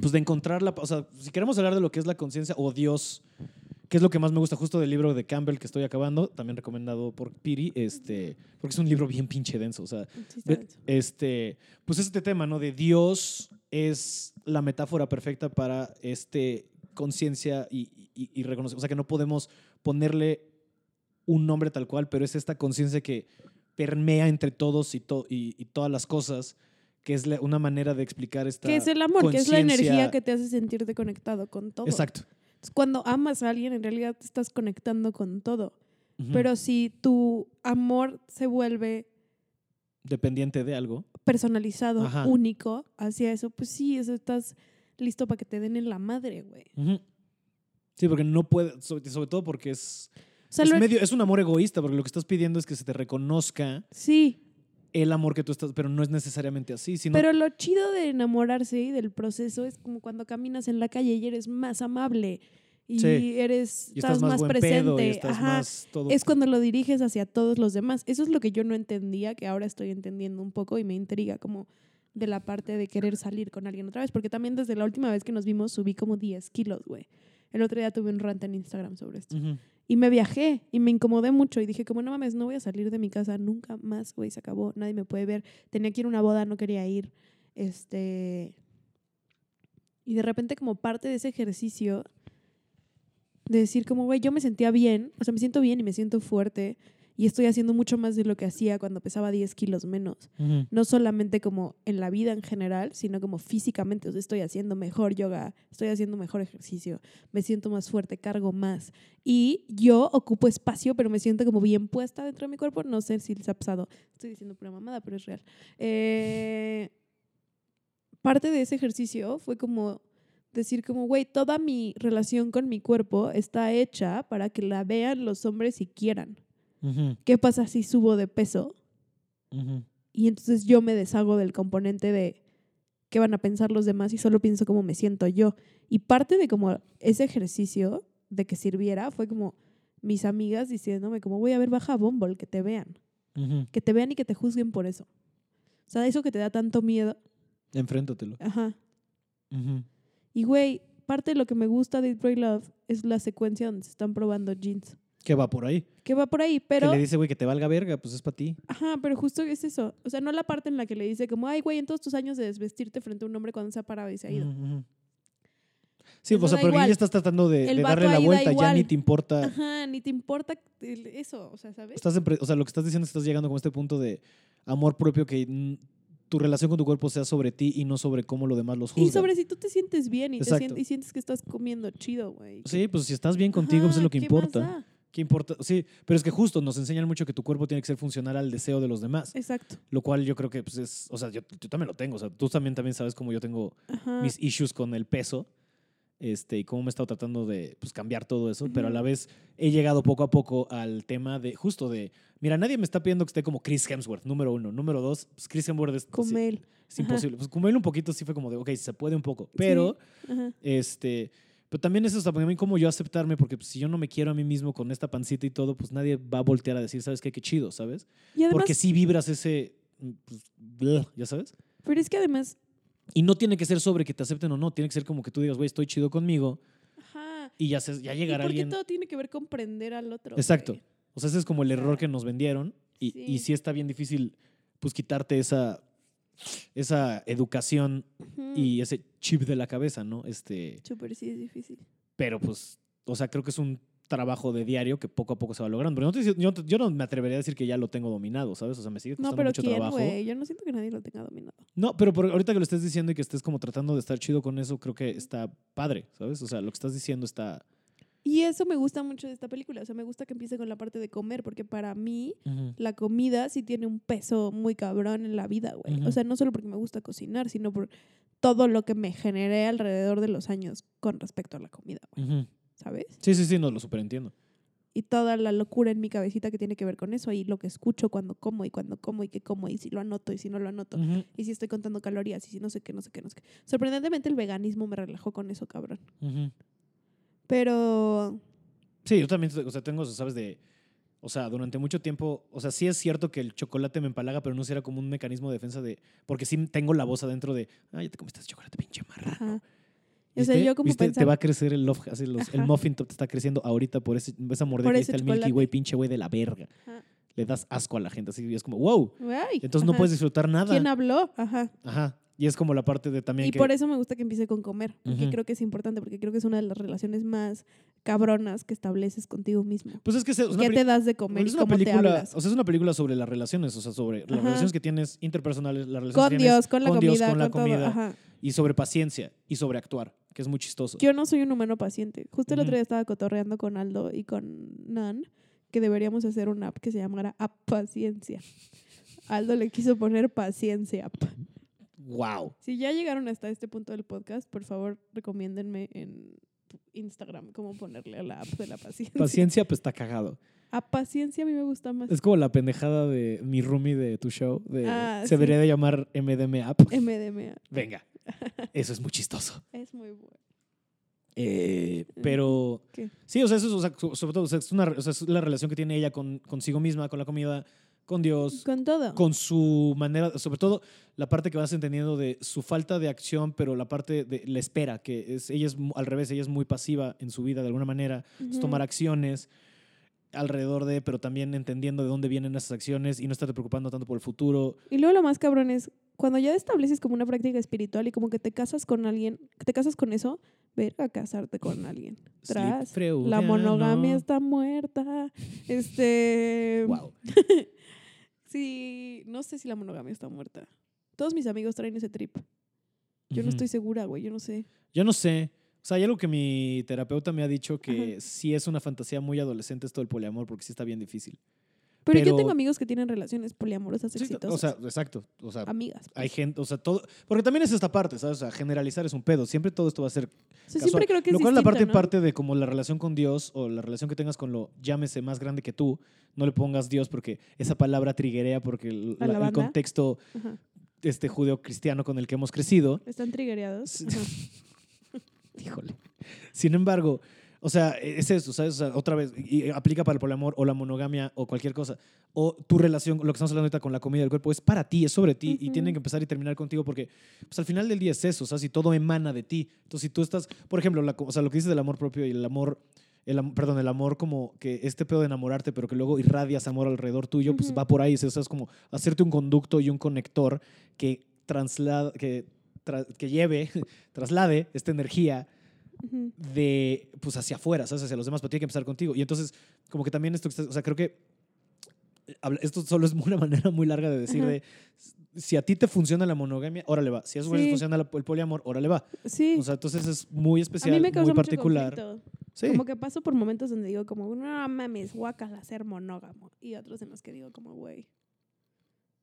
Speaker 1: pues, de encontrar la... O sea, si queremos hablar de lo que es la conciencia o Dios, que es lo que más me gusta justo del libro de Campbell que estoy acabando, también recomendado por Piri, este, porque es un libro bien pinche denso, o sea,
Speaker 2: Sí, está
Speaker 1: de-
Speaker 2: bien.
Speaker 1: este, pues este tema, ¿no? De Dios es la metáfora perfecta para este conciencia y, y, y reconocer. O sea, que no podemos ponerle un nombre tal cual, pero es esta conciencia que permea entre todos y, to- y, y todas las cosas, que es la- una manera de explicar esta.
Speaker 2: Que es el amor, que es la
Speaker 1: conciencia-
Speaker 2: energía que te hace sentirte conectado con todo.
Speaker 1: Exacto.
Speaker 2: Entonces, Cuando amas a alguien, en realidad te estás conectando con todo.
Speaker 1: Ujú.
Speaker 2: Pero si tu amor se vuelve
Speaker 1: Dependiente de algo.
Speaker 2: personalizado,
Speaker 1: Ajá.
Speaker 2: único hacia eso, pues sí, eso estás listo para que te den en la madre, güey.
Speaker 1: Ujú. Sí, porque no puede. Sobre, sobre todo porque es.
Speaker 2: O sea,
Speaker 1: es,
Speaker 2: lo-
Speaker 1: medio, es un amor egoísta, porque lo que estás pidiendo es que se te reconozca.
Speaker 2: sí,
Speaker 1: el amor que tú estás, pero no es necesariamente así, sino
Speaker 2: pero lo chido de enamorarse y del proceso es como cuando caminas en la calle y eres más amable y
Speaker 1: Sí.
Speaker 2: eres
Speaker 1: y
Speaker 2: estás, más,
Speaker 1: buen
Speaker 2: presente,
Speaker 1: pedo y estás
Speaker 2: ajá.
Speaker 1: más todo.
Speaker 2: Es cuando lo diriges hacia todos los demás. Eso es lo que yo no entendía, que ahora estoy entendiendo un poco y me intriga como de la parte de querer salir con alguien otra vez, porque también desde la última vez que nos vimos subí como 10 kilos, güey. El otro día tuve un rant en Instagram sobre esto.
Speaker 1: Ujú.
Speaker 2: Y me viajé y me incomodé mucho y dije como, no mames, no voy a salir de mi casa nunca más, güey, se acabó, nadie me puede ver. Tenía que ir a una boda, no quería ir. Este... Y de repente como parte de ese ejercicio de decir como, güey, yo me sentía bien, o sea, me siento bien y me siento fuerte y estoy haciendo mucho más de lo que hacía cuando pesaba 10 kilos menos.
Speaker 1: Ujú.
Speaker 2: No solamente como en la vida en general, sino como físicamente, o sea, estoy haciendo mejor yoga, estoy haciendo mejor ejercicio, me siento más fuerte, cargo más. Y yo ocupo espacio, pero me siento como bien puesta dentro de mi cuerpo. No sé si les ha pasado. Estoy diciendo pura mamada, pero es real. Eh, parte de ese ejercicio fue como decir como, güey, toda mi relación con mi cuerpo está hecha para que la vean los hombres si quieran.
Speaker 1: Ujú.
Speaker 2: ¿Qué pasa si subo de peso?
Speaker 1: Ujú.
Speaker 2: Y entonces yo me deshago del componente de qué van a pensar los demás y solo pienso cómo me siento yo. Y parte de como ese ejercicio de que sirviera fue como mis amigas diciéndome como voy a ver baja Bumble, que te vean,
Speaker 1: Ujú.
Speaker 2: que te vean y que te juzguen por eso. O sea, eso que te da tanto miedo.
Speaker 1: Enfréntatelo.
Speaker 2: Ajá.
Speaker 1: Ujú.
Speaker 2: Y güey, parte de lo que me gusta de It Pray Love es la secuencia donde se están probando jeans.
Speaker 1: Que va por ahí.
Speaker 2: Que va por ahí, pero...
Speaker 1: que le dice, güey, que te valga verga, pues es para ti.
Speaker 2: Ajá, pero justo es eso. O sea, no la parte en la que le dice como, ay, güey, en todos tus años de desvestirte frente a un hombre cuando se ha parado y se ha ido.
Speaker 1: Ujú, ujú. Sí,
Speaker 2: Eso
Speaker 1: o sea,
Speaker 2: da
Speaker 1: porque ya
Speaker 2: igual.
Speaker 1: estás tratando de,
Speaker 2: El
Speaker 1: de
Speaker 2: vato
Speaker 1: darle la
Speaker 2: ahí da
Speaker 1: vuelta, ya
Speaker 2: igual.
Speaker 1: ni te importa.
Speaker 2: Ajá, ni te importa el- eso, o sea, ¿sabes?
Speaker 1: Estás en pre- o sea, lo que estás diciendo es que estás llegando como a este punto de amor propio que mm, tu relación con tu cuerpo sea sobre ti y no sobre cómo lo demás los juzga.
Speaker 2: Y sobre si tú te sientes bien y, te
Speaker 1: Exacto.
Speaker 2: sien- y sientes que estás comiendo chido, güey.
Speaker 1: Sí, pues si estás bien contigo, pues es lo que importa. ¿Qué importa? Sí, pero es que justo nos enseñan mucho que tu cuerpo tiene que ser funcional al deseo de los demás.
Speaker 2: Exacto.
Speaker 1: Lo cual yo creo que pues, es, o sea, yo, yo también lo tengo, o sea, tú también, también sabes cómo yo tengo
Speaker 2: Ajá.
Speaker 1: mis issues con el peso este, y cómo me he estado tratando de pues, cambiar todo eso, pero a la
Speaker 2: Ujú.
Speaker 1: vez he llegado poco a poco al tema de justo de, mira, nadie me está pidiendo que esté como Chris Hemsworth, número uno, número dos, pues Chris Hemsworth es,
Speaker 2: Con
Speaker 1: sí,
Speaker 2: él.
Speaker 1: es
Speaker 2: Ajá.
Speaker 1: imposible, pues con él un poquito sí fue como de, ok, se puede un poco, pero...
Speaker 2: Ajá.
Speaker 1: Este, pero también eso, o sea, también como yo aceptarme, porque pues, si yo no me quiero a mí mismo con esta pancita y todo, pues nadie va a voltear a decir, ¿sabes qué? Qué chido, ¿sabes?
Speaker 2: Y además,
Speaker 1: porque si vibras ese, mm, pues, bleh, ya sabes.
Speaker 2: pero es que además,
Speaker 1: Y no tiene que ser sobre que te acepten o no, tiene que ser como que tú digas, güey, estoy chido conmigo
Speaker 2: ajá.
Speaker 1: y ya, se- ya
Speaker 2: ¿Y
Speaker 1: llegará
Speaker 2: porque
Speaker 1: alguien.
Speaker 2: todo tiene que ver con prender al otro.
Speaker 1: Exacto.
Speaker 2: güey?
Speaker 1: O sea, ese es como el error que nos vendieron y
Speaker 2: Sí.
Speaker 1: y sí está bien difícil, pues quitarte esa, esa educación
Speaker 2: Ujú.
Speaker 1: y ese chip de la cabeza, ¿no? Este,
Speaker 2: Súper, sí, es difícil.
Speaker 1: pero pues, o sea, creo que es un trabajo de diario que poco a poco se va logrando. Pero no te- yo, no te- yo no me atrevería a decir que ya lo tengo dominado, ¿sabes? O sea, me sigue costando
Speaker 2: No, pero
Speaker 1: mucho
Speaker 2: ¿quién,
Speaker 1: trabajo.
Speaker 2: güey? Yo no siento que nadie lo tenga dominado.
Speaker 1: No, pero por- ahorita que lo estés diciendo y que estés como tratando de estar chido con eso, creo que está padre, ¿sabes? O sea, lo que estás diciendo está...
Speaker 2: Y eso me gusta mucho de esta película. O sea, me gusta que empiece con la parte de comer, porque para mí la comida sí tiene un peso muy cabrón en la vida, güey.
Speaker 1: Ujú.
Speaker 2: O sea, no solo porque me gusta cocinar, sino por todo lo que me generé alrededor de los años con respecto a la comida, güey.
Speaker 1: Ujú.
Speaker 2: ¿Sabes?
Speaker 1: Sí, sí, sí, no lo superentiendo.
Speaker 2: y toda la locura en mi cabecita que tiene que ver con eso y lo que escucho cuando como y cuando como y qué como y si lo anoto y si no lo anoto
Speaker 1: Ujú,
Speaker 2: y si estoy contando calorías y si no sé qué, no sé qué, no sé qué. Sorprendentemente el veganismo me relajó con eso, cabrón.
Speaker 1: ujú.
Speaker 2: Pero
Speaker 1: Sí, yo también, o sea, tengo, sabes, de... O sea, durante mucho tiempo, o sea, sí es cierto que el chocolate me empalaga, pero no será como un mecanismo de defensa de... Porque sí tengo la voz adentro de, ah, ya te comiste ese chocolate, pinche marra.
Speaker 2: ajá. O sea, yo como
Speaker 1: ¿Viste? Te
Speaker 2: pensaba-
Speaker 1: va a crecer el, lof- así los- el
Speaker 2: Ajá.
Speaker 1: muffin top, te está creciendo ahorita por ese, esa mordida
Speaker 2: Por
Speaker 1: que
Speaker 2: ese
Speaker 1: está el Milky
Speaker 2: chocolate.
Speaker 1: Way, pinche güey de la verga.
Speaker 2: Ajá.
Speaker 1: Le das asco a la gente, así y es como, wow.
Speaker 2: Ay,
Speaker 1: Entonces no
Speaker 2: ajá.
Speaker 1: puedes disfrutar nada.
Speaker 2: ¿Quién habló? Ajá.
Speaker 1: Ajá. Y es como la parte de también
Speaker 2: Y
Speaker 1: que...
Speaker 2: por eso me gusta que empiece con comer, porque
Speaker 1: Ujú.
Speaker 2: creo que es importante, porque creo que es una de las relaciones más cabronas que estableces contigo mismo.
Speaker 1: Pues es que es una
Speaker 2: ¿Qué
Speaker 1: peli- pues
Speaker 2: te das de comer y
Speaker 1: es una
Speaker 2: cómo
Speaker 1: película,
Speaker 2: te hablas?
Speaker 1: o sea, es una película sobre las relaciones, o sea, sobre las
Speaker 2: Ajá.
Speaker 1: relaciones que tienes interpersonales, las relaciones
Speaker 2: Con
Speaker 1: que tienes
Speaker 2: Dios, con la
Speaker 1: con
Speaker 2: comida,
Speaker 1: Dios, con
Speaker 2: con,
Speaker 1: la
Speaker 2: todo.
Speaker 1: comida.
Speaker 2: Ajá.
Speaker 1: y sobre paciencia y sobre actuar, que es muy chistoso.
Speaker 2: Yo no soy un humano paciente. Justo el
Speaker 1: Ujú.
Speaker 2: otro día estaba cotorreando con Aldo y con Nan que deberíamos hacer una app que se llamara App Paciencia. Aldo le quiso poner paciencia. app.
Speaker 1: Wow.
Speaker 2: Si ya llegaron hasta este punto del podcast, por favor, recomiéndenme en Instagram cómo ponerle a la app de la paciencia.
Speaker 1: Paciencia pues está cagado.
Speaker 2: A paciencia a mí me gusta más.
Speaker 1: Es como la pendejada de mi roomie de tu show de
Speaker 2: Ah,
Speaker 1: se
Speaker 2: sí.
Speaker 1: debería de llamar MDM app.
Speaker 2: MDMA.
Speaker 1: Venga. Eso es muy chistoso.
Speaker 2: Es muy bueno.
Speaker 1: Eh, pero
Speaker 2: ¿Qué?
Speaker 1: sí, o sea, eso es, o sea, so- sobre todo, o sea, es, una, re- o sea, es la relación que tiene ella con, consigo misma, con la comida, con Dios,
Speaker 2: Con todo.
Speaker 1: con su manera, sobre todo la parte que vas entendiendo de su falta de acción, pero la parte de la espera, que es, ella es mu- al revés, ella es muy pasiva en su vida de alguna manera, es
Speaker 2: Ujú.
Speaker 1: tomar acciones alrededor de, pero también entendiendo de dónde vienen esas acciones y no estarte preocupando tanto por el futuro.
Speaker 2: Y luego lo más cabrón es cuando ya estableces como una práctica espiritual y como que te casas con alguien, te casas con eso, ver a casarte con alguien. Tras,
Speaker 1: Sleep freudiano.
Speaker 2: la monogamia está muerta. Este.
Speaker 1: Wow.
Speaker 2: Sí, no sé si la monogamia está muerta. Todos mis amigos traen ese trip. Yo no
Speaker 1: Ujú.
Speaker 2: estoy segura, güey, yo no sé.
Speaker 1: Yo no sé. O sea, hay algo que mi terapeuta me ha dicho que
Speaker 2: Ajá.
Speaker 1: sí es una fantasía muy adolescente esto del poliamor, porque sí está bien difícil.
Speaker 2: Pero,
Speaker 1: Pero-
Speaker 2: yo tengo amigos que tienen relaciones poliamorosas
Speaker 1: Sí,
Speaker 2: exitosas.
Speaker 1: o sea, exacto. O sea,
Speaker 2: amigas.
Speaker 1: hay
Speaker 2: pues.
Speaker 1: gente, o sea, todo. Porque también es esta parte, ¿sabes? O sea, generalizar es un pedo. Siempre todo esto va a ser.
Speaker 2: O sea,
Speaker 1: casual.
Speaker 2: siempre creo que es
Speaker 1: lo cual es la parte,
Speaker 2: distinto, ¿no?
Speaker 1: parte de como la relación con Dios o la relación que tengas con lo llámese más grande que tú. No le pongas Dios porque esa palabra triguerea porque el,
Speaker 2: ¿A la
Speaker 1: la- el
Speaker 2: banda?
Speaker 1: contexto
Speaker 2: Ajá.
Speaker 1: este cristiano con el que hemos crecido.
Speaker 2: Están triggereados.
Speaker 1: Sí.
Speaker 2: Ajá.
Speaker 1: Híjole. Sin embargo, o sea, e-, es eso, ¿sabes? O sea, otra vez, y aplica para el poliamor o la monogamia o cualquier cosa. O tu relación, lo que estamos hablando ahorita con la comida del cuerpo, es para ti, es sobre ti y
Speaker 2: Ujú.
Speaker 1: tienen que empezar y terminar contigo porque pues, al final del día es eso, o sea, si todo emana de ti. Entonces, si tú estás, por ejemplo, la co- o sea, lo que dices del amor propio y el amor. El, am- perdón, el amor como que este pedo de enamorarte, pero que luego irradias amor alrededor tuyo, pues
Speaker 2: Ujú.
Speaker 1: va por ahí. O sea, es como hacerte un conducto y un conector que, traslada, que, tra- que lleve, traslade esta energía
Speaker 2: Ujú.
Speaker 1: de pues hacia afuera, ¿sabes? hacia los demás, pero tiene que empezar contigo. Y entonces, como que también esto, que estás- o sea, creo que eh, habla- esto solo es una manera muy larga de decir
Speaker 2: Ajá.
Speaker 1: de si a ti te funciona la monogamia, órale va. Si a esos güeyes
Speaker 2: Sí.
Speaker 1: funciona la- el poliamor, órale va.
Speaker 2: Sí.
Speaker 1: O sea, entonces es muy especial,
Speaker 2: a mí me causa
Speaker 1: muy
Speaker 2: mucho
Speaker 1: particular.
Speaker 2: conflicto.
Speaker 1: Sí.
Speaker 2: Como que paso por momentos donde digo como, no mames, guacala ser monógamo. Y otros en los que digo como, güey,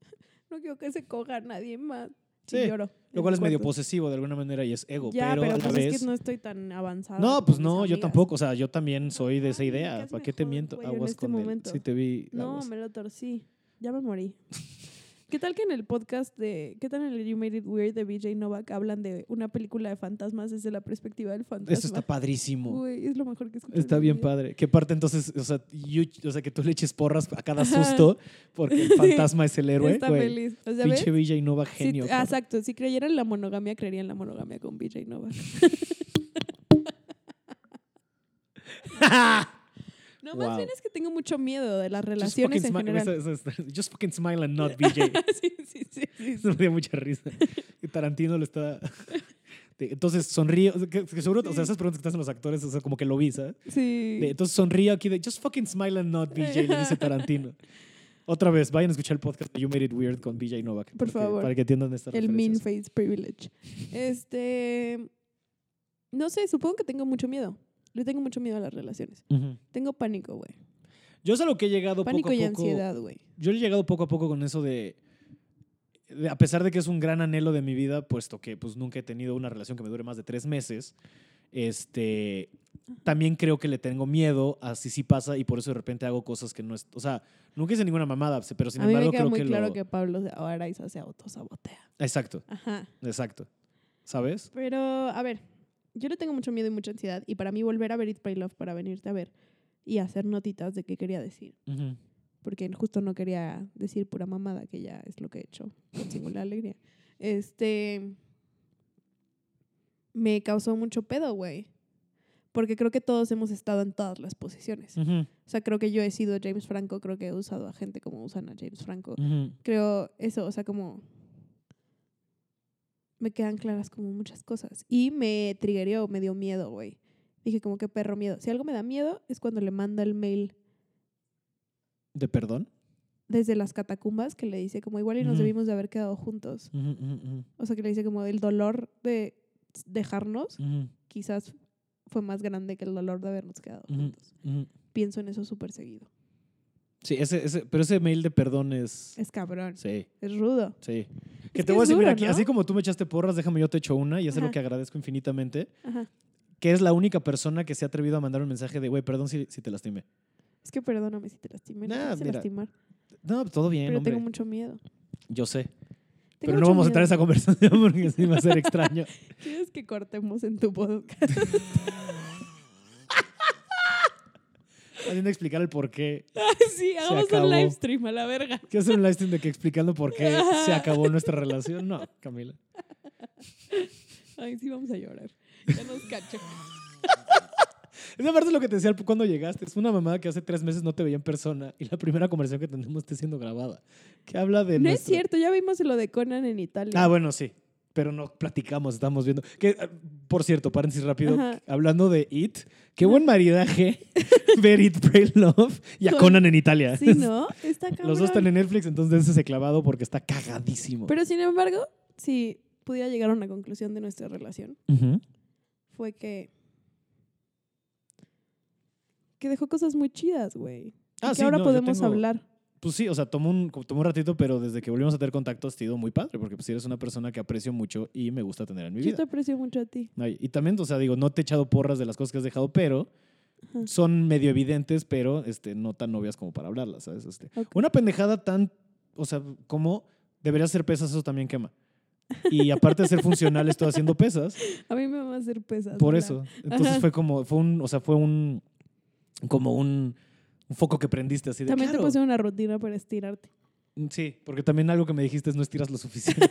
Speaker 2: no quiero que se coja a nadie más. Y
Speaker 1: Sí,
Speaker 2: lloro.
Speaker 1: Lo
Speaker 2: en
Speaker 1: cual
Speaker 2: mi
Speaker 1: es medio
Speaker 2: cuarto.
Speaker 1: posesivo de alguna manera y es ego,
Speaker 2: Ya,
Speaker 1: pero,
Speaker 2: pero,
Speaker 1: a la
Speaker 2: pues
Speaker 1: vez
Speaker 2: es que no estoy tan avanzada.
Speaker 1: No,
Speaker 2: como
Speaker 1: pues
Speaker 2: mis
Speaker 1: no, yo
Speaker 2: amigas.
Speaker 1: tampoco, o sea, yo también soy de esa
Speaker 2: Ay,
Speaker 1: idea,
Speaker 2: ubicas
Speaker 1: ¿para qué te
Speaker 2: mejor,
Speaker 1: miento?
Speaker 2: güey, en
Speaker 1: Aguas
Speaker 2: este
Speaker 1: con él.
Speaker 2: momento.
Speaker 1: Sí te vi. ah,
Speaker 2: No,
Speaker 1: aguas.
Speaker 2: me lo torcí. Ya me morí. ¿Qué tal que en el podcast de... ¿Qué tal en el You Made It Weird de BJ Novak hablan de una película de fantasmas desde la perspectiva del fantasma?
Speaker 1: Eso está padrísimo.
Speaker 2: Güey, es lo mejor que escuché. en
Speaker 1: Está
Speaker 2: mi
Speaker 1: bien
Speaker 2: vida.
Speaker 1: padre. ¿Qué parte entonces, o sea, you- o sea, que tú le eches porras a cada
Speaker 2: Ajá.
Speaker 1: susto porque el
Speaker 2: Sí.
Speaker 1: fantasma es el héroe?
Speaker 2: Está
Speaker 1: güey.
Speaker 2: feliz. O sea, ¿ves?
Speaker 1: Pinche Villa y Nova
Speaker 2: Si-
Speaker 1: genio.
Speaker 2: ah,
Speaker 1: cabrón.
Speaker 2: exacto, si creyera en la monogamia, creería en la monogamia con BJ Novak. No, más
Speaker 1: Wow.
Speaker 2: bien es que tengo mucho miedo de las
Speaker 1: Just
Speaker 2: relaciones
Speaker 1: fucking
Speaker 2: en
Speaker 1: smile-
Speaker 2: general.
Speaker 1: eso- eso- eso- Just fucking smile and not BJ.
Speaker 2: sí, sí, sí, sí, sí.
Speaker 1: Eso me dio mucha risa. Y Tarantino lo está. De- Entonces sonríe. o sea, que- que seguro, o sea,
Speaker 2: Sí.
Speaker 1: esas preguntas que te hacen los actores, o sea, como que lo visa.
Speaker 2: Sí.
Speaker 1: Entonces sonríe aquí de Just fucking smile and not BJ, le dice Tarantino. Otra vez, vayan a escuchar el podcast de You Made It Weird con BJ Novak.
Speaker 2: Por
Speaker 1: porque-
Speaker 2: favor.
Speaker 1: Para que entiendan estas
Speaker 2: El mean
Speaker 1: referencias.
Speaker 2: face privilege. Este. No sé, supongo que tengo mucho miedo. Le tengo mucho miedo a las relaciones.
Speaker 1: Ujú.
Speaker 2: Tengo pánico, güey.
Speaker 1: Yo es a lo que he llegado
Speaker 2: Pánico
Speaker 1: poco a
Speaker 2: y
Speaker 1: poco.
Speaker 2: ansiedad, güey.
Speaker 1: Yo he llegado poco a poco con eso de, de- a pesar de que es un gran anhelo de mi vida, puesto que pues nunca he tenido una relación que me dure más de tres meses, Este, también creo que le tengo miedo a si sí pasa y por eso de repente hago cosas que no es, o sea, nunca hice ninguna mamada, pero sin
Speaker 2: a mí
Speaker 1: embargo
Speaker 2: me queda
Speaker 1: creo
Speaker 2: muy
Speaker 1: que
Speaker 2: claro
Speaker 1: lo
Speaker 2: que Pablo Araiza se autosabotea.
Speaker 1: Exacto,
Speaker 2: Ajá.
Speaker 1: exacto. ¿Sabes?
Speaker 2: Pero, a ver, yo le tengo mucho miedo y mucha ansiedad. Y para mí volver a ver It Pray Love, para venirte a ver y hacer notitas de qué quería decir.
Speaker 1: Ujú.
Speaker 2: Porque justo no quería decir pura mamada, que ya es lo que he hecho con singular alegría. Este... Me causó mucho pedo, güey. Porque creo que todos hemos estado en todas las posiciones.
Speaker 1: Ujú,
Speaker 2: O sea, creo que yo he sido James Franco, creo que he usado a gente como usan a James Franco.
Speaker 1: ujú.
Speaker 2: Creo eso, o sea, como me quedan claras como muchas cosas. Y me triggerió, me dio miedo, güey. Dije como que perro miedo. Si algo me da miedo es cuando le manda el mail
Speaker 1: ¿De perdón?
Speaker 2: desde las catacumbas que le dice como igual y nos
Speaker 1: Ujú.
Speaker 2: debimos de haber quedado juntos.
Speaker 1: Ujú, ujú, ujú,
Speaker 2: O sea, que le dice como el dolor de dejarnos
Speaker 1: ujú,
Speaker 2: quizás fue más grande que el dolor de habernos quedado
Speaker 1: Ujú.
Speaker 2: juntos.
Speaker 1: ujú.
Speaker 2: Pienso en eso súper seguido.
Speaker 1: Sí, ese, ese, pero ese mail de perdón es...
Speaker 2: Es cabrón,
Speaker 1: Sí,
Speaker 2: es rudo.
Speaker 1: sí. Que te
Speaker 2: Es que
Speaker 1: voy a
Speaker 2: es
Speaker 1: decir, mira,
Speaker 2: duro,
Speaker 1: aquí-
Speaker 2: ¿no?
Speaker 1: así como tú me echaste porras, déjame yo te echo una y es lo
Speaker 2: Ajá.
Speaker 1: que agradezco infinitamente,
Speaker 2: Ajá.
Speaker 1: que es la única persona que se ha atrevido a mandar un mensaje de, güey, perdón si, si te lastimé.
Speaker 2: Es que perdóname si te lastimé. No
Speaker 1: Nah,
Speaker 2: te quise
Speaker 1: mira,
Speaker 2: lastimar,
Speaker 1: No, todo bien,
Speaker 2: pero
Speaker 1: hombre.
Speaker 2: tengo mucho miedo.
Speaker 1: Yo sé.
Speaker 2: Tengo
Speaker 1: pero no
Speaker 2: mucho
Speaker 1: vamos a entrar a
Speaker 2: miedo.
Speaker 1: esa conversación porque sí va a ser extraño.
Speaker 2: ¿Quieres que cortemos en tu podcast?
Speaker 1: Haciendo explicar el por qué.
Speaker 2: sí, hagamos
Speaker 1: acabó.
Speaker 2: un live stream a la verga.
Speaker 1: ¿Qué hacer un live stream de que explicando por qué se acabó nuestra relación? No, Camila.
Speaker 2: Ay, sí, vamos a llorar. Ya nos cacho.
Speaker 1: Esa parte es lo que te decía cuando llegaste. Es una mamada que hace tres meses no te veía en persona y la primera conversación que tenemos está siendo grabada. Que habla de.
Speaker 2: No es
Speaker 1: nuestra-
Speaker 2: cierto, ya vimos lo de Conan en Italia.
Speaker 1: Ah, bueno, sí. Pero no platicamos, estamos viendo. Que, ah, por cierto, paréntesis rápido.
Speaker 2: Ajá.
Speaker 1: Hablando de It, qué buen maridaje ver It, Pray, Love y a
Speaker 2: Con-
Speaker 1: Conan en Italia.
Speaker 2: Sí, ¿no? Está cabrón.
Speaker 1: Los dos están en Netflix, entonces ese clavado porque está cagadísimo.
Speaker 2: Pero sin embargo, si pudiera llegar a una conclusión de nuestra relación,
Speaker 1: Ujú.
Speaker 2: fue que... Que dejó cosas muy chidas, güey. Y
Speaker 1: Ah,
Speaker 2: que
Speaker 1: sí,
Speaker 2: ahora
Speaker 1: no, yo
Speaker 2: podemos
Speaker 1: tengo-
Speaker 2: hablar.
Speaker 1: Pues sí, o sea, tomó un, tomó un ratito, pero desde que volvimos a tener contacto ha sido muy padre, porque pues eres una persona que aprecio mucho y me gusta tener en mi
Speaker 2: Yo te
Speaker 1: vida.
Speaker 2: aprecio mucho a ti.
Speaker 1: Ay, y también, o sea, digo, no te he echado porras de las cosas que has dejado, pero
Speaker 2: Ajá.
Speaker 1: son medio evidentes, pero este, no tan obvias como para hablarlas, ¿sabes? Este,
Speaker 2: Ok.
Speaker 1: Una pendejada tan, o sea, como debería hacer pesas, eso también quema. Y aparte de ser funcional, estoy haciendo pesas.
Speaker 2: A mí me va a hacer pesas.
Speaker 1: Por
Speaker 2: hola.
Speaker 1: eso. Entonces
Speaker 2: Ajá.
Speaker 1: fue como, fue un, o sea, fue un, como un, un foco que prendiste así de
Speaker 2: También
Speaker 1: claro.
Speaker 2: te puse una rutina para estirarte.
Speaker 1: Sí, porque también algo que me dijiste es no estiras lo suficiente.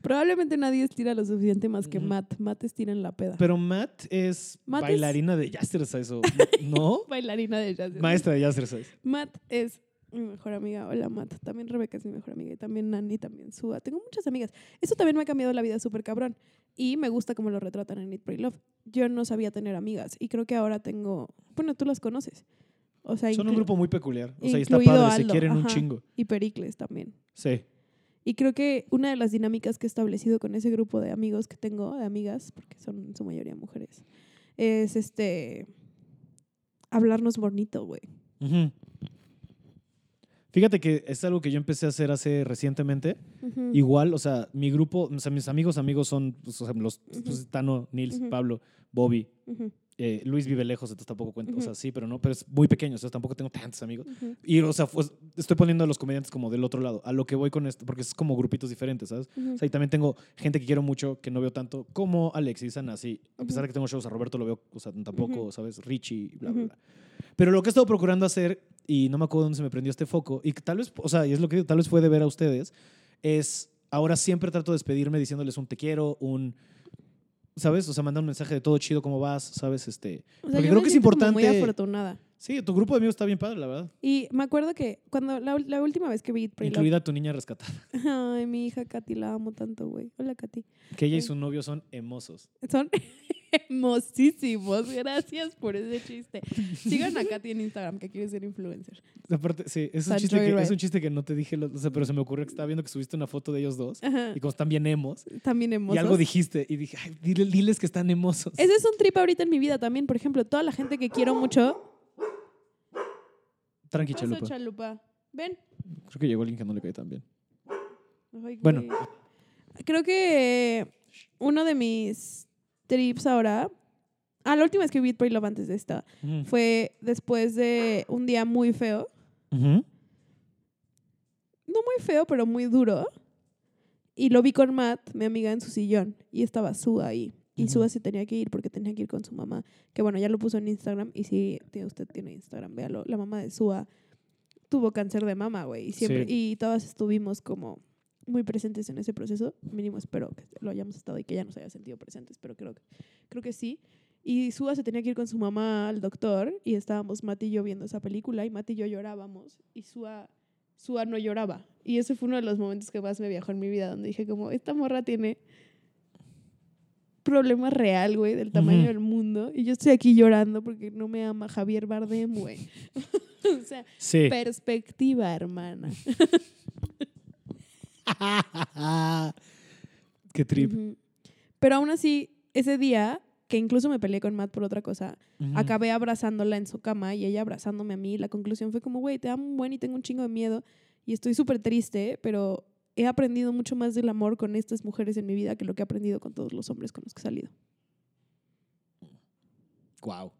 Speaker 2: Probablemente nadie estira lo suficiente más que
Speaker 1: Ujú.
Speaker 2: Matt. Matt estira en la peda.
Speaker 1: Pero Matt es
Speaker 2: Matt es-
Speaker 1: bailarina de jazzercise o no,
Speaker 2: Bailarina de jazz.
Speaker 1: maestra de jazzercise.
Speaker 2: Matt es mi mejor amiga. Hola, Matt. También Rebeca es mi mejor amiga. Y también Nani, también Suba. Tengo muchas amigas. Eso también me ha cambiado la vida súper cabrón. Y me gusta cómo lo retratan en It Pray Love. Yo no sabía tener amigas. Y creo que ahora tengo... Bueno, tú las conoces. O sea,
Speaker 1: Son un
Speaker 2: inclu-
Speaker 1: grupo muy peculiar. O sea, y está
Speaker 2: incluido
Speaker 1: padre, se
Speaker 2: Aldo,
Speaker 1: quieren un
Speaker 2: ajá.
Speaker 1: chingo.
Speaker 2: Y Pericles también.
Speaker 1: Sí.
Speaker 2: Y creo que una de las dinámicas que he establecido con ese grupo de amigos que tengo, de amigas, porque son en su mayoría mujeres, es este hablarnos bonito, güey.
Speaker 1: Ujú. Fíjate que es algo que yo empecé a hacer hace recientemente.
Speaker 2: Ujú.
Speaker 1: Igual, o sea, mi grupo, o sea, mis amigos amigos son pues, o sea, los pues, Tano, Nils,
Speaker 2: Ujú.
Speaker 1: Pablo, Bobby,
Speaker 2: Ujú,
Speaker 1: eh, Luis vive lejos, entonces tampoco cuento. O sea,
Speaker 2: Ujú.
Speaker 1: sí, pero no, pero es muy pequeño, o sea, tampoco tengo tantos amigos.
Speaker 2: ujú,
Speaker 1: Y, o sea, pues, estoy poniendo a los comediantes como del otro lado, a lo que voy con esto, porque es como grupitos diferentes, ¿sabes?
Speaker 2: ujú.
Speaker 1: O sea, y también tengo gente que quiero mucho, que no veo tanto, como Alexis, Anasi. A pesar de que tengo shows a Roberto, lo veo, o sea, tampoco,
Speaker 2: Ujú.
Speaker 1: ¿sabes? Richie, bla, bla,
Speaker 2: Ujú.
Speaker 1: bla. Pero lo que he estado procurando hacer, y no me acuerdo dónde se me prendió este foco, y que tal vez, o sea, y es lo que tal vez fue de ver a ustedes, es ahora siempre trato de despedirme diciéndoles un te quiero, un. ¿Sabes? O sea, mandar un mensaje de todo chido, ¿cómo vas? ¿Sabes? Este.
Speaker 2: O sea,
Speaker 1: porque
Speaker 2: yo
Speaker 1: creo
Speaker 2: me
Speaker 1: que es
Speaker 2: siento como Muy
Speaker 1: importante-
Speaker 2: afortunada.
Speaker 1: Sí, tu grupo de amigos está bien padre, la verdad.
Speaker 2: Y me acuerdo que cuando la, ul- la última vez que vi It Pray Love-
Speaker 1: Incluida tu niña rescatada.
Speaker 2: Ay, mi hija Katy, la amo tanto, güey. Hola, Katy.
Speaker 1: Que ella y su novio son hermosos.
Speaker 2: Son hermosísimos. Gracias por ese chiste. Sigan a Katy en Instagram, que quiere ser influencer.
Speaker 1: Aparte, sí, es un,
Speaker 2: Sancho
Speaker 1: chiste
Speaker 2: y
Speaker 1: que,
Speaker 2: Red.
Speaker 1: es un chiste que no te dije, lo- o sea, pero se me ocurrió que estaba viendo que subiste una foto de ellos dos
Speaker 2: Ajá.
Speaker 1: y como están bien emos.
Speaker 2: También hermosos.
Speaker 1: Y algo dijiste y dije, "Ay, dile- diles que están hermosos.
Speaker 2: Ese es un trip ahorita en mi vida también. Por ejemplo, toda la gente que quiero mucho.
Speaker 1: Tranqui,
Speaker 2: Pasa,
Speaker 1: chalupa.
Speaker 2: chalupa. Ven.
Speaker 1: Creo que llegó alguien que no le cae tan bien.
Speaker 2: Ay,
Speaker 1: Bueno.
Speaker 2: güey. Creo que uno de mis trips ahora, ah, la última vez que vi Pray Love antes de esta,
Speaker 1: Ujú.
Speaker 2: fue después de un día muy feo,
Speaker 1: Ujú.
Speaker 2: no muy feo, pero muy duro, y lo vi con Matt, mi amiga, en su sillón, y estaba Sua ahí. Y
Speaker 1: Ujú.
Speaker 2: Sua se tenía que ir porque tenía que ir con su mamá. Que bueno, ya lo puso en Instagram. Y si tiene- usted tiene Instagram, véalo. La mamá de Sua tuvo cáncer de mama, güey. Y, siempre- y todas estuvimos como muy presentes en ese proceso. Mínimo espero que lo hayamos estado y que ya nos haya sentido presentes, pero creo que, creo que sí. Y Sua se tenía que ir con su mamá al doctor y estábamos Mati y yo viendo esa película y Mati y yo llorábamos y Sua, Sua no lloraba. Y ese fue uno de los momentos que más me viajó en mi vida, donde dije como, esta morra tiene problema real, güey, del tamaño
Speaker 1: Ujú.
Speaker 2: del mundo. Y yo estoy aquí llorando porque no me ama Javier Bardem, güey. o sea,
Speaker 1: Sí.
Speaker 2: perspectiva, hermana.
Speaker 1: Qué trip.
Speaker 2: Ujú. Pero aún así, ese día, que incluso me peleé con Matt por otra cosa,
Speaker 1: Ujú.
Speaker 2: acabé abrazándola en su cama y ella abrazándome a mí. La conclusión fue como, güey, te amo un buen y tengo un chingo de miedo y estoy súper triste, pero he aprendido mucho más del amor con estas mujeres en mi vida que lo que he aprendido con todos los hombres con los que he salido.
Speaker 1: Wow.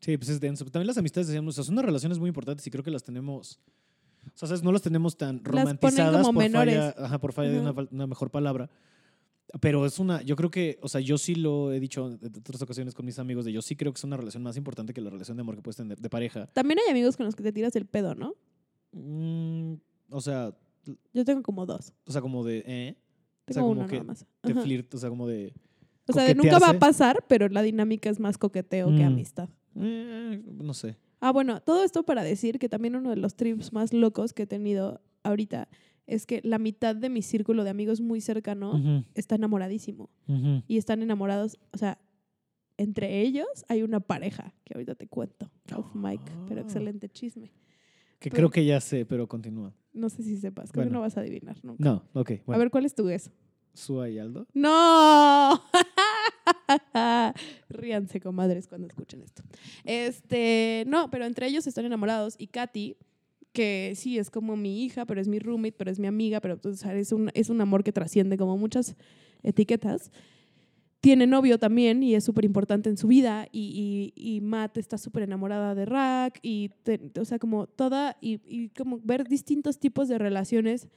Speaker 1: Sí, pues es denso. También las amistades, decíamos, o sea, son unas relaciones muy importantes y creo que las tenemos. O sea, ¿sabes? no las tenemos tan
Speaker 2: ponen
Speaker 1: romantizadas
Speaker 2: como
Speaker 1: por
Speaker 2: menores.
Speaker 1: falla, ajá, por falla de
Speaker 2: Ajá.
Speaker 1: una, fal- una mejor palabra. Pero es una, yo creo que, o sea, yo sí lo he dicho en otras ocasiones con mis amigos, de yo sí creo que es una relación más importante que la relación de amor que puedes tener de pareja.
Speaker 2: También hay amigos con los que te tiras el pedo, ¿no?
Speaker 1: Mm, o sea,
Speaker 2: Yo tengo como dos.
Speaker 1: o sea, como de, ¿eh? O sea,
Speaker 2: Tengo
Speaker 1: como
Speaker 2: uno
Speaker 1: que
Speaker 2: nada más.
Speaker 1: De
Speaker 2: Ajá.
Speaker 1: flirt, o sea, como de,
Speaker 2: O sea, de nunca va
Speaker 1: coquetearse.
Speaker 2: a pasar, pero la dinámica es más coqueteo que
Speaker 1: Mm.
Speaker 2: amistad.
Speaker 1: eh, no sé.
Speaker 2: Ah, bueno, todo esto para decir que también uno de los trips más locos que he tenido ahorita es que la mitad de mi círculo de amigos muy cercano
Speaker 1: Ujú,
Speaker 2: está enamoradísimo
Speaker 1: ujú.
Speaker 2: y están enamorados, o sea, entre ellos hay una pareja que ahorita te cuento, off mic, pero
Speaker 1: Ah.
Speaker 2: excelente chisme.
Speaker 1: Que creo
Speaker 2: Pero-
Speaker 1: que ya sé, pero continúa.
Speaker 2: No sé si sepas, creo que
Speaker 1: Bueno.
Speaker 2: no vas a adivinar nunca.
Speaker 1: No, ok. Bueno.
Speaker 2: A ver, ¿cuál es tu guess?
Speaker 1: Sua y Aldo.
Speaker 2: ¡No! Ríanse, comadres, cuando escuchen esto. Este, no, pero entre ellos están enamorados y Katy, que sí es como mi hija, pero es mi roommate, pero es mi amiga, pero o sea, es, un, es un amor que trasciende como muchas etiquetas. Tiene novio también y es súper importante en su vida. Y, y- y Matt está súper enamorada de Rack. Y, te- o sea, como toda. Y, y como ver distintos tipos de relaciones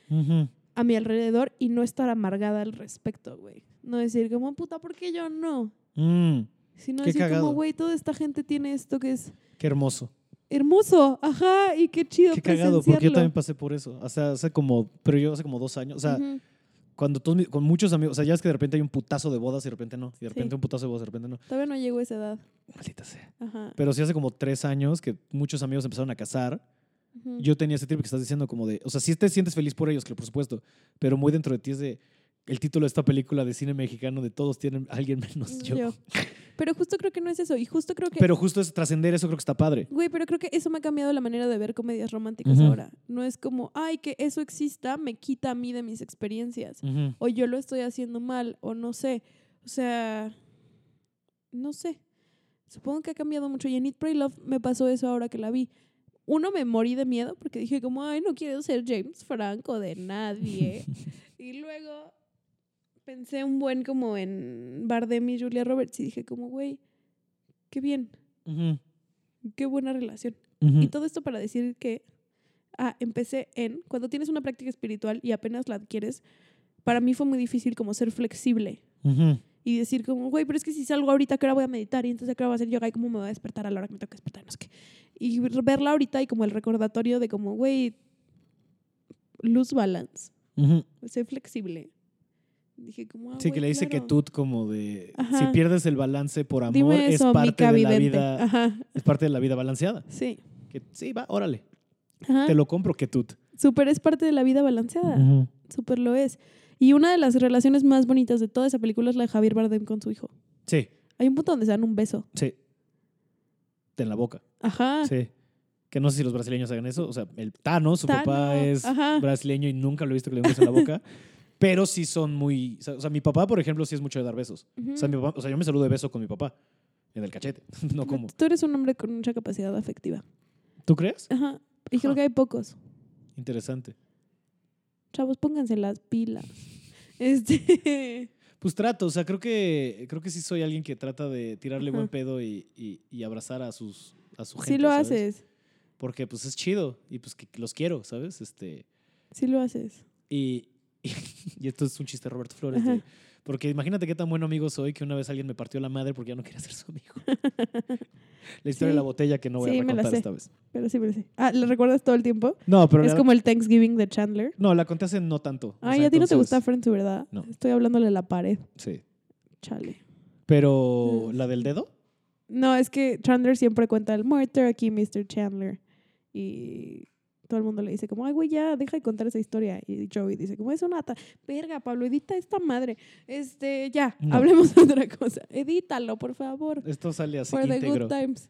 Speaker 2: a mi alrededor y no estar amargada al respecto, güey. No decir como, puta, ¿por qué yo no?
Speaker 1: Mm,
Speaker 2: Sino
Speaker 1: Qué
Speaker 2: decir
Speaker 1: cagado.
Speaker 2: como, güey, toda esta gente tiene esto que es
Speaker 1: qué hermoso.
Speaker 2: hermoso, ajá, y qué chido
Speaker 1: Qué cagado, porque yo
Speaker 2: presenciarlo".
Speaker 1: también pasé por eso. O sea, hace como, pero yo hace como dos años. O sea,
Speaker 2: Ujú.
Speaker 1: cuando todos mis- con muchos amigos, o sea, ya es que de repente hay un putazo de bodas y de repente no. Y de
Speaker 2: Sí.
Speaker 1: repente un putazo de bodas y de repente no.
Speaker 2: Todavía no llego a esa edad.
Speaker 1: Maldita sea.
Speaker 2: Ajá.
Speaker 1: Pero sí hace como tres años que muchos amigos empezaron a casar.
Speaker 2: Ujú.
Speaker 1: Yo tenía ese tipo que estás diciendo como de, o sea, sí te sientes feliz por ellos, que por supuesto, pero muy dentro de ti es de el título de esta película de cine mexicano de todos tienen a alguien menos yo.
Speaker 2: Mm, Yo. Pero justo creo que no es eso. Y justo creo que.
Speaker 1: Pero justo es trascender eso creo que está padre.
Speaker 2: Güey, pero creo que eso me ha cambiado la manera de ver comedias románticas
Speaker 1: Ujú.
Speaker 2: ahora. No es como, ay, que eso exista me quita a mí de mis experiencias.
Speaker 1: Ujú.
Speaker 2: o yo lo estoy haciendo mal, o no sé. O sea, no sé. Supongo que ha cambiado mucho. Y en It Pray Love me pasó eso ahora que la vi. Uno me morí de miedo porque dije como, ay, no quiero ser James Franco de nadie. y luego pensé un buen como en Bardem y Julia Roberts y dije como, güey, qué bien,
Speaker 1: Ujú.
Speaker 2: qué buena relación.
Speaker 1: Ujú.
Speaker 2: Y todo esto para decir que ah, empecé en, cuando tienes una práctica espiritual y apenas la adquieres, para mí fue muy difícil como ser flexible
Speaker 1: Ujú.
Speaker 2: y decir como, güey, pero es que si salgo ahorita, ¿a qué hora voy a meditar? Y entonces, ¿a qué hora voy a hacer yoga? ¿Y cómo me voy a despertar a la hora que me tengo que despertar? No sé qué. Y verla ahorita y como el recordatorio de como, güey, lose balance,
Speaker 1: Ujú.
Speaker 2: sé flexible. Dije como, ah,
Speaker 1: Sí, que
Speaker 2: güey,
Speaker 1: le dice
Speaker 2: claro.
Speaker 1: que tú como de si
Speaker 2: Ajá.
Speaker 1: pierdes el balance por amor
Speaker 2: Dime
Speaker 1: es
Speaker 2: eso, mi
Speaker 1: parte de la
Speaker 2: cabidente.
Speaker 1: vida
Speaker 2: Ajá,
Speaker 1: es parte de la vida balanceada.
Speaker 2: sí.
Speaker 1: Que sí, va, órale,
Speaker 2: Ajá.
Speaker 1: te lo compro que tú.
Speaker 2: Súper es parte de la vida balanceada. Súper lo es. Y una de las relaciones más bonitas de toda esa película es la de Javier Bardem con su hijo.
Speaker 1: Sí,
Speaker 2: Hay un punto donde se dan un beso.
Speaker 1: sí. En la boca.
Speaker 2: Ajá.
Speaker 1: Sí. Que no sé si los brasileños hagan eso, o sea, el Tano, su
Speaker 2: Tano,
Speaker 1: papá es
Speaker 2: ajá.
Speaker 1: brasileño y nunca lo he visto que le den beso en la boca. Pero sí son muy. O sea, o sea, mi papá, por ejemplo, sí es mucho de dar besos.
Speaker 2: Ujú.
Speaker 1: O sea, mi papá- o sea, yo me saludo de beso con mi papá. En el cachete. No como.
Speaker 2: Tú eres un hombre con mucha capacidad afectiva.
Speaker 1: ¿Tú crees?
Speaker 2: Ajá. Y creo
Speaker 1: Ajá.
Speaker 2: que hay pocos.
Speaker 1: Interesante.
Speaker 2: Chavos, pónganse las pilas. Este.
Speaker 1: Pues trato, o sea, creo que, creo que sí soy alguien que trata de tirarle
Speaker 2: Ajá.
Speaker 1: buen pedo y, y- y abrazar a sus a su gente.
Speaker 2: Sí lo
Speaker 1: ¿sabes?
Speaker 2: haces,
Speaker 1: Porque pues es chido y pues que los quiero, ¿sabes? Este,
Speaker 2: sí lo haces.
Speaker 1: y, y esto es un chiste de Roberto Flores.
Speaker 2: Ajá.
Speaker 1: de- porque imagínate qué tan buen amigo soy que una vez alguien me partió la madre porque ya no quería ser su amigo. la historia de
Speaker 2: Sí.
Speaker 1: la botella que no voy
Speaker 2: Sí,
Speaker 1: a
Speaker 2: me la
Speaker 1: recontar
Speaker 2: sé.
Speaker 1: esta vez.
Speaker 2: Pero sí, pero sí. Ah, ¿lo recuerdas todo el tiempo?
Speaker 1: No, pero
Speaker 2: es
Speaker 1: la-
Speaker 2: como el Thanksgiving de Chandler.
Speaker 1: no, la conté hace no tanto.
Speaker 2: Ay, a ti no te gusta
Speaker 1: gustaba
Speaker 2: Friends, ¿verdad?
Speaker 1: no.
Speaker 2: Estoy hablándole a la pared.
Speaker 1: Sí.
Speaker 2: Chale.
Speaker 1: Pero
Speaker 2: Mm.
Speaker 1: la del dedo,
Speaker 2: No, es que Chandler siempre cuenta el muerto aquí, Mr. Chandler. Y todo el mundo le dice como, ay, güey, ya, deja de contar esa historia. Y Joey dice como, es una... ta- Verga, Pablo, edita esta madre. Este, ya,
Speaker 1: No.
Speaker 2: hablemos de otra cosa. Edítalo, por favor.
Speaker 1: esto sale así
Speaker 2: For the
Speaker 1: íntegro.
Speaker 2: good times.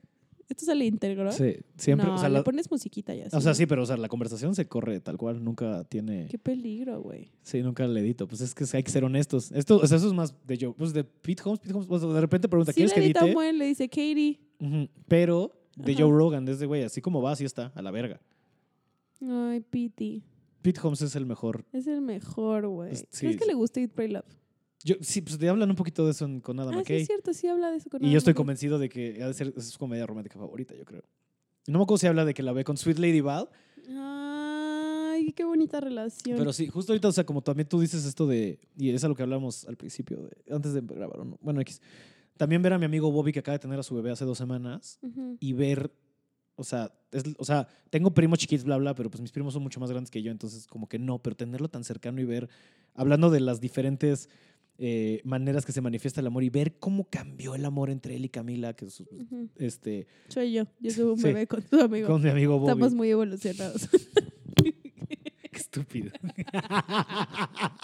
Speaker 2: Esto sale íntegro.
Speaker 1: Sí, siempre.
Speaker 2: No,
Speaker 1: o, sea,
Speaker 2: le
Speaker 1: la-
Speaker 2: pones musiquita ya.
Speaker 1: o sea, sí, pero o sea, la conversación se corre tal cual, nunca tiene.
Speaker 2: Qué peligro, güey.
Speaker 1: Sí, nunca le edito. Pues es que hay que ser honestos. Esto, o sea, eso es más de yo. Pues de Pete Holmes, Pete Holmes. o sea, de repente pregunta,
Speaker 2: Sí
Speaker 1: ¿quieres
Speaker 2: le
Speaker 1: que
Speaker 2: edita
Speaker 1: edite?
Speaker 2: un buen, le dice Katie.
Speaker 1: Ujú, Pero de
Speaker 2: Ajá.
Speaker 1: Joe Rogan, desde güey, así como va, así está, a la verga.
Speaker 2: Ay, Pity.
Speaker 1: Pete Holmes es el mejor.
Speaker 2: Es el mejor, güey.
Speaker 1: Es- sí,
Speaker 2: ¿Crees que
Speaker 1: Pues, sí.
Speaker 2: le gusta Eat, Pray, Love?
Speaker 1: Yo, sí, pues te hablan un poquito de eso en- con Adam
Speaker 2: Ah, sí,
Speaker 1: McKay.
Speaker 2: es cierto. Sí habla de eso con
Speaker 1: y yo estoy
Speaker 2: Adam McKay.
Speaker 1: convencido de que ha de ser es su comedia romántica favorita, yo creo. Y No me acuerdo si habla de que la ve con Sweet Lady Val,
Speaker 2: Ay, qué bonita relación.
Speaker 1: pero sí, justo ahorita, o sea, como también tú dices esto de, y es a lo que hablamos al principio, de- antes de grabar, ¿o no? bueno, X. También ver a mi amigo Bobby que acaba de tener a su bebé hace dos semanas,
Speaker 2: Ujú.
Speaker 1: y ver, o sea, es- o sea, tengo primos chiquitos, bla, bla, pero pues mis primos son mucho más grandes que yo, entonces como que no, pero tenerlo tan cercano y ver, hablando de las diferentes eh, maneras que se manifiesta el amor y ver cómo cambió el amor entre él y Camila, que es,
Speaker 2: Ujú.
Speaker 1: este,
Speaker 2: Soy yo. Yo soy un
Speaker 1: Sí.
Speaker 2: bebé con tu amigo.
Speaker 1: con mi amigo Bobby.
Speaker 2: Estamos muy evolucionados.
Speaker 1: Qué estúpido.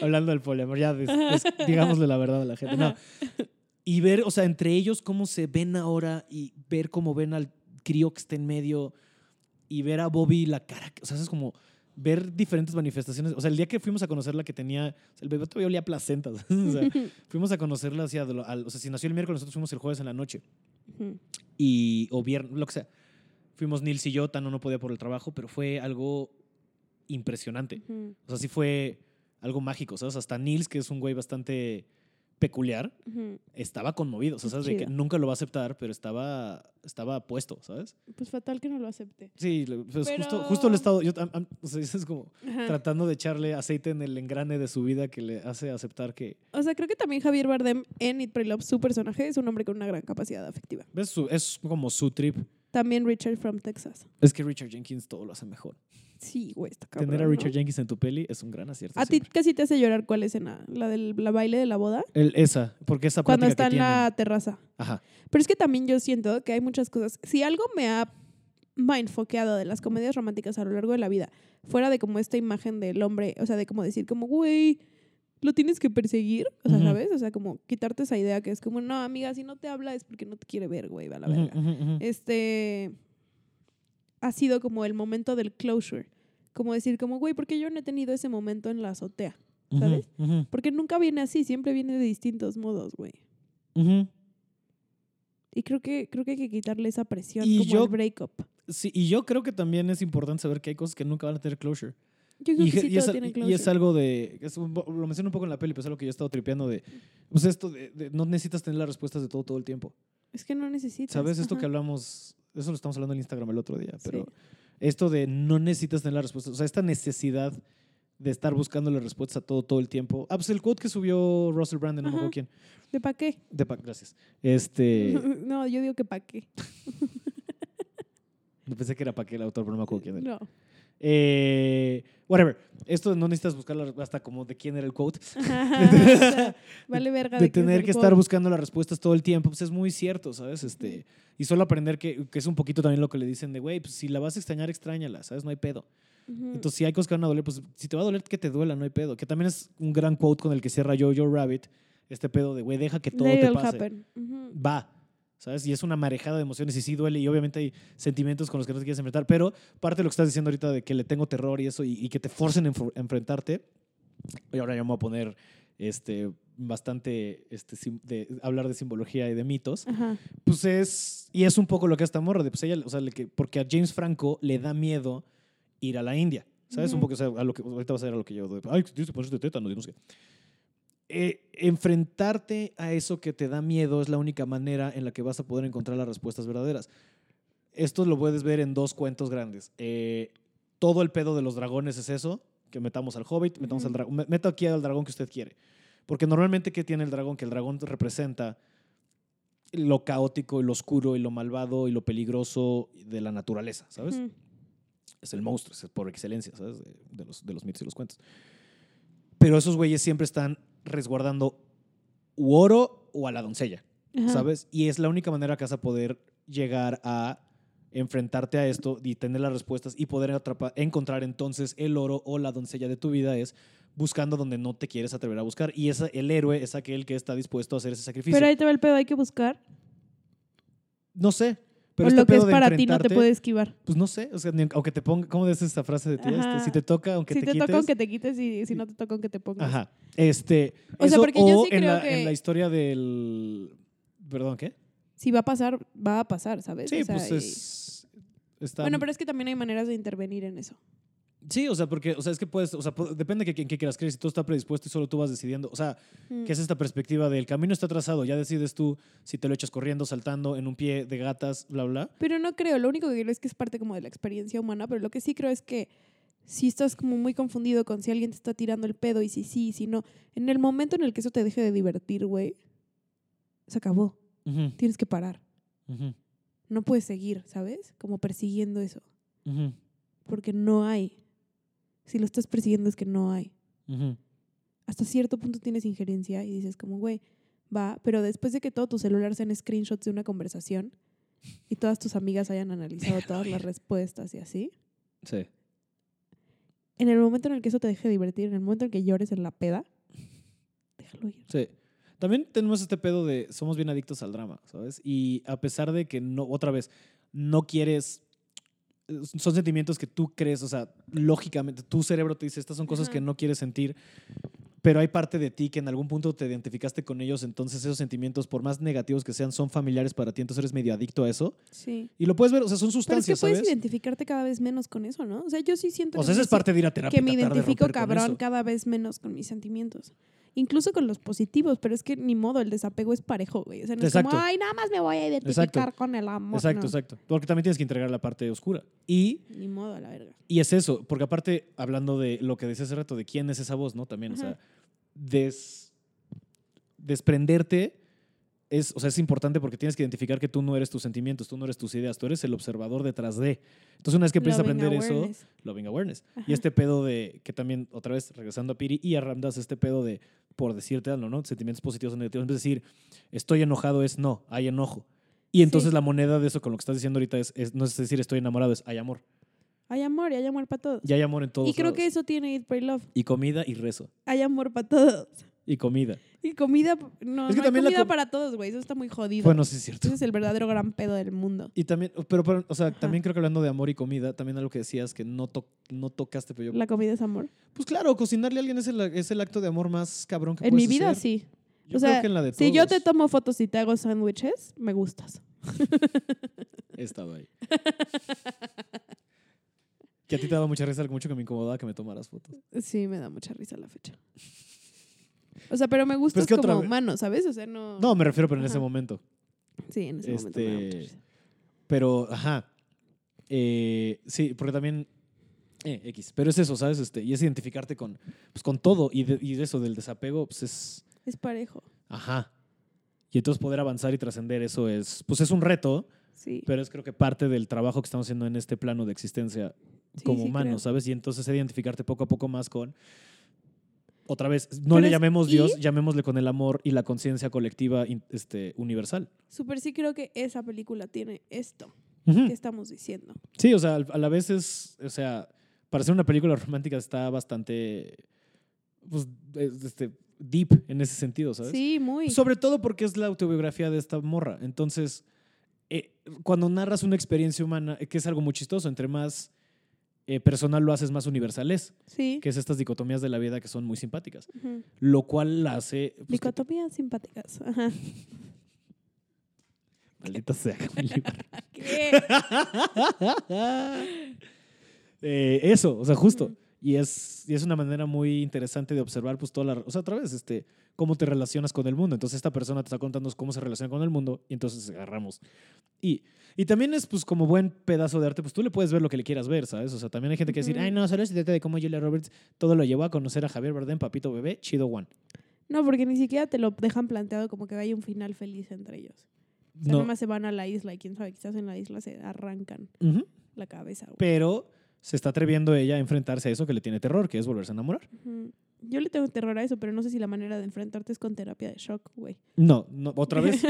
Speaker 1: Hablando del poliamor, ya des- des- digámosle la verdad a la gente. No. Y ver, o sea, entre ellos cómo se ven ahora y ver cómo ven al crío que está en medio y ver a Bobby la cara. que- O sea, es como ver diferentes manifestaciones. O sea, el día que fuimos a conocerla que tenía, o sea, el bebé todavía olía a placenta. o sea, fuimos a conocerla hacia, o sea, si nació el miércoles, nosotros fuimos el jueves en la noche
Speaker 2: Ujú.
Speaker 1: y o viernes, lo que sea. Fuimos Nils y yo, Tano no podía por el trabajo, pero fue algo impresionante.
Speaker 2: Ujú.
Speaker 1: O sea, sí fue algo mágico, ¿sabes? Hasta Nils, que es un güey bastante peculiar,
Speaker 2: Ujú.
Speaker 1: estaba conmovido, o sea,
Speaker 2: Qué
Speaker 1: ¿sabes? De que
Speaker 2: chido.
Speaker 1: nunca lo va a aceptar, pero estaba, estaba puesto, ¿sabes?
Speaker 2: Pues fatal que no lo acepte.
Speaker 1: Sí, lo- pues
Speaker 2: Pero-
Speaker 1: justo, justo lo he estado, yo, am- am- o sea, es como
Speaker 2: Ajá.
Speaker 1: tratando de echarle aceite en el engrane de su vida que le hace aceptar que...
Speaker 2: O sea, creo que también Javier Bardem en Eat, Pray, Love, su personaje es un hombre con una gran capacidad afectiva.
Speaker 1: ¿Ves? Su- es como su trip.
Speaker 2: También Richard from Texas.
Speaker 1: Es que Richard Jenkins todo lo hace mejor.
Speaker 2: Sí, güey, está cabrón.
Speaker 1: Tener a
Speaker 2: ¿no?
Speaker 1: Richard Jenkins en tu peli es un gran acierto.
Speaker 2: A ti
Speaker 1: siempre.
Speaker 2: casi te hace llorar cuál escena, la del la baile de la boda,
Speaker 1: El- esa, porque esa
Speaker 2: cuando
Speaker 1: plática
Speaker 2: está
Speaker 1: que
Speaker 2: en la
Speaker 1: tienen-
Speaker 2: terraza.
Speaker 1: Ajá.
Speaker 2: Pero es que también yo siento que hay muchas cosas. Si algo me ha mindfoqueado de las comedias románticas a lo largo de la vida, fuera de como esta imagen del hombre, o sea, de como decir como, güey, lo tienes que perseguir, o sea,
Speaker 1: Ujú.
Speaker 2: ¿sabes? O sea, como quitarte esa idea que es como, no, amiga, si no te habla es porque no te quiere ver, güey, va a la verga.
Speaker 1: Ujú, ujú, ujú.
Speaker 2: este ha sido como el momento del closure. Como decir, como, güey, ¿por qué yo no he tenido ese momento en la azotea? ¿sabes?
Speaker 1: Ujú, ujú,
Speaker 2: Porque nunca viene así, siempre viene de distintos modos, güey.
Speaker 1: ujú.
Speaker 2: Y creo que, creo que hay que quitarle esa presión
Speaker 1: Y
Speaker 2: como
Speaker 1: yo-
Speaker 2: el breakup.
Speaker 1: Sí, y yo creo que también es importante saber que hay cosas que nunca van a tener closure.
Speaker 2: Yo creo
Speaker 1: Y,
Speaker 2: que sí
Speaker 1: y
Speaker 2: todo
Speaker 1: es,
Speaker 2: tiene
Speaker 1: y- y
Speaker 2: closure.
Speaker 1: es algo de. es un po- lo menciono un poco en la peli, pero es algo que yo he estado tripeando de. Pues esto de, de no necesitas tener las respuestas de todo todo el tiempo.
Speaker 2: es que no necesitas.
Speaker 1: ¿Sabes? Esto
Speaker 2: ajá.
Speaker 1: que hablamos. Eso lo estamos hablando en Instagram el otro día,
Speaker 2: Sí.
Speaker 1: pero esto de no necesitas tener las respuestas. O sea, esta necesidad de estar buscando las respuestas a todo todo el tiempo. Ah, pues el quote que subió Russell Brand, no me acuerdo
Speaker 2: Ajá.
Speaker 1: quién.
Speaker 2: ¿De pa' qué?
Speaker 1: De pa- gracias. Este.
Speaker 2: no, yo digo que pa' qué.
Speaker 1: Pensé que era para que el autor, pero no me acuerdo quién era.
Speaker 2: No.
Speaker 1: Eh, whatever. Esto no necesitas buscar la- hasta como de quién era el quote.
Speaker 2: Ajá, o sea, vale verga.
Speaker 1: de
Speaker 2: qué es
Speaker 1: tener
Speaker 2: el
Speaker 1: que estar
Speaker 2: quote.
Speaker 1: buscando las respuestas todo el tiempo, pues es muy cierto, ¿sabes? Este, y solo aprender que, que es un poquito también lo que le dicen de, güey, pues si la vas a extrañar, extrañala, ¿sabes? No hay pedo.
Speaker 2: Ujú.
Speaker 1: Entonces, si hay cosas que van a doler, pues si te va a doler, que te duela, no hay pedo. Que también es un gran quote con el que cierra Jojo Rabbit, este pedo de, güey, deja que todo
Speaker 2: Let
Speaker 1: te
Speaker 2: it
Speaker 1: pase.
Speaker 2: happen. Ujú.
Speaker 1: va, ¿sabes? Y es una marejada de emociones y sí duele y obviamente hay sentimientos con los que no te quieres enfrentar, pero parte de lo que estás diciendo ahorita de que le tengo terror y eso y, y que te forcen a enfr- enfrentarte, y ahora yo me voy a poner este, bastante, este, sim- de, hablar de simbología y de mitos,
Speaker 2: Ajá.
Speaker 1: pues es, y es un poco lo que esta morra, de, pues ella, o sea, le que, porque a James Franco le da miedo ir a la India. ¿Sabes? Un
Speaker 2: Ujú.
Speaker 1: poco, o sea, a lo que, ahorita vas a ver a lo que yo doy. Ay, tienes que ponerte teta, no, no sé qué. eh, enfrentarte a eso que te da miedo es la única manera en la que vas a poder encontrar las respuestas verdaderas. Esto lo puedes ver en dos cuentos grandes. Eh, todo el pedo de los dragones es eso, que metamos al hobbit, metamos
Speaker 2: Ujú.
Speaker 1: al dra- me- meta aquí al dragón que usted quiere. Porque normalmente, ¿qué tiene el dragón? Que el dragón representa lo caótico y lo oscuro y lo malvado y lo peligroso de la naturaleza, ¿sabes?
Speaker 2: Ujú.
Speaker 1: es el monstruo, es por excelencia, ¿sabes? De, de los, de los mitos y los cuentos. Pero esos güeyes siempre están resguardando u oro o a la doncella,
Speaker 2: Ajá.
Speaker 1: ¿sabes? Y es la única manera que vas a poder llegar a enfrentarte a esto y tener las respuestas y poder atrapa- encontrar entonces el oro o la doncella de tu vida es buscando donde no te quieres atrever a buscar. Y esa, el héroe es aquel que está dispuesto a hacer ese sacrificio.
Speaker 2: Pero ahí te va el pedo, hay que buscar.
Speaker 1: no sé, pero este
Speaker 2: Pero lo que
Speaker 1: pedo
Speaker 2: es
Speaker 1: de
Speaker 2: para ti no te
Speaker 1: enfrentarte,
Speaker 2: puede esquivar.
Speaker 1: Pues no sé, o sea, ni- aunque te ponga, ¿cómo dices esta frase de ti? Este,
Speaker 2: Ajá.
Speaker 1: si te toca, aunque
Speaker 2: Si
Speaker 1: te,
Speaker 2: te,
Speaker 1: quites.
Speaker 2: toca, aunque te quites, y si no te toca, aunque te pongas.
Speaker 1: Ajá. Este,
Speaker 2: O sea,
Speaker 1: eso
Speaker 2: porque yo
Speaker 1: o
Speaker 2: sí
Speaker 1: en,
Speaker 2: creo
Speaker 1: la,
Speaker 2: que-
Speaker 1: en la historia del... Perdón, ¿qué?
Speaker 2: Si va a pasar, va a pasar, ¿sabes?
Speaker 1: Sí,
Speaker 2: O sea,
Speaker 1: pues
Speaker 2: y-
Speaker 1: es... Está...
Speaker 2: Bueno, pero es que también hay maneras de intervenir en eso.
Speaker 1: Sí, o sea, porque, o sea, es que puedes, o sea, po- depende de que- en qué quieras creer, si todo está predispuesto y solo tú vas decidiendo, o sea,
Speaker 2: Mm.
Speaker 1: que es esta perspectiva del camino está trazado, ya decides tú si te lo echas corriendo, saltando, en un pie de gatas, bla, bla.
Speaker 2: Pero no creo, lo único que creo es que es parte como de la experiencia humana, pero lo que sí creo es que si estás como muy confundido con si alguien te está tirando el pedo y si sí y si no, en el momento en el que eso te deje de divertir, güey, se acabó.
Speaker 1: Ujú,
Speaker 2: Tienes que parar.
Speaker 1: ujú,
Speaker 2: No puedes seguir, ¿sabes? Como persiguiendo eso.
Speaker 1: ujú,
Speaker 2: Porque no hay. Si lo estás persiguiendo es que no hay.
Speaker 1: ujú.
Speaker 2: Hasta cierto punto tienes injerencia y dices como, güey, va, pero después de que todo tu celular sean screenshots de una conversación y todas tus amigas hayan analizado
Speaker 1: Déjalo
Speaker 2: todas las
Speaker 1: ir.
Speaker 2: respuestas y así,
Speaker 1: Sí.
Speaker 2: En el momento en el que eso te deje divertir, en el momento en el que llores en la peda, déjalo ir.
Speaker 1: Sí. También tenemos este pedo de somos bien adictos al drama, ¿sabes? Y a pesar de que no, otra vez, no quieres. eh, Son sentimientos que tú crees, o sea, lógicamente, tu cerebro te dice, estas son cosas
Speaker 2: Ajá.
Speaker 1: que no quieres sentir, pero hay parte de ti que en algún punto te identificaste con ellos, entonces esos sentimientos, por más negativos que sean, son familiares para ti, entonces eres medio adicto a eso.
Speaker 2: Sí.
Speaker 1: Y lo puedes ver, o sea, son
Speaker 2: Pero es que
Speaker 1: sustancias,
Speaker 2: puedes
Speaker 1: ¿sabes?
Speaker 2: identificarte cada vez menos con eso, ¿no? O sea, yo sí siento
Speaker 1: O
Speaker 2: que
Speaker 1: sea, esa
Speaker 2: me
Speaker 1: es parte de ir a terapia.
Speaker 2: que me
Speaker 1: tratar de
Speaker 2: identifico
Speaker 1: romper con
Speaker 2: cabrón
Speaker 1: eso.
Speaker 2: cada vez menos con mis sentimientos. Incluso con los positivos, pero es que ni modo, el desapego es parejo, güey. O sea, no es como,
Speaker 1: Exacto.
Speaker 2: ay, nada más me voy a identificar
Speaker 1: Exacto.
Speaker 2: con el amor.
Speaker 1: Exacto,
Speaker 2: No,
Speaker 1: exacto. Porque también tienes que entregar la parte oscura. Y
Speaker 2: Ni modo, a la verga.
Speaker 1: Y es eso, porque aparte, hablando de lo que decía hace rato, de quién es esa voz, ¿no? También, o sea,
Speaker 2: Ajá.
Speaker 1: des- desprenderte es, o sea, es importante porque tienes que identificar que tú no eres tus sentimientos, tú no eres tus ideas, tú eres el observador detrás de. Entonces, una vez que empiezas a
Speaker 2: Loving
Speaker 1: aprender eso,
Speaker 2: awareness.
Speaker 1: loving awareness.
Speaker 2: Ajá.
Speaker 1: Y este pedo de, que también, otra vez, regresando a Piri y a Ramdas, este pedo de, por decirte algo, ¿no? Sentimientos positivos o negativos. En vez de decir, estoy enojado es no, hay enojo. Y entonces
Speaker 2: Sí.
Speaker 1: la moneda de eso con lo que estás diciendo ahorita es, es- no es decir estoy enamorado, es hay amor.
Speaker 2: Hay amor y hay amor para todos.
Speaker 1: Y hay amor en todos
Speaker 2: y creo
Speaker 1: lados.
Speaker 2: que eso tiene Eat, Pray, Love.
Speaker 1: Y comida y rezo.
Speaker 2: Hay amor para todos. Y
Speaker 1: Y comida.
Speaker 2: comida, no,
Speaker 1: Es que
Speaker 2: no hay
Speaker 1: también la
Speaker 2: comida
Speaker 1: com-
Speaker 2: para todos, güey. Eso está muy jodido.
Speaker 1: Bueno, sí es cierto.
Speaker 2: Ese es el verdadero gran pedo del mundo.
Speaker 1: Y también, pero, pero, o sea,
Speaker 2: Ajá.
Speaker 1: también creo que hablando de amor y comida, también algo que decías que no, to- no tocaste, pero yo...
Speaker 2: La comida es amor.
Speaker 1: Pues claro, cocinarle a alguien es el, es el acto de amor más cabrón que
Speaker 2: En mi
Speaker 1: puedes
Speaker 2: vida
Speaker 1: hacer.
Speaker 2: sí.
Speaker 1: Yo creo
Speaker 2: o sea,
Speaker 1: que en la de
Speaker 2: Si yo
Speaker 1: todos.
Speaker 2: te tomo fotos y te hago sándwiches, me gustas.
Speaker 1: He estado ahí. que a ti te daba mucha risa, algo mucho que me incomodaba que me tomaras fotos.
Speaker 2: Sí, me da mucha risa la fecha. O sea, pero me gustas
Speaker 1: que otra
Speaker 2: como
Speaker 1: vez-
Speaker 2: humano, ¿sabes? O sea, no.
Speaker 1: No, me refiero, pero en ese
Speaker 2: Ajá.
Speaker 1: momento.
Speaker 2: Sí, en ese momento me da mucha
Speaker 1: Este-
Speaker 2: risa.
Speaker 1: Pero, ajá. Eh, sí, porque también. eh, X. Pero es eso, ¿sabes? Este, y es identificarte con, pues, con todo. Y de, y de eso, del desapego, pues es.
Speaker 2: Es parejo.
Speaker 1: Ajá. Y entonces poder avanzar y trascender eso es. Pues es un reto,
Speaker 2: Sí.
Speaker 1: pero es creo que parte del trabajo que estamos haciendo en este plano de existencia
Speaker 2: Sí,
Speaker 1: como
Speaker 2: sí,
Speaker 1: humanos,
Speaker 2: creo.
Speaker 1: ¿sabes? Y entonces identificarte poco a poco más con. Otra vez, no
Speaker 2: Pero
Speaker 1: le
Speaker 2: es-
Speaker 1: llamemos
Speaker 2: ¿y?
Speaker 1: Dios, llamémosle con el amor y la conciencia colectiva in- este, universal.
Speaker 2: Súper sí creo que esa película tiene esto
Speaker 1: Ujú.
Speaker 2: que estamos diciendo.
Speaker 1: Sí, o sea, al- a la vez es, o sea, para ser una película romántica está bastante, pues, es- este, deep en ese sentido, ¿sabes?
Speaker 2: Sí, muy.
Speaker 1: Sobre todo porque es la autobiografía de esta morra. Entonces, eh, cuando narras una experiencia humana, eh, que es algo muy chistoso, entre más eh, personal lo haces, más universal es,
Speaker 2: sí.
Speaker 1: que pues es estas dicotomías de la vida que son muy simpáticas,
Speaker 2: Ujú.
Speaker 1: lo cual la hace... pues, que-
Speaker 2: Dicotomías simpáticas. Ajá.
Speaker 1: maldita sea, Camila.
Speaker 2: ¿Qué?
Speaker 1: Eh, eso, o sea, justo.
Speaker 2: Ujú.
Speaker 1: Y es, y es una manera muy interesante de observar, pues, toda la. O sea, otra vez, este, cómo te relacionas con el mundo. Entonces, esta persona te está contando cómo se relaciona con el mundo y entonces agarramos. Y, y también es, pues, como buen pedazo de arte, pues tú le puedes ver lo que le quieras ver, ¿sabes? O sea, también hay gente que decir,
Speaker 2: Ujú.
Speaker 1: ay, no, solo se trata de cómo Julia Roberts todo lo llevó a conocer a Javier Bardem, papito bebé, chido one.
Speaker 2: No, porque ni siquiera te lo dejan planteado como que haya un final feliz entre ellos. O sea,
Speaker 1: No.
Speaker 2: nomás se van a la isla y quién sabe, quizás en la isla se arrancan
Speaker 1: Ujú.
Speaker 2: la cabeza. güey.
Speaker 1: Pero se está atreviendo ella a enfrentarse a eso que le tiene terror, que es volverse a enamorar.
Speaker 2: Ujú. Yo le tengo terror a eso, pero no sé si la manera de enfrentarte es con terapia de shock, güey.
Speaker 1: No, no otra vez.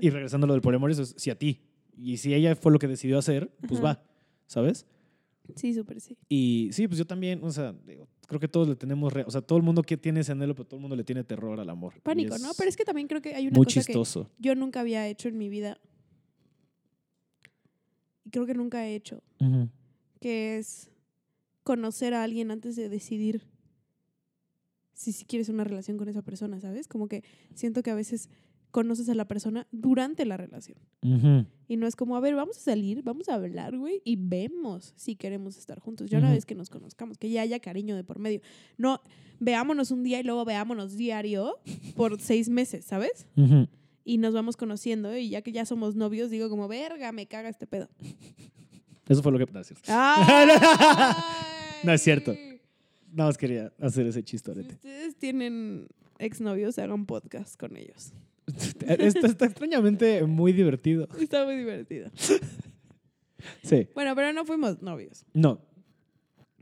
Speaker 1: Y regresando a lo del poliamor, eso es si a ti. Y si ella fue lo que decidió hacer, pues
Speaker 2: Ajá.
Speaker 1: va, ¿sabes?
Speaker 2: sí, súper sí.
Speaker 1: Y sí, pues yo también, o sea, digo, creo que todos le tenemos, re- o sea, todo el mundo que tiene ese anhelo, pero todo el mundo le tiene terror al amor. Y
Speaker 2: Pánico,
Speaker 1: es
Speaker 2: ¿no? Pero es que también creo que hay una
Speaker 1: muy
Speaker 2: cosa
Speaker 1: chistoso.
Speaker 2: que yo nunca había hecho en mi vida. Y creo que nunca he hecho,
Speaker 1: Ujú.
Speaker 2: que es conocer a alguien antes de decidir si, si quieres una relación con esa persona, ¿sabes? Como que siento que a veces conoces a la persona durante la relación.
Speaker 1: Ujú.
Speaker 2: Y no es como, a ver, vamos a salir, vamos a hablar, güey, y vemos si queremos estar juntos. Ya una
Speaker 1: Ujú.
Speaker 2: vez que nos conozcamos, que ya haya cariño de por medio. No, veámonos un día y luego veámonos diario por seis meses, ¿sabes?
Speaker 1: Ujú.
Speaker 2: Y nos vamos conociendo y ya que ya somos novios, digo como, verga, me caga este pedo.
Speaker 1: Eso fue lo que... No, es cierto. No es cierto. Nada más quería hacer ese
Speaker 2: Si
Speaker 1: chistorete.
Speaker 2: ustedes tienen exnovios, hagan podcast con ellos.
Speaker 1: Este Está, está extrañamente muy divertido.
Speaker 2: Está muy divertido.
Speaker 1: Sí,
Speaker 2: Bueno, pero no fuimos novios.
Speaker 1: no.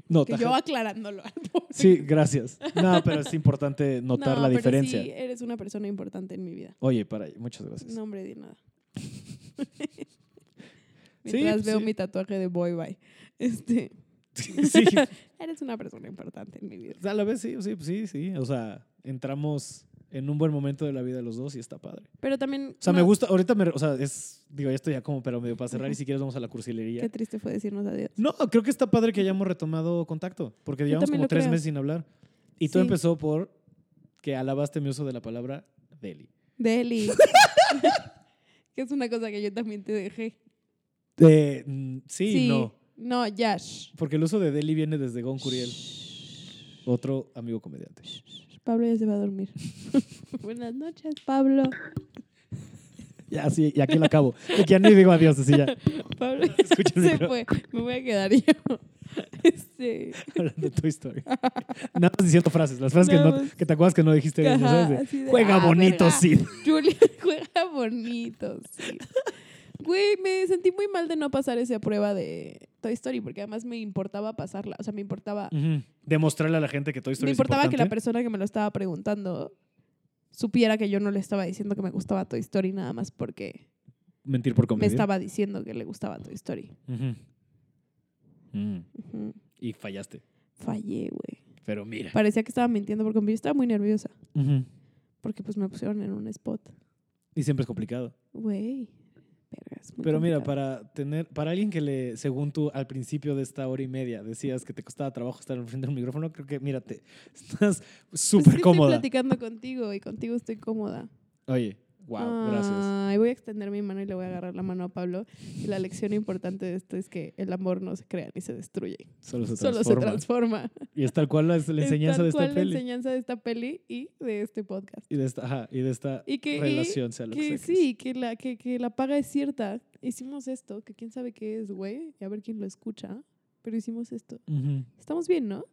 Speaker 1: No,
Speaker 2: Que
Speaker 1: taja-
Speaker 2: yo aclarándolo.
Speaker 1: Sí, gracias. No, pero es importante notar
Speaker 2: No,
Speaker 1: la
Speaker 2: pero
Speaker 1: diferencia.
Speaker 2: sí, eres una persona importante en mi vida.
Speaker 1: Oye, para ahí, muchas gracias.
Speaker 2: No, hombre, de nada.
Speaker 1: Sí,
Speaker 2: Mientras
Speaker 1: pues
Speaker 2: veo
Speaker 1: sí.
Speaker 2: mi tatuaje de Boy Bye. Este,
Speaker 1: Sí,
Speaker 2: eres una persona importante en mi vida.
Speaker 1: a la vez sí, sí, sí, sí. O sea, entramos en un buen momento de la vida de los dos y está padre.
Speaker 2: Pero también.
Speaker 1: O sea,
Speaker 2: no,
Speaker 1: me gusta, ahorita me, re- o sea, es, digo, ya estoy ya como, pero medio para cerrar y si quieres vamos a la cursilería.
Speaker 2: Qué triste fue decirnos adiós.
Speaker 1: No, creo que está padre que hayamos retomado contacto, porque llevamos
Speaker 2: también
Speaker 1: como
Speaker 2: lo
Speaker 1: tres
Speaker 2: creo.
Speaker 1: meses sin hablar. Y todo
Speaker 2: Sí.
Speaker 1: empezó por que alabaste mi uso de la palabra deli.
Speaker 2: Deli. que es una cosa que yo también te dejé.
Speaker 1: Eh, mm, sí, y no,
Speaker 2: No, Yash.
Speaker 1: porque el uso de deli viene desde Gon Curiel, otro amigo comediante.
Speaker 2: Pablo ya se va a dormir. Buenas noches, Pablo.
Speaker 1: Ya, sí, y aquí la acabo. Y ya ni digo adiós, así ya.
Speaker 2: Pablo ya
Speaker 1: Escucha el
Speaker 2: se
Speaker 1: micro.
Speaker 2: fue. Me voy a quedar yo. Este.
Speaker 1: Hablando de tu historia. Nada más diciendo frases, las frases que,
Speaker 2: Nada
Speaker 1: no-
Speaker 2: más.
Speaker 1: que te acuerdas que no dijiste bien, ya
Speaker 2: Ajá,
Speaker 1: sabes, de,
Speaker 2: así de,
Speaker 1: Juega
Speaker 2: "Ah,
Speaker 1: bonito,
Speaker 2: verga".
Speaker 1: sí.
Speaker 2: Julia juega bonito, sí. Güey, me sentí muy mal de no pasar esa prueba de Toy Story, porque además me importaba pasarla. O sea, me importaba.
Speaker 1: Demostrarle a la gente que Toy Story
Speaker 2: me
Speaker 1: es
Speaker 2: importaba que la
Speaker 1: importante.
Speaker 2: persona que me lo estaba preguntando supiera que yo no le estaba diciendo que me gustaba Toy Story nada más porque
Speaker 1: Mentir por
Speaker 2: me
Speaker 1: convivir.
Speaker 2: estaba diciendo que le gustaba Toy Story.
Speaker 1: Ujú. Mm,
Speaker 2: Ujú.
Speaker 1: Y fallaste.
Speaker 2: Fallé, güey.
Speaker 1: Pero mira.
Speaker 2: Parecía que estaba mintiendo porque yo estaba muy nerviosa.
Speaker 1: Ujú.
Speaker 2: Porque pues me pusieron en un spot.
Speaker 1: Y siempre es complicado.
Speaker 2: Güey. vergas, muy
Speaker 1: Pero mira,
Speaker 2: complicado.
Speaker 1: para tener, para alguien que le, según tú, al principio de esta hora y media decías que te costaba trabajo estar enfrente de un micrófono, creo que, mírate, estás
Speaker 2: Pues
Speaker 1: súper
Speaker 2: es que
Speaker 1: cómoda.
Speaker 2: Estoy platicando contigo y contigo estoy cómoda.
Speaker 1: Oye, wow, gracias.
Speaker 2: Ay, voy a extender mi mano y le voy a agarrar la mano a Pablo. Y la lección importante de esto es que el amor no se crea ni se destruye.
Speaker 1: Solo se
Speaker 2: Solo
Speaker 1: transforma.
Speaker 2: se transforma.
Speaker 1: Y es tal cual la, la
Speaker 2: Es
Speaker 1: enseñanza
Speaker 2: tal
Speaker 1: de esta
Speaker 2: cual
Speaker 1: peli.
Speaker 2: la enseñanza de esta peli y de este podcast.
Speaker 1: Y de esta, ajá, y de esta
Speaker 2: Y que, y
Speaker 1: relación, sea lo que,
Speaker 2: que
Speaker 1: sea que
Speaker 2: sí, que la, que, que la paga es cierta. Hicimos esto, que quién sabe qué es, güey. Y a ver quién lo escucha. Pero hicimos esto.
Speaker 1: es. Ujú.
Speaker 2: Estamos bien, ¿no?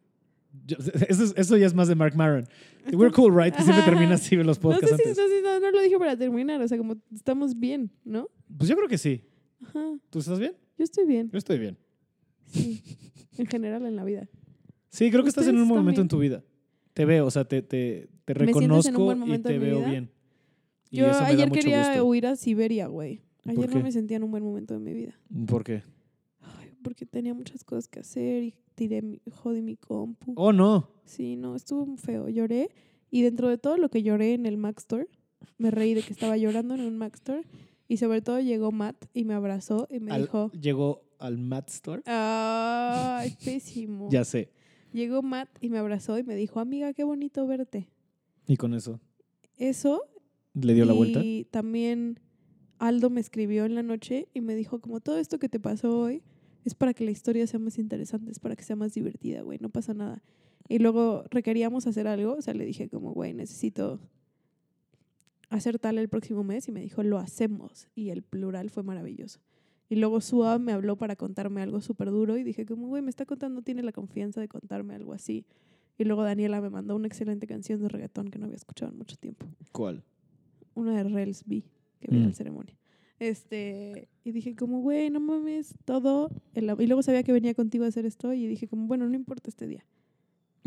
Speaker 1: Yo- eso, es- eso ya es más de Mark Maron. We're cool, right? Que siempre
Speaker 2: Ajá.
Speaker 1: termina así en los
Speaker 2: No sé
Speaker 1: podcasts
Speaker 2: si, no,
Speaker 1: antes.
Speaker 2: sé- no- no lo dije para terminar. O sea, como estamos bien, ¿no?
Speaker 1: Pues yo creo que sí.
Speaker 2: Ajá.
Speaker 1: ¿Tú estás bien?
Speaker 2: Yo estoy bien.
Speaker 1: Yo estoy bien.
Speaker 2: Sí. en general, en la vida.
Speaker 1: Sí, creo que estás en
Speaker 2: Ustedes
Speaker 1: un
Speaker 2: están
Speaker 1: momento
Speaker 2: bien.
Speaker 1: en tu vida. Te veo, o sea, te, te, te
Speaker 2: ¿Me sientes en un
Speaker 1: reconozco
Speaker 2: buen
Speaker 1: y
Speaker 2: momento
Speaker 1: te
Speaker 2: de mi
Speaker 1: veo
Speaker 2: vida?
Speaker 1: bien. Y
Speaker 2: Yo
Speaker 1: eso me da
Speaker 2: ayer
Speaker 1: mucho
Speaker 2: quería
Speaker 1: gusto.
Speaker 2: huir a Siberia, güey.
Speaker 1: ¿Por
Speaker 2: Ayer
Speaker 1: qué?
Speaker 2: no me sentía en un buen momento de mi vida.
Speaker 1: ¿Por qué?
Speaker 2: Ay, porque tenía muchas cosas que hacer y tiré mi, jodí mi compu.
Speaker 1: Oh, no.
Speaker 2: Sí, no, estuvo feo. Lloré. Y dentro de todo lo que lloré en el Mac Store, me reí de que estaba llorando en un Mac Store. Y sobre todo llegó Matt y me abrazó y me
Speaker 1: Al-
Speaker 2: dijo,
Speaker 1: Llegó al Matt Store.
Speaker 2: ¡ay, pésimo!
Speaker 1: Ya sé.
Speaker 2: Llegó Matt y me abrazó y me dijo, amiga, qué bonito verte.
Speaker 1: Y con eso
Speaker 2: Eso
Speaker 1: le dio la vuelta.
Speaker 2: Y también Aldo me escribió en la noche y me dijo como todo esto que te pasó hoy Es para que la historia sea más interesante, es para que sea más divertida, güey, no pasa nada. Y luego requeríamos hacer algo, o sea, le dije como, güey, necesito hacer tal el próximo mes y me dijo, lo hacemos. Y el plural fue maravilloso. Y luego Sua me habló para contarme algo súper duro y dije como, güey, me está contando, tiene la confianza de contarme algo así. Y luego Daniela me mandó una excelente canción de reggaetón que no había escuchado en mucho tiempo.
Speaker 1: ¿Cuál?
Speaker 2: Una de Rels B, que vi en
Speaker 1: Mm.
Speaker 2: la ceremonia. Este, y dije como, güey, no mames, todo. el- y luego sabía que venía contigo a hacer esto y dije como, bueno, no importa este día,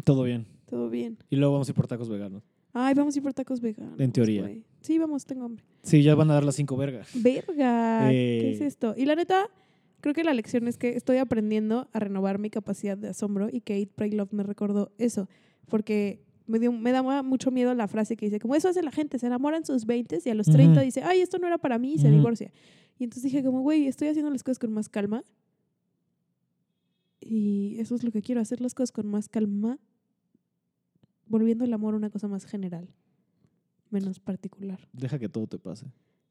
Speaker 1: Todo bien.
Speaker 2: todo bien.
Speaker 1: Y luego vamos a ir por tacos veganos.
Speaker 2: Ay, vamos a ir por tacos veganos.
Speaker 1: En teoría.
Speaker 2: güey. Sí, vamos, tengo hambre.
Speaker 1: Sí, ya van a dar las cinco vergas.
Speaker 2: Verga, ¿qué es
Speaker 1: Eh.
Speaker 2: esto? Y la neta, creo que la lección es que estoy aprendiendo a renovar mi capacidad de asombro y que Eat, Pray, Love me recordó eso, porque me, dio, me daba mucho miedo la frase que dice, como eso hace la gente, se enamora en sus 20 y a los 30
Speaker 1: Ujú.
Speaker 2: dice, ay, esto no era para mí y se
Speaker 1: Ujú.
Speaker 2: divorcia. Y entonces dije, como, güey, estoy haciendo las cosas con más calma. Y eso es lo que quiero, hacer las cosas con más calma, volviendo el amor una cosa más general, menos particular.
Speaker 1: Deja que todo te pase.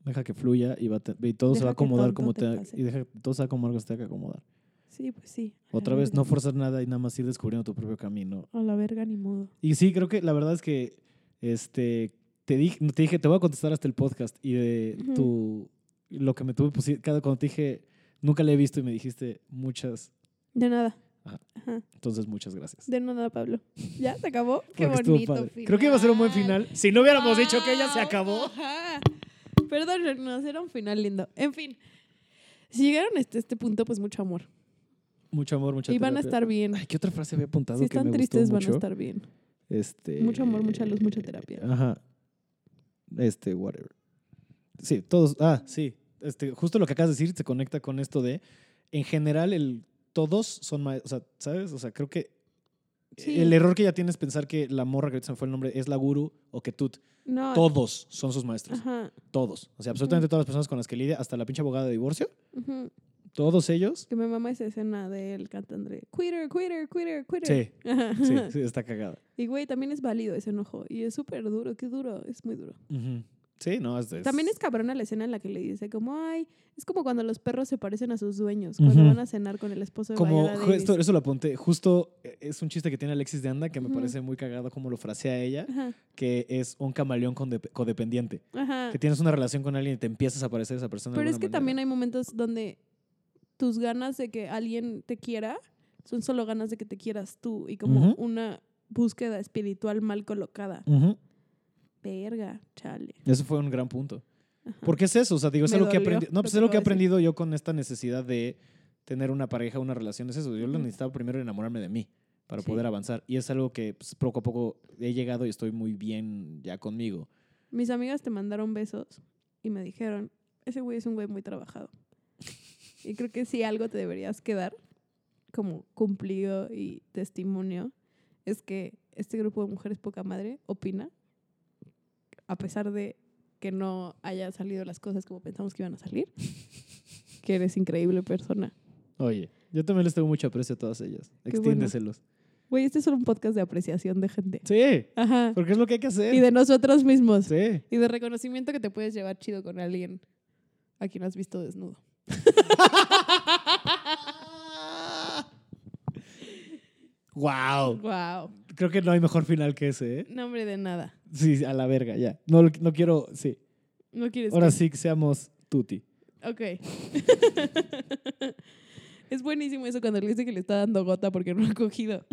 Speaker 1: Deja que fluya y, va a te- y todo se
Speaker 2: Deja
Speaker 1: va a
Speaker 2: que
Speaker 1: acomodar
Speaker 2: todo
Speaker 1: como
Speaker 2: te
Speaker 1: te,
Speaker 2: pase.
Speaker 1: y deja que todo se va a acomodar como se tenga que acomodar.
Speaker 2: Sí, pues sí. a la
Speaker 1: Otra vez,
Speaker 2: verga.
Speaker 1: no forzar nada y nada más ir descubriendo tu propio camino.
Speaker 2: A la verga, ni modo.
Speaker 1: Y sí, creo que la verdad es que este, te, di- te dije, te voy a contestar hasta el podcast y de
Speaker 2: Ujú.
Speaker 1: tu, lo que me tuve, pues, cada cuando te dije, nunca le he visto y me dijiste muchas,
Speaker 2: De nada.
Speaker 1: Ajá.
Speaker 2: Ajá.
Speaker 1: entonces muchas gracias.
Speaker 2: De nada, Pablo. ¿Ya se acabó? Qué
Speaker 1: Porque estuvo
Speaker 2: bonito.
Speaker 1: padre. Creo que iba a ser un buen final. Si no hubiéramos dicho que ella se
Speaker 2: Wow.
Speaker 1: acabó.
Speaker 2: Ajá. Perdónenos, era un final lindo. En fin. Si llegaron hasta este punto, pues mucho amor.
Speaker 1: Mucho amor, mucha
Speaker 2: y van a
Speaker 1: terapia.
Speaker 2: estar bien.
Speaker 1: Ay, ¿qué otra frase había apuntado
Speaker 2: Si
Speaker 1: que me
Speaker 2: están
Speaker 1: gustó
Speaker 2: tristes, van
Speaker 1: mucho?
Speaker 2: a estar bien.
Speaker 1: Este,
Speaker 2: Mucho amor, mucha luz, mucha terapia.
Speaker 1: Ajá. Este, whatever. Sí, todos. Ah, sí. Este, justo lo que acabas de decir se conecta con esto de. En general, el, todos son maestros. O sea, ¿sabes? O sea, creo que.
Speaker 2: Sí.
Speaker 1: El error que ya tienes es pensar que la morra que ahorita se me fue el nombre es la guru o que tú.
Speaker 2: No.
Speaker 1: Todos son sus maestros.
Speaker 2: Ajá.
Speaker 1: Todos. O sea, absolutamente todas las personas con las que lidia, hasta la pinche abogada de divorcio,
Speaker 2: ujú.
Speaker 1: todos ellos.
Speaker 2: Que me mama esa escena de él cantando de quitter, quitter, quitter, quitter.
Speaker 1: Sí.
Speaker 2: Ajá.
Speaker 1: Sí, sí, está cagada.
Speaker 2: Y güey, también es válido ese enojo. Y es súper duro, qué duro. Es muy duro.
Speaker 1: Ujú. Sí, no, es,
Speaker 2: También es cabrona la escena en la que le dice como, ay, es como cuando los perros se parecen a sus dueños, cuando
Speaker 1: Ujú.
Speaker 2: van a cenar con el esposo de
Speaker 1: Como
Speaker 2: Viola
Speaker 1: ju-
Speaker 2: Davis.
Speaker 1: esto, eso lo apunté, justo eh, es un chiste que tiene Alexis de Anda que me
Speaker 2: Ujú.
Speaker 1: parece muy cagado como lo frasea ella,
Speaker 2: Ajá,
Speaker 1: que es un camaleón conde- codependiente,
Speaker 2: ajá.
Speaker 1: que tienes una relación con alguien y te empiezas a parecer a esa persona. de
Speaker 2: Ah. Pero es que
Speaker 1: alguna
Speaker 2: también
Speaker 1: manera.
Speaker 2: hay momentos donde tus ganas de que alguien te quiera son solo ganas de que te quieras tú y como
Speaker 1: Ujú.
Speaker 2: una búsqueda espiritual mal colocada.
Speaker 1: Ujú.
Speaker 2: Verga, chale.
Speaker 1: Eso fue un gran punto.
Speaker 2: Ajá.
Speaker 1: Porque es eso, o sea, digo, es
Speaker 2: Ah. Me
Speaker 1: algo que he
Speaker 2: dolió
Speaker 1: aprendido. No,
Speaker 2: lo
Speaker 1: pues
Speaker 2: que
Speaker 1: es lo
Speaker 2: acabo
Speaker 1: que he
Speaker 2: de decir.
Speaker 1: aprendido yo con esta necesidad de tener una pareja, una relación, es eso. Yo lo
Speaker 2: Ujú.
Speaker 1: necesitaba primero enamorarme de mí para
Speaker 2: Sí.
Speaker 1: poder avanzar. Y es algo que pues, poco a poco he llegado y estoy muy bien ya conmigo.
Speaker 2: Mis amigas te mandaron besos y me dijeron, ese güey es un güey muy trabajado. Y creo que si algo te deberías quedar como cumplido y testimonio es que este grupo de mujeres poca madre opina, a pesar de que no haya salido las cosas como pensamos que iban a salir, que eres increíble persona.
Speaker 1: Oye, yo también les tengo mucho aprecio a todas ellas.
Speaker 2: bueno.
Speaker 1: Extiéndeselos.
Speaker 2: Güey, este es solo un podcast de apreciación de gente.
Speaker 1: Sí.
Speaker 2: Ajá.
Speaker 1: Porque es lo que hay que hacer.
Speaker 2: Y de nosotros mismos.
Speaker 1: Sí.
Speaker 2: Y de reconocimiento que te puedes llevar chido con alguien a quien has visto desnudo.
Speaker 1: wow.
Speaker 2: Wow.
Speaker 1: Creo que no hay mejor final que ese, ¿eh?
Speaker 2: Nombre de nada.
Speaker 1: Sí, sí, a la verga, ya. No, lo- no quiero. Sí.
Speaker 2: No quieres.
Speaker 1: Ahora sí que seamos tutti.
Speaker 2: que- Ok. es buenísimo eso cuando le dice que le está dando gota porque no ha cogido.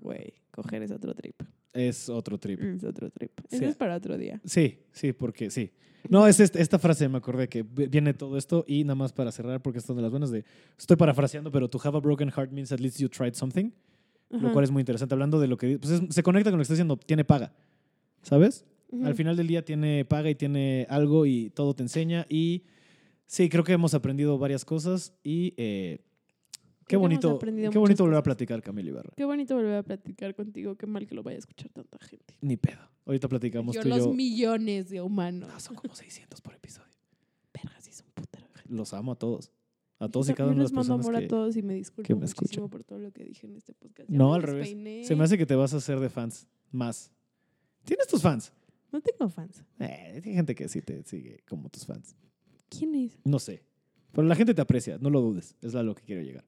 Speaker 2: Güey, coger es otro trip.
Speaker 1: Es otro trip.
Speaker 2: Es otro trip.
Speaker 1: Sí.
Speaker 2: Eso es para otro día.
Speaker 1: Sí, sí, porque sí. No, es est- esta frase, me acordé que vi- viene todo esto y nada más para cerrar, porque es una de las buenas de. Estoy parafraseando, pero to have a broken heart means at least you tried something, lo
Speaker 2: Ajá.
Speaker 1: cual es muy interesante. Hablando de lo que. di- Pues es- se conecta con lo que está diciendo, tiene paga. ¿Sabes?
Speaker 2: Ujú.
Speaker 1: Al final del día tiene paga y tiene algo y todo te enseña. Y sí, creo que hemos aprendido varias cosas y eh, qué
Speaker 2: Creo que hemos
Speaker 1: bonito,
Speaker 2: aprendido
Speaker 1: qué
Speaker 2: muchas
Speaker 1: bonito volver a
Speaker 2: cosas.
Speaker 1: platicar, Camila Ibarra.
Speaker 2: Qué bonito volver a platicar contigo. Qué mal que lo vaya a escuchar tanta gente.
Speaker 1: Ni pedo. Ahorita platicamos
Speaker 2: Yo,
Speaker 1: tú y
Speaker 2: los
Speaker 1: yo.
Speaker 2: millones de humanos.
Speaker 1: No, son como 600 por episodio.
Speaker 2: Verga, sí son putas.
Speaker 1: Los amo a todos. A todos y
Speaker 2: Yo
Speaker 1: cada una de las
Speaker 2: les mando
Speaker 1: personas
Speaker 2: amor
Speaker 1: que...
Speaker 2: a todos y me disculpo
Speaker 1: que me
Speaker 2: muchísimo
Speaker 1: escuchan.
Speaker 2: por todo lo que dije en este podcast. Ya
Speaker 1: No,
Speaker 2: me
Speaker 1: al revés.
Speaker 2: despeiné.
Speaker 1: Se me hace que te vas a hacer de fans más. ¿Tienes tus fans?
Speaker 2: No tengo fans.
Speaker 1: Eh, hay gente que sí te sigue como tus fans.
Speaker 2: ¿Quién es?
Speaker 1: No sé. Pero la gente te aprecia, no lo dudes. Es a lo que quiero llegar.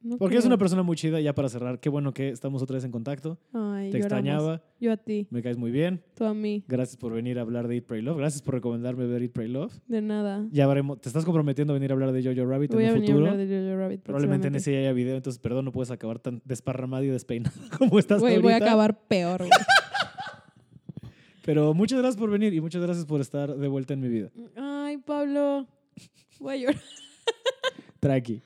Speaker 2: No
Speaker 1: Porque es
Speaker 2: creo.
Speaker 1: una persona muy chida, ya para cerrar. Qué bueno que estamos otra vez en contacto.
Speaker 2: Ay,
Speaker 1: Te
Speaker 2: lloramos.
Speaker 1: extrañaba,
Speaker 2: Yo a ti,
Speaker 1: me caes muy bien.
Speaker 2: tú a mí.
Speaker 1: Gracias por venir a hablar de Eat, Pray, Love. Gracias por recomendarme ver Eat, Pray, Love.
Speaker 2: De nada.
Speaker 1: Ya veremos. Te estás comprometiendo a venir a hablar de Jojo Rabbit
Speaker 2: Voy
Speaker 1: en
Speaker 2: a
Speaker 1: un
Speaker 2: venir
Speaker 1: futuro.
Speaker 2: a hablar de Jojo Rabbit.
Speaker 1: Probablemente en
Speaker 2: próximamente.
Speaker 1: ese ya haya video, entonces perdón, no puedes acabar tan desparramada y despeinada como estás
Speaker 2: Güey,
Speaker 1: ahorita.
Speaker 2: voy a acabar peor, güey.
Speaker 1: Pero muchas gracias por venir y muchas gracias por estar de vuelta en mi vida.
Speaker 2: Ay, Pablo. Voy a llorar.
Speaker 1: Traqui.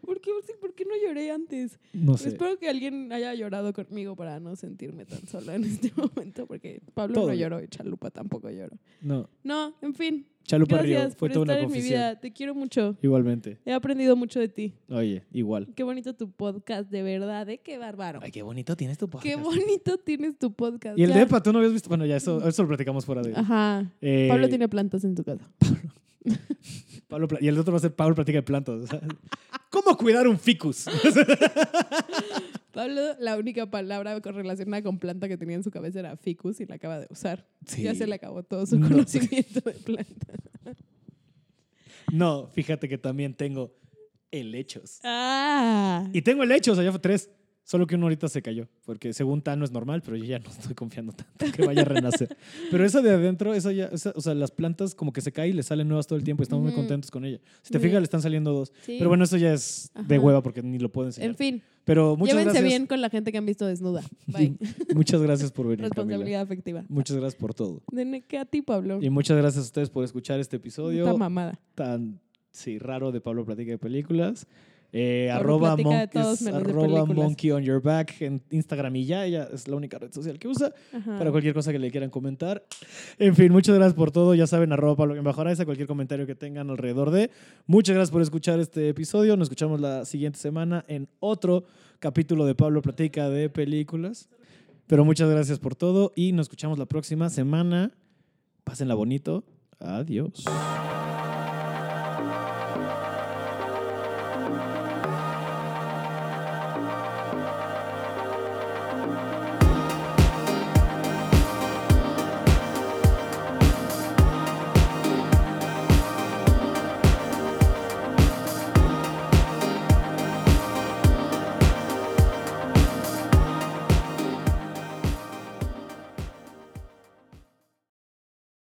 Speaker 2: ¿Por qué, ¿Por qué no lloré antes?
Speaker 1: No sé.
Speaker 2: Espero que alguien haya llorado conmigo para no sentirme tan sola en este momento, porque Pablo
Speaker 1: Todo
Speaker 2: no
Speaker 1: bien.
Speaker 2: lloró y Chalupa tampoco lloró.
Speaker 1: No.
Speaker 2: No, en fin.
Speaker 1: Chalupa Río,
Speaker 2: Gracias
Speaker 1: fue
Speaker 2: por
Speaker 1: toda
Speaker 2: estar
Speaker 1: una
Speaker 2: en mi
Speaker 1: confesión.
Speaker 2: vida. Te quiero mucho.
Speaker 1: Igualmente.
Speaker 2: He aprendido mucho de ti.
Speaker 1: Oye, igual.
Speaker 2: Qué bonito tu podcast, de verdad, ¿eh? Qué bárbaro.
Speaker 1: Ay, qué bonito tienes tu
Speaker 2: Qué
Speaker 1: podcast.
Speaker 2: bonito tienes tu podcast.
Speaker 1: y el
Speaker 2: Ya.
Speaker 1: depa, tú no habías visto. Bueno, ya eso, eso lo platicamos fuera de.
Speaker 2: Ajá.
Speaker 1: Eh,
Speaker 2: Pablo tiene plantas en tu casa.
Speaker 1: Pablo pla- y el otro va a ser Pablo platica de plantas. o sea, ¿Cómo cuidar un ficus?
Speaker 2: Pablo, la única palabra con- relacionada con planta que tenía en su cabeza era ficus y la acaba de usar. Ya se le acabó todo su
Speaker 1: No.
Speaker 2: conocimiento de planta.
Speaker 1: No, fíjate que también tengo helechos.
Speaker 2: Ah.
Speaker 1: Y tengo helechos, allá fue tres. Solo que uno ahorita se cayó, porque según Tano es normal, pero yo ya no estoy confiando tanto que vaya a renacer. pero esa de adentro, esa ya, esa- o sea, las plantas como que se caen y le salen nuevas todo el tiempo y estamos muy
Speaker 2: Ujú.
Speaker 1: contentos con ella. Si te
Speaker 2: Muy
Speaker 1: fijas,
Speaker 2: bien.
Speaker 1: le están saliendo dos.
Speaker 2: Sí.
Speaker 1: Pero bueno, eso ya es de
Speaker 2: Ajá.
Speaker 1: hueva porque ni lo puedo enseñar.
Speaker 2: en fin,
Speaker 1: pero muchas
Speaker 2: llévense
Speaker 1: gracias.
Speaker 2: bien con la gente que han visto desnuda. Bye.
Speaker 1: Muchas gracias por venir, Camila.
Speaker 2: Responsabilidad afectiva.
Speaker 1: Muchas gracias por todo.
Speaker 2: De ne- que a ti, Pablo.
Speaker 1: Y muchas gracias a ustedes por escuchar este episodio.
Speaker 2: Esta mamada.
Speaker 1: tan sí, raro de Pablo Platica de Películas. Eh,
Speaker 2: Pablo
Speaker 1: arroba
Speaker 2: platica de todos
Speaker 1: monkeys-
Speaker 2: menos de
Speaker 1: arroba
Speaker 2: películas.
Speaker 1: monkey on your back en Instagram y ya. Ella es la única red social que usa
Speaker 2: Ajá.
Speaker 1: para cualquier cosa que le quieran comentar. En fin, muchas gracias por todo. Ya saben, arroba Pablo Guión bajo Araiza, cualquier comentario que tengan alrededor de. Muchas gracias por escuchar este episodio. Nos escuchamos la siguiente semana en otro capítulo de Pablo Platica de Películas. Pero muchas gracias por todo y nos escuchamos la próxima semana. Pásenla bonito. Adiós.